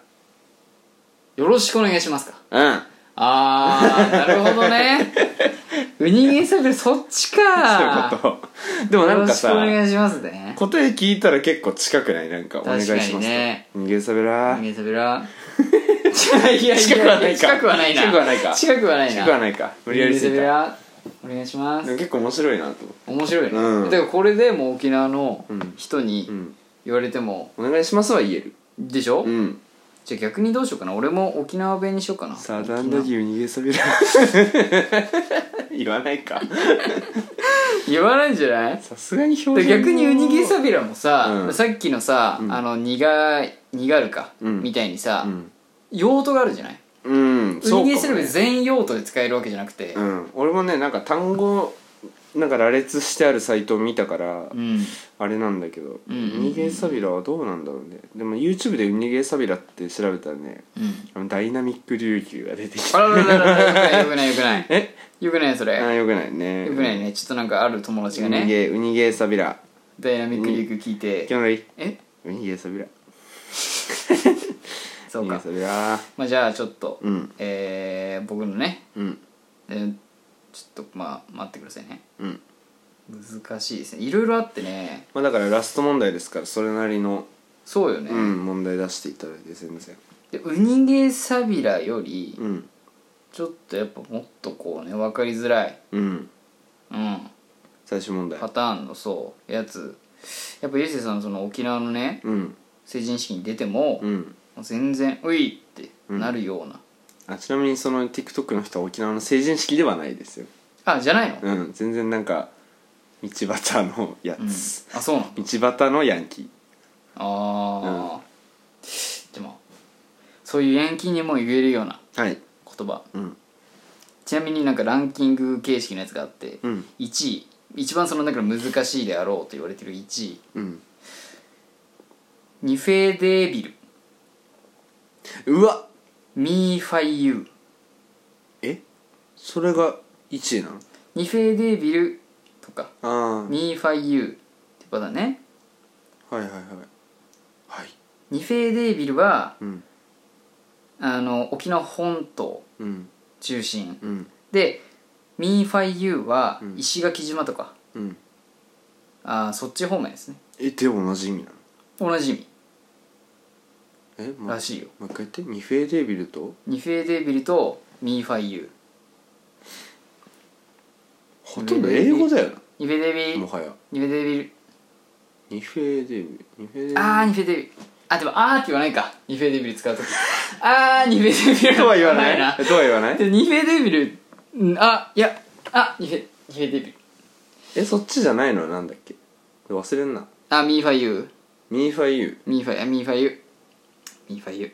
S2: よろしくお願いしますか
S1: うん
S2: あーなるほ どねウニゲサビラそっちか
S1: そういうことでもなんかさ
S2: よろしくお願いしますね
S1: 答え聞いたら結構近くないなんかお願いします
S2: 確かにね
S1: 逃げそべら
S2: ウニゲサ ビラいやいやいや
S1: 近くはないか
S2: 近くはないな
S1: 近くはないか
S2: 近くはないな
S1: 近くはないか無理やり
S2: ウニゲ
S1: す
S2: サ
S1: ぎ
S2: ビ
S1: た
S2: ラお願いしま
S1: ですも結構面白いなと思って
S2: 面白いね、
S1: うん
S2: だからこれでもう沖縄の
S1: うん
S2: 人
S1: う
S2: に
S1: ん
S2: 言われても、
S1: お願いしますは言える
S2: でしょ、
S1: うん
S2: じゃあ逆にどうしようかな俺も沖縄弁にしようかな
S1: サダンダギーを逃げそびら 言わないか
S2: 言わないんじゃない
S1: さすがに
S2: で
S1: 表情
S2: 逆にウニゲサビラもさ、
S1: うん
S2: さっきのさ、
S1: うん
S2: あの苦い苦るか、
S1: うん
S2: みたいにさ、
S1: うん
S2: 用途があるじゃない
S1: うん
S2: ウ
S1: そうかも
S2: ニ
S1: ね
S2: ゲサビラ全用途で使えるわけじゃなくて
S1: うん俺もねなんか単語なんか羅列してあるサイトを見たから
S2: うん
S1: あれなんだけど、
S2: うんうんうん
S1: ウニゲーサビラはどうなんだろうねでも YouTube でウニゲーサビラって調べたらね
S2: うん
S1: あのダイナミック琉球が出てきた
S2: あらららららよくないよくないよくない
S1: え
S2: よくないそ
S1: あ
S2: れ
S1: よくないね
S2: よくないねちょっとなんかある友達が
S1: ウニゲ
S2: ね
S1: ーウニゲーサビラ
S2: ダイナミックリーグ聞いて
S1: 今日のい
S2: え
S1: ウニゲーサビラ
S2: そ
S1: ウ
S2: う
S1: ニゲー
S2: か
S1: サビラ
S2: まあじゃあちょっと、
S1: うん
S2: えー僕のね、
S1: うん
S2: えーちょっとまあ待ってくださいね
S1: うん
S2: 難しいですねいろいろあってね
S1: まあだからラスト問題ですからそれなりの、
S2: そうよね、
S1: うん、問題出していただいて全然
S2: でウニゲサビラより
S1: うん
S2: ちょっとやっぱもっとこうね分かりづらい、
S1: うん
S2: うん、
S1: 最終問題
S2: パターンのそうやつやっぱゆうせいさんその沖縄のね
S1: うん
S2: 成人式に出ても、
S1: う
S2: も
S1: ん
S2: う全然「うい!」ってなるような、
S1: あちなみにその TikTok の人は沖縄の成人式ではないですよ
S2: あじゃないの、うん
S1: うん全然なんか道端のや
S2: あ
S1: つ、
S2: そうなの
S1: 道端のヤンキー
S2: ああ、でもそういうヤンキーにも言えるような
S1: はい
S2: 言葉
S1: うん
S2: ちなみになんかランキング形式のやつがあって、
S1: うん
S2: 1位一番その中で難しいであろうと言われてる1位
S1: うん
S2: ニフェーデービル
S1: うわ
S2: ミーファイユー
S1: えそれが1位なの
S2: ニフェーデービルとか
S1: あ
S2: ミーファイユーってことだね
S1: あはいはいはいはい
S2: ニフェーデービルは
S1: うん
S2: あの沖縄本島
S1: うん
S2: 中心
S1: うん
S2: でミーファイユーは
S1: うん
S2: 石垣島とか、
S1: うん
S2: あーそっち方面ですね
S1: えでも同じ意味なの
S2: 同じ意味
S1: えもう
S2: らしいよ
S1: もう一回言ってミフェーデービルと
S2: ニフェーデービルとミーファイユー
S1: ほとんど英語だよ
S2: ニフェーデービ
S1: な
S2: ル
S1: もはや
S2: ニフェーデービル
S1: ニフェーデービルニフェーデービル
S2: あーニフェデビルあでもあーって言わないかニフェデビル使うときあーニフェデビル
S1: とは言わない
S2: な
S1: とは言わない
S2: でニフェデビルうんあいやあニフェニフェデビル
S1: えそっちじゃないのはなんだっけ忘れんな
S2: あミーファイユ
S1: ミーファイユー
S2: ーミーファイあミーファイユーミーファイユ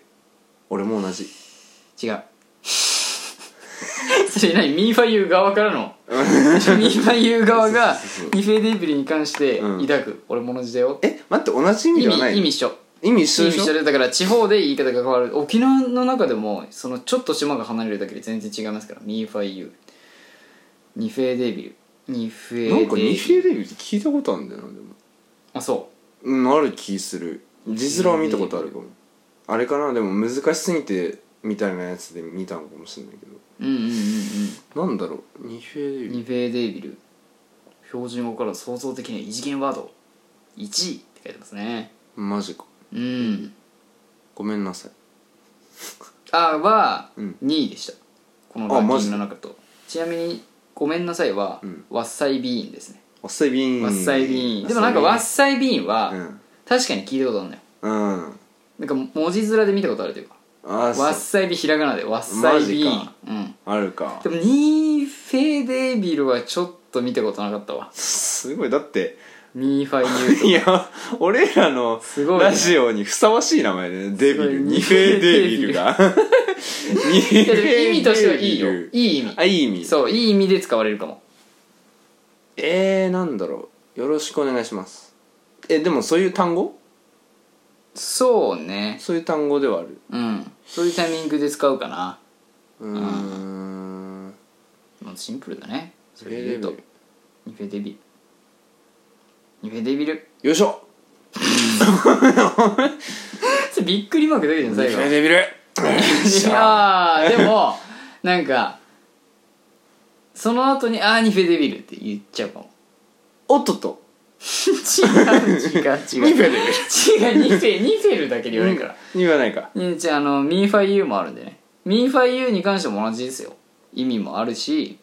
S1: 俺も同じ
S2: ー違う それ何ミーファイユー側から のミーファイユー側が
S1: そうそうそうそう
S2: ニフェデビルに関して
S1: うん
S2: 抱く俺も同じだよ
S1: え待って同じ意味
S2: 意
S1: ではな
S2: 味
S1: い
S2: 意味一緒
S1: 意味一
S2: 意
S1: 緒
S2: 味
S1: でし
S2: 一緒
S1: ょ
S2: でだから地方で言い方が変わる沖縄の中でもそのちょっと島が離れるだけで全然違いますからミーファイユーニフェーデビルニフェーデ
S1: な
S2: ビ
S1: ん
S2: ル
S1: かニフェーデービルって聞いたことあるんだよなでも
S2: あそ
S1: うんある気する字面は見たことあるかもあれかなでも難しすぎてみたいなやつで見たのかもしれないけど
S2: ううんうんうんうん
S1: なんだろうニフェーデービル
S2: ニフェーデビル標準語から創造的な異次元ワード1位って書いてますね
S1: マジか
S2: うん
S1: ごめんなさい
S2: あは
S1: うん
S2: 2位でした、このラン
S1: あマ
S2: キン
S1: ジ
S2: グ
S1: で
S2: の中とちなみに「ごめんなさいは」
S1: ん
S2: わっさいビーン」ですね
S1: わっさいビーン
S2: わっさいビーンでもなんかわっさいビーンは、
S1: うん
S2: 確かに聞いたことあるのよ
S1: うん
S2: なんか文字面で見たことあるというか
S1: あ
S2: わっ
S1: そう
S2: さいびひらがなでわっさいび
S1: マジか
S2: うん
S1: あるか
S2: でもニーフェデビルはちょっと見たことなかったわ
S1: すごいだって
S2: ニーファイニュート
S1: いや俺らの
S2: すごいね
S1: ラジオにふさわしい名前だねデビ
S2: すごい
S1: ルニフェデビルがニフェ
S2: いやでも意味としてはいいよ
S1: デビル
S2: いい意味
S1: あいい意味
S2: そういい意味で使われるかも
S1: えー、なんだろうよろしくお願いしますえでもそういう単語
S2: そうね
S1: そういう単語ではある
S2: うんそういうタイミングで使うかな
S1: うーん
S2: もうシンプルだねそ
S1: ニフ
S2: れで
S1: ェ
S2: 言
S1: デビ
S2: うと
S1: ル
S2: ニフェデビルニフェデビル
S1: よいしょ
S2: それびっくりマークだけじゃん
S1: ニフ
S2: 最後
S1: ェデビル
S2: いやーでもなんかその後に「あーニフェデビル」って言っちゃうかも
S1: おっとっと
S2: 違う違う違う
S1: ニフェデビル
S2: 違うニフェニフェルだけで言わないから、
S1: 言わないか
S2: ねじゃああの「ミーファイユー」もあるんでね「ミーファイユー」に関しても同じですよ意味もあるし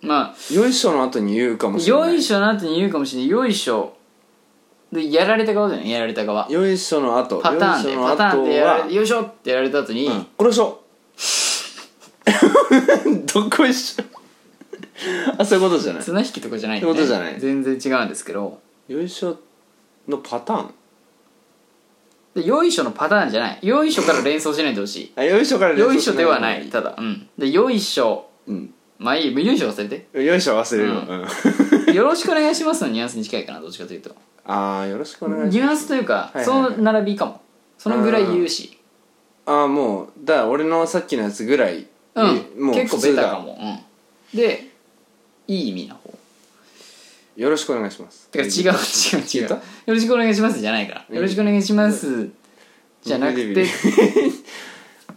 S2: ま
S1: よいしょの後に言うか
S2: あ「
S1: もしれな
S2: よ
S1: い
S2: いしょ」なんて言うかもしれない「よいしょ」でやられた側だよねやられた側
S1: よいしょの後
S2: パターンで
S1: よいしょの後は
S2: パターンでやられよいしょってやられた後に、
S1: うんこれしょ どこ一緒あそういうことじゃない
S2: 綱引きとかじゃないんでね
S1: ってことじゃない
S2: 全然違うんですけど
S1: よいしょのパターン
S2: でよいしょのパターンじゃないよいしょから連想しないでほし
S1: あよいしょから
S2: い
S1: 連
S2: よい
S1: 想
S2: しょ
S1: し
S2: で
S1: 方
S2: は
S1: が
S2: ないただうんでよいしょ
S1: うん
S2: まあいいもうよいしょ忘 れて
S1: よいしょ忘れるわ
S2: う
S1: うん
S2: よろしくお願いしますのニュアンスに近いかなどっちかというと
S1: ああよろしくお願い
S2: ニ
S1: し
S2: ュア
S1: ま
S2: ン
S1: す
S2: スというか、
S1: いはい
S2: その並びかもそのぐらい言うし
S1: ああもうだから俺のさっきのやつぐらい
S2: うん
S1: もう普
S2: 結構ベ
S1: 通
S2: タか
S1: だ
S2: も、うん、でいい意味の方
S1: よろしくお願いします
S2: てか違う違う違う
S1: た
S2: よろしくお願いしますじゃないからよろしくお願いしますじゃなく
S1: ニ
S2: て
S1: フ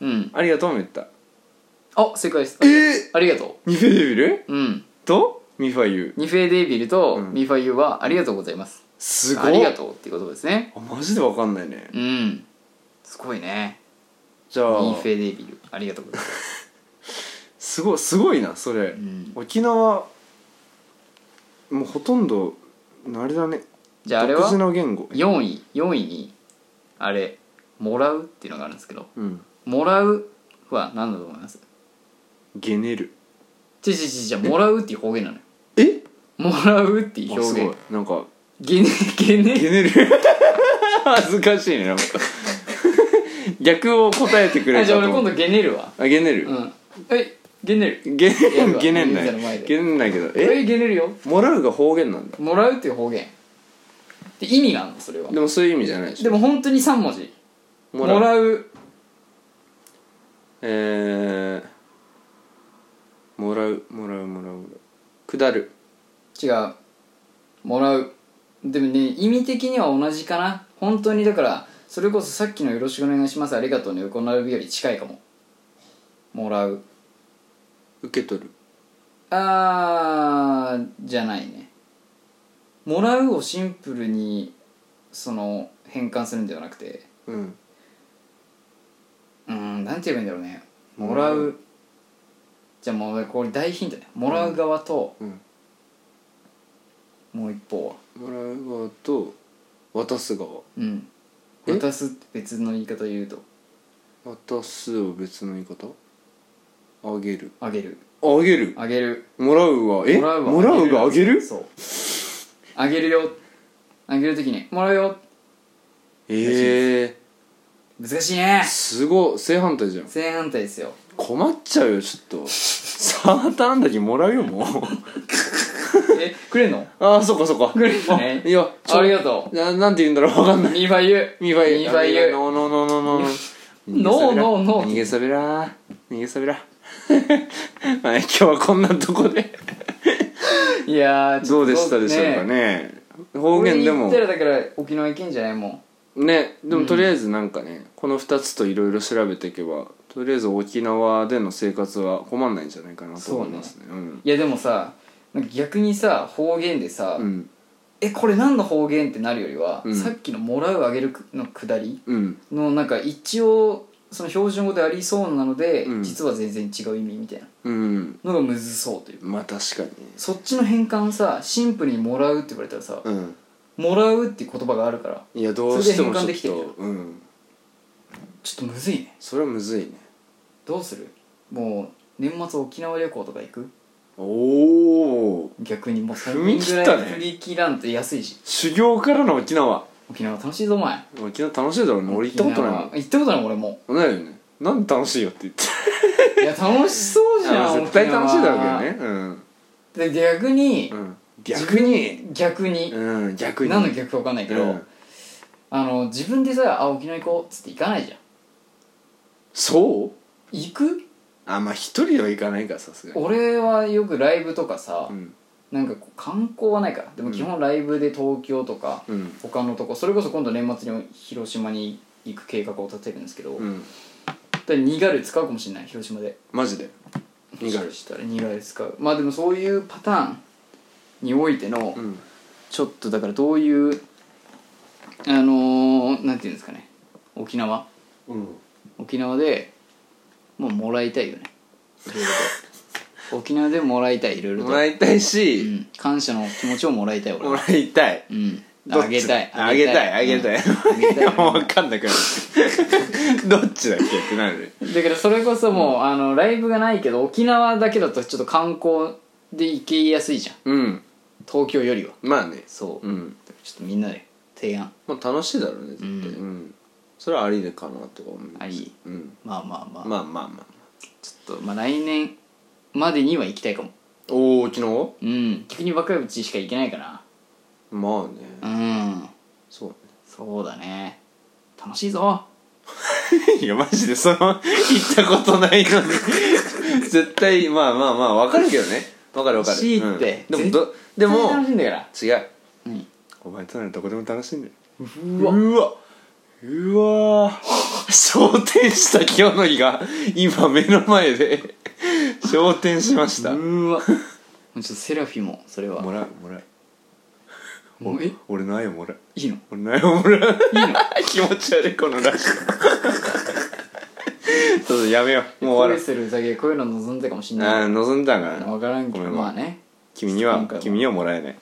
S2: うん
S1: ありがとうも言った
S2: あ正解です
S1: え
S2: ありがと
S1: ニフェデビル
S2: ううん
S1: とミファユ
S2: ニフェデービルと
S1: ん
S2: ミーファイユーはありがとうございます、
S1: すごい
S2: ありがとうっていうことですね
S1: あマジでわかんないね
S2: うんすごいね
S1: じゃ
S2: ミ
S1: あ
S2: ーフェデービルありがとうございます
S1: すごいすごいなそれ、
S2: ん
S1: 沖縄もうほとんどあれだね
S2: じゃああれ
S1: 独自
S2: は
S1: の言語
S2: 4位4位にあれ「もらう」っていうのがあるんですけど
S1: うん
S2: 「もらう」は何だと思います
S1: ゲネる
S2: ちちちちもらう」っていう方言なのよ
S1: え
S2: もらうっていう
S1: あす
S2: 表
S1: ごい
S2: 現
S1: なんか
S2: ゲネゲネ
S1: ゲネる 恥ずかしいねなんか 逆を答えてくれ
S2: あ
S1: た
S2: じゃ
S1: と
S2: あ俺
S1: 思
S2: 今
S1: う
S2: 度ゲネるわ
S1: あゲネる、
S2: うんえゲネる
S1: ゲ
S2: やるわ
S1: ゲネんな
S2: ユーザーの前
S1: い
S2: で
S1: ゲネんないけどえ
S2: えゲネるよ
S1: もらうが方言なんだ
S2: もらうっていう方言で意味があるのそれは
S1: でもそういう意味じゃないでし
S2: でも本当に3文字
S1: ょ
S2: もらう
S1: えー、もらうもらうもらうもらう下る
S2: 違うもらうでもね意味的には同じかな本当にだからそれこそさっきの「よろしくお願いしますありがとう」の横並びより近いかももらう
S1: 受け取る
S2: あーじゃないねもらうをシンプルにその変換するんではなくて
S1: うん
S2: うーんなんて言えばいいんだろうねもらう、
S1: も
S2: じゃあもうこれ大ヒントねもらう側と、
S1: うん
S2: もう一方は
S1: もらう側と渡す側
S2: うん
S1: え
S2: 渡すって別の言い方で言うと
S1: 渡すを別の言い方あげる
S2: あげる
S1: あげる
S2: あげる
S1: もらうはえ
S2: もらうは
S1: もらうがあげる
S2: そうあげるよあげるときにもらうよ
S1: ええ
S2: 難しいね
S1: ー、すごい正反対じゃん
S2: 正反対ですよ
S1: 困っちゃうよちょっとサーターアンダギーもらうよ もう
S2: えくれんの
S1: ああそっかそっか
S2: くれるね
S1: あいや
S2: ありがとう
S1: ななんて言うんだろうわかん ない
S2: ミーファイユ
S1: ミーバイ
S2: ミーバイユ
S1: ノーノーノーノ ーノー
S2: ノーノーノー
S1: 逃げそびらー逃げそびら ーはい今日はこんなとこで
S2: いやーち
S1: ど
S2: ょっ
S1: う
S2: と
S1: でしたでしょうかね方言で
S2: こ
S1: も
S2: れ言ったらだから沖縄行けんじゃないも
S1: ねでもとりあえずなんかね、この2つといろいろ調べていけばとりあえず沖縄での生活は困んないんじゃないかなと思いますねうん
S2: ういやでもさなんか逆にさ方言でさ、
S1: うん
S2: えこれ何の方言ってなるよりは、
S1: うん
S2: さっきの「もらうあげる」のくだり
S1: うん
S2: のなんか一応その標準語でありそうなので、
S1: うん
S2: 実は全然違う意味みたいな
S1: うん
S2: のがむずそうというか
S1: まあ確かに
S2: そっちの変換さシンプルに「もらう」って言われたらさ「
S1: うん
S2: もらう」っていう言葉があるから
S1: いやどうしても
S2: それで変換でき
S1: ち
S2: て
S1: ょ
S2: る
S1: っ
S2: じゃん
S1: とうん
S2: ちょっとむずいね
S1: それはむずいね
S2: どうするもう年末沖縄旅行とか行く
S1: おお
S2: 逆にもう最
S1: 踏み
S2: 近
S1: 切
S2: ぐ
S1: った
S2: ら
S1: ね
S2: い振り切らんと安いし
S1: 修行からの沖縄
S2: 沖縄楽しいぞお前
S1: 沖縄楽しいだろうね俺行ったことない
S2: 沖縄行ったことない俺も
S1: もんないよねなんで楽しいよって言って
S2: いや楽しそうじ
S1: あの
S2: ゃん
S1: 絶対楽しいだろうけどね
S2: どねで逆に、
S1: うん、うん、逆に
S2: 逆に、
S1: うん逆に
S2: 何の逆か分かんないけど、
S1: うん
S2: あの自分でさ「あ沖縄行こう」っつって行かないじゃん
S1: そう
S2: 行く
S1: あまあ一人では行かないからさすがに
S2: 俺はよくライブとかさ、
S1: うん
S2: なんかこう観光はないからでも基本ライブで東京とか、
S1: うん
S2: 他のとこそれこそ今度年末に広島に行く計画を立てるんですけど、
S1: うん
S2: だからガル使うかもしれない広島で
S1: マジで逃が
S2: も
S1: る
S2: しかしたらガル使うまあでもそういうパターンにおいての、
S1: うん
S2: ちょっとだからどういうあのー、なんていうんですかね沖縄
S1: うん
S2: 沖縄でもうもらいた いよねいろいろと沖縄でもらいたいいろいろと
S1: もらいたいうし、
S2: ん、感謝の気持ちをもらいたい俺
S1: も
S2: は
S1: らいたい
S2: うん
S1: どっち
S2: あげたい
S1: あげたいあげたい
S2: うんあげたい
S1: もう分かんなくなる どっちだっけってなる
S2: だからそれこそもう、あのライブがないけど沖縄だけだとちょっと観光で行けやすいじゃん
S1: うん
S2: 東京よりは
S1: まあね
S2: そう、
S1: うん
S2: ちょっとみんなで提案
S1: まあ楽しいだろうね絶対
S2: うん
S1: うんそれはありかなとか思う
S2: あり
S1: うん
S2: まあまあまあ、
S1: まあまあまあ
S2: ちょっとまあ来年までには行きたいかも
S1: おお昨日
S2: うん逆に若いうちしか行けないか
S1: まあね
S2: なうん
S1: そうね
S2: そうだね楽しいぞ
S1: いや、マジで、その、行ったことない のに。絶対、まあまあまあ、わかるけどね。わかるわかる。
S2: 欲しいって
S1: うんでも、ど、で
S2: 絶対
S1: も
S2: 楽、しいんだから
S1: 違う。
S2: うん
S1: お前とならどこでも楽しんでる。
S2: う
S1: う
S2: わ
S1: わうわ昇天した清則が、今目の前で、昇天しました。も
S2: うわ もうちょっとセラフィもそれは
S1: らう、もらう。
S2: もうえ
S1: 俺の愛をもらう。
S2: いいの
S1: 俺の愛をもらう。
S2: いいの
S1: 気持ち悪い、このラジ オ。ちょっとやめよう。もう終わ
S2: 恋する宴こういうの望んでたかもしん
S1: る。あ
S2: な
S1: あ、
S2: い
S1: 望んだんから
S2: 分からんけ
S1: ごめ
S2: ど
S1: んごめん
S2: まあね
S1: 君に
S2: 今
S1: は
S2: 回は
S1: 君にはもらえない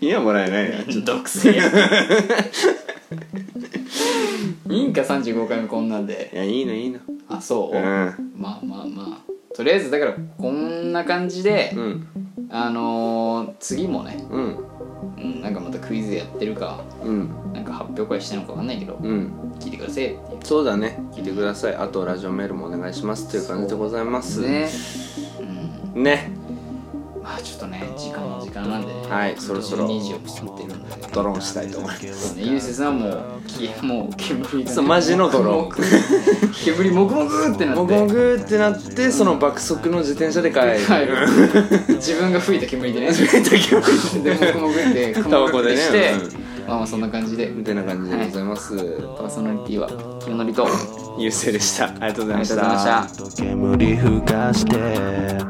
S1: 君にはもらえないね
S2: 独占 いいんか35回目こんなん
S1: い
S2: で
S1: やいいのいいの
S2: あそう、
S1: うん
S2: まあまあまあとりあえずだからこんな感じで、
S1: うん
S2: あのー、次もね、
S1: うん
S2: うん、なんかまたクイズやってるか
S1: うん
S2: なんか発表会してるのか分かんないけど、
S1: うん
S2: 聞いてくださいっていう
S1: そうだね聞いてくださいあとラジオメールもお願いしますという感じでございます
S2: ね、うん、
S1: ね
S2: まあちょっとね時間も時間なんで、ね、
S1: はいそろそろ
S2: 12時を過ぎてるんでね
S1: ドローンしたいと思います
S2: そうね、ゆうせいさんはもうきもう煙が
S1: そうマジのドロー
S2: 煙もぐもぐってな
S1: モ
S2: って
S1: ゴグーってなってその爆速の自転車で帰る
S2: 帰る自分が吹いた煙でね でもくもぐってくもぐってして
S1: タバコでね
S2: まあまあそんな感じで
S1: みたいな感じでございます
S2: パーソナリティは清則とありがとう
S1: 優勢でしたありがとうござい
S2: ご
S1: まし
S2: ざいましたた
S4: 煙ふかして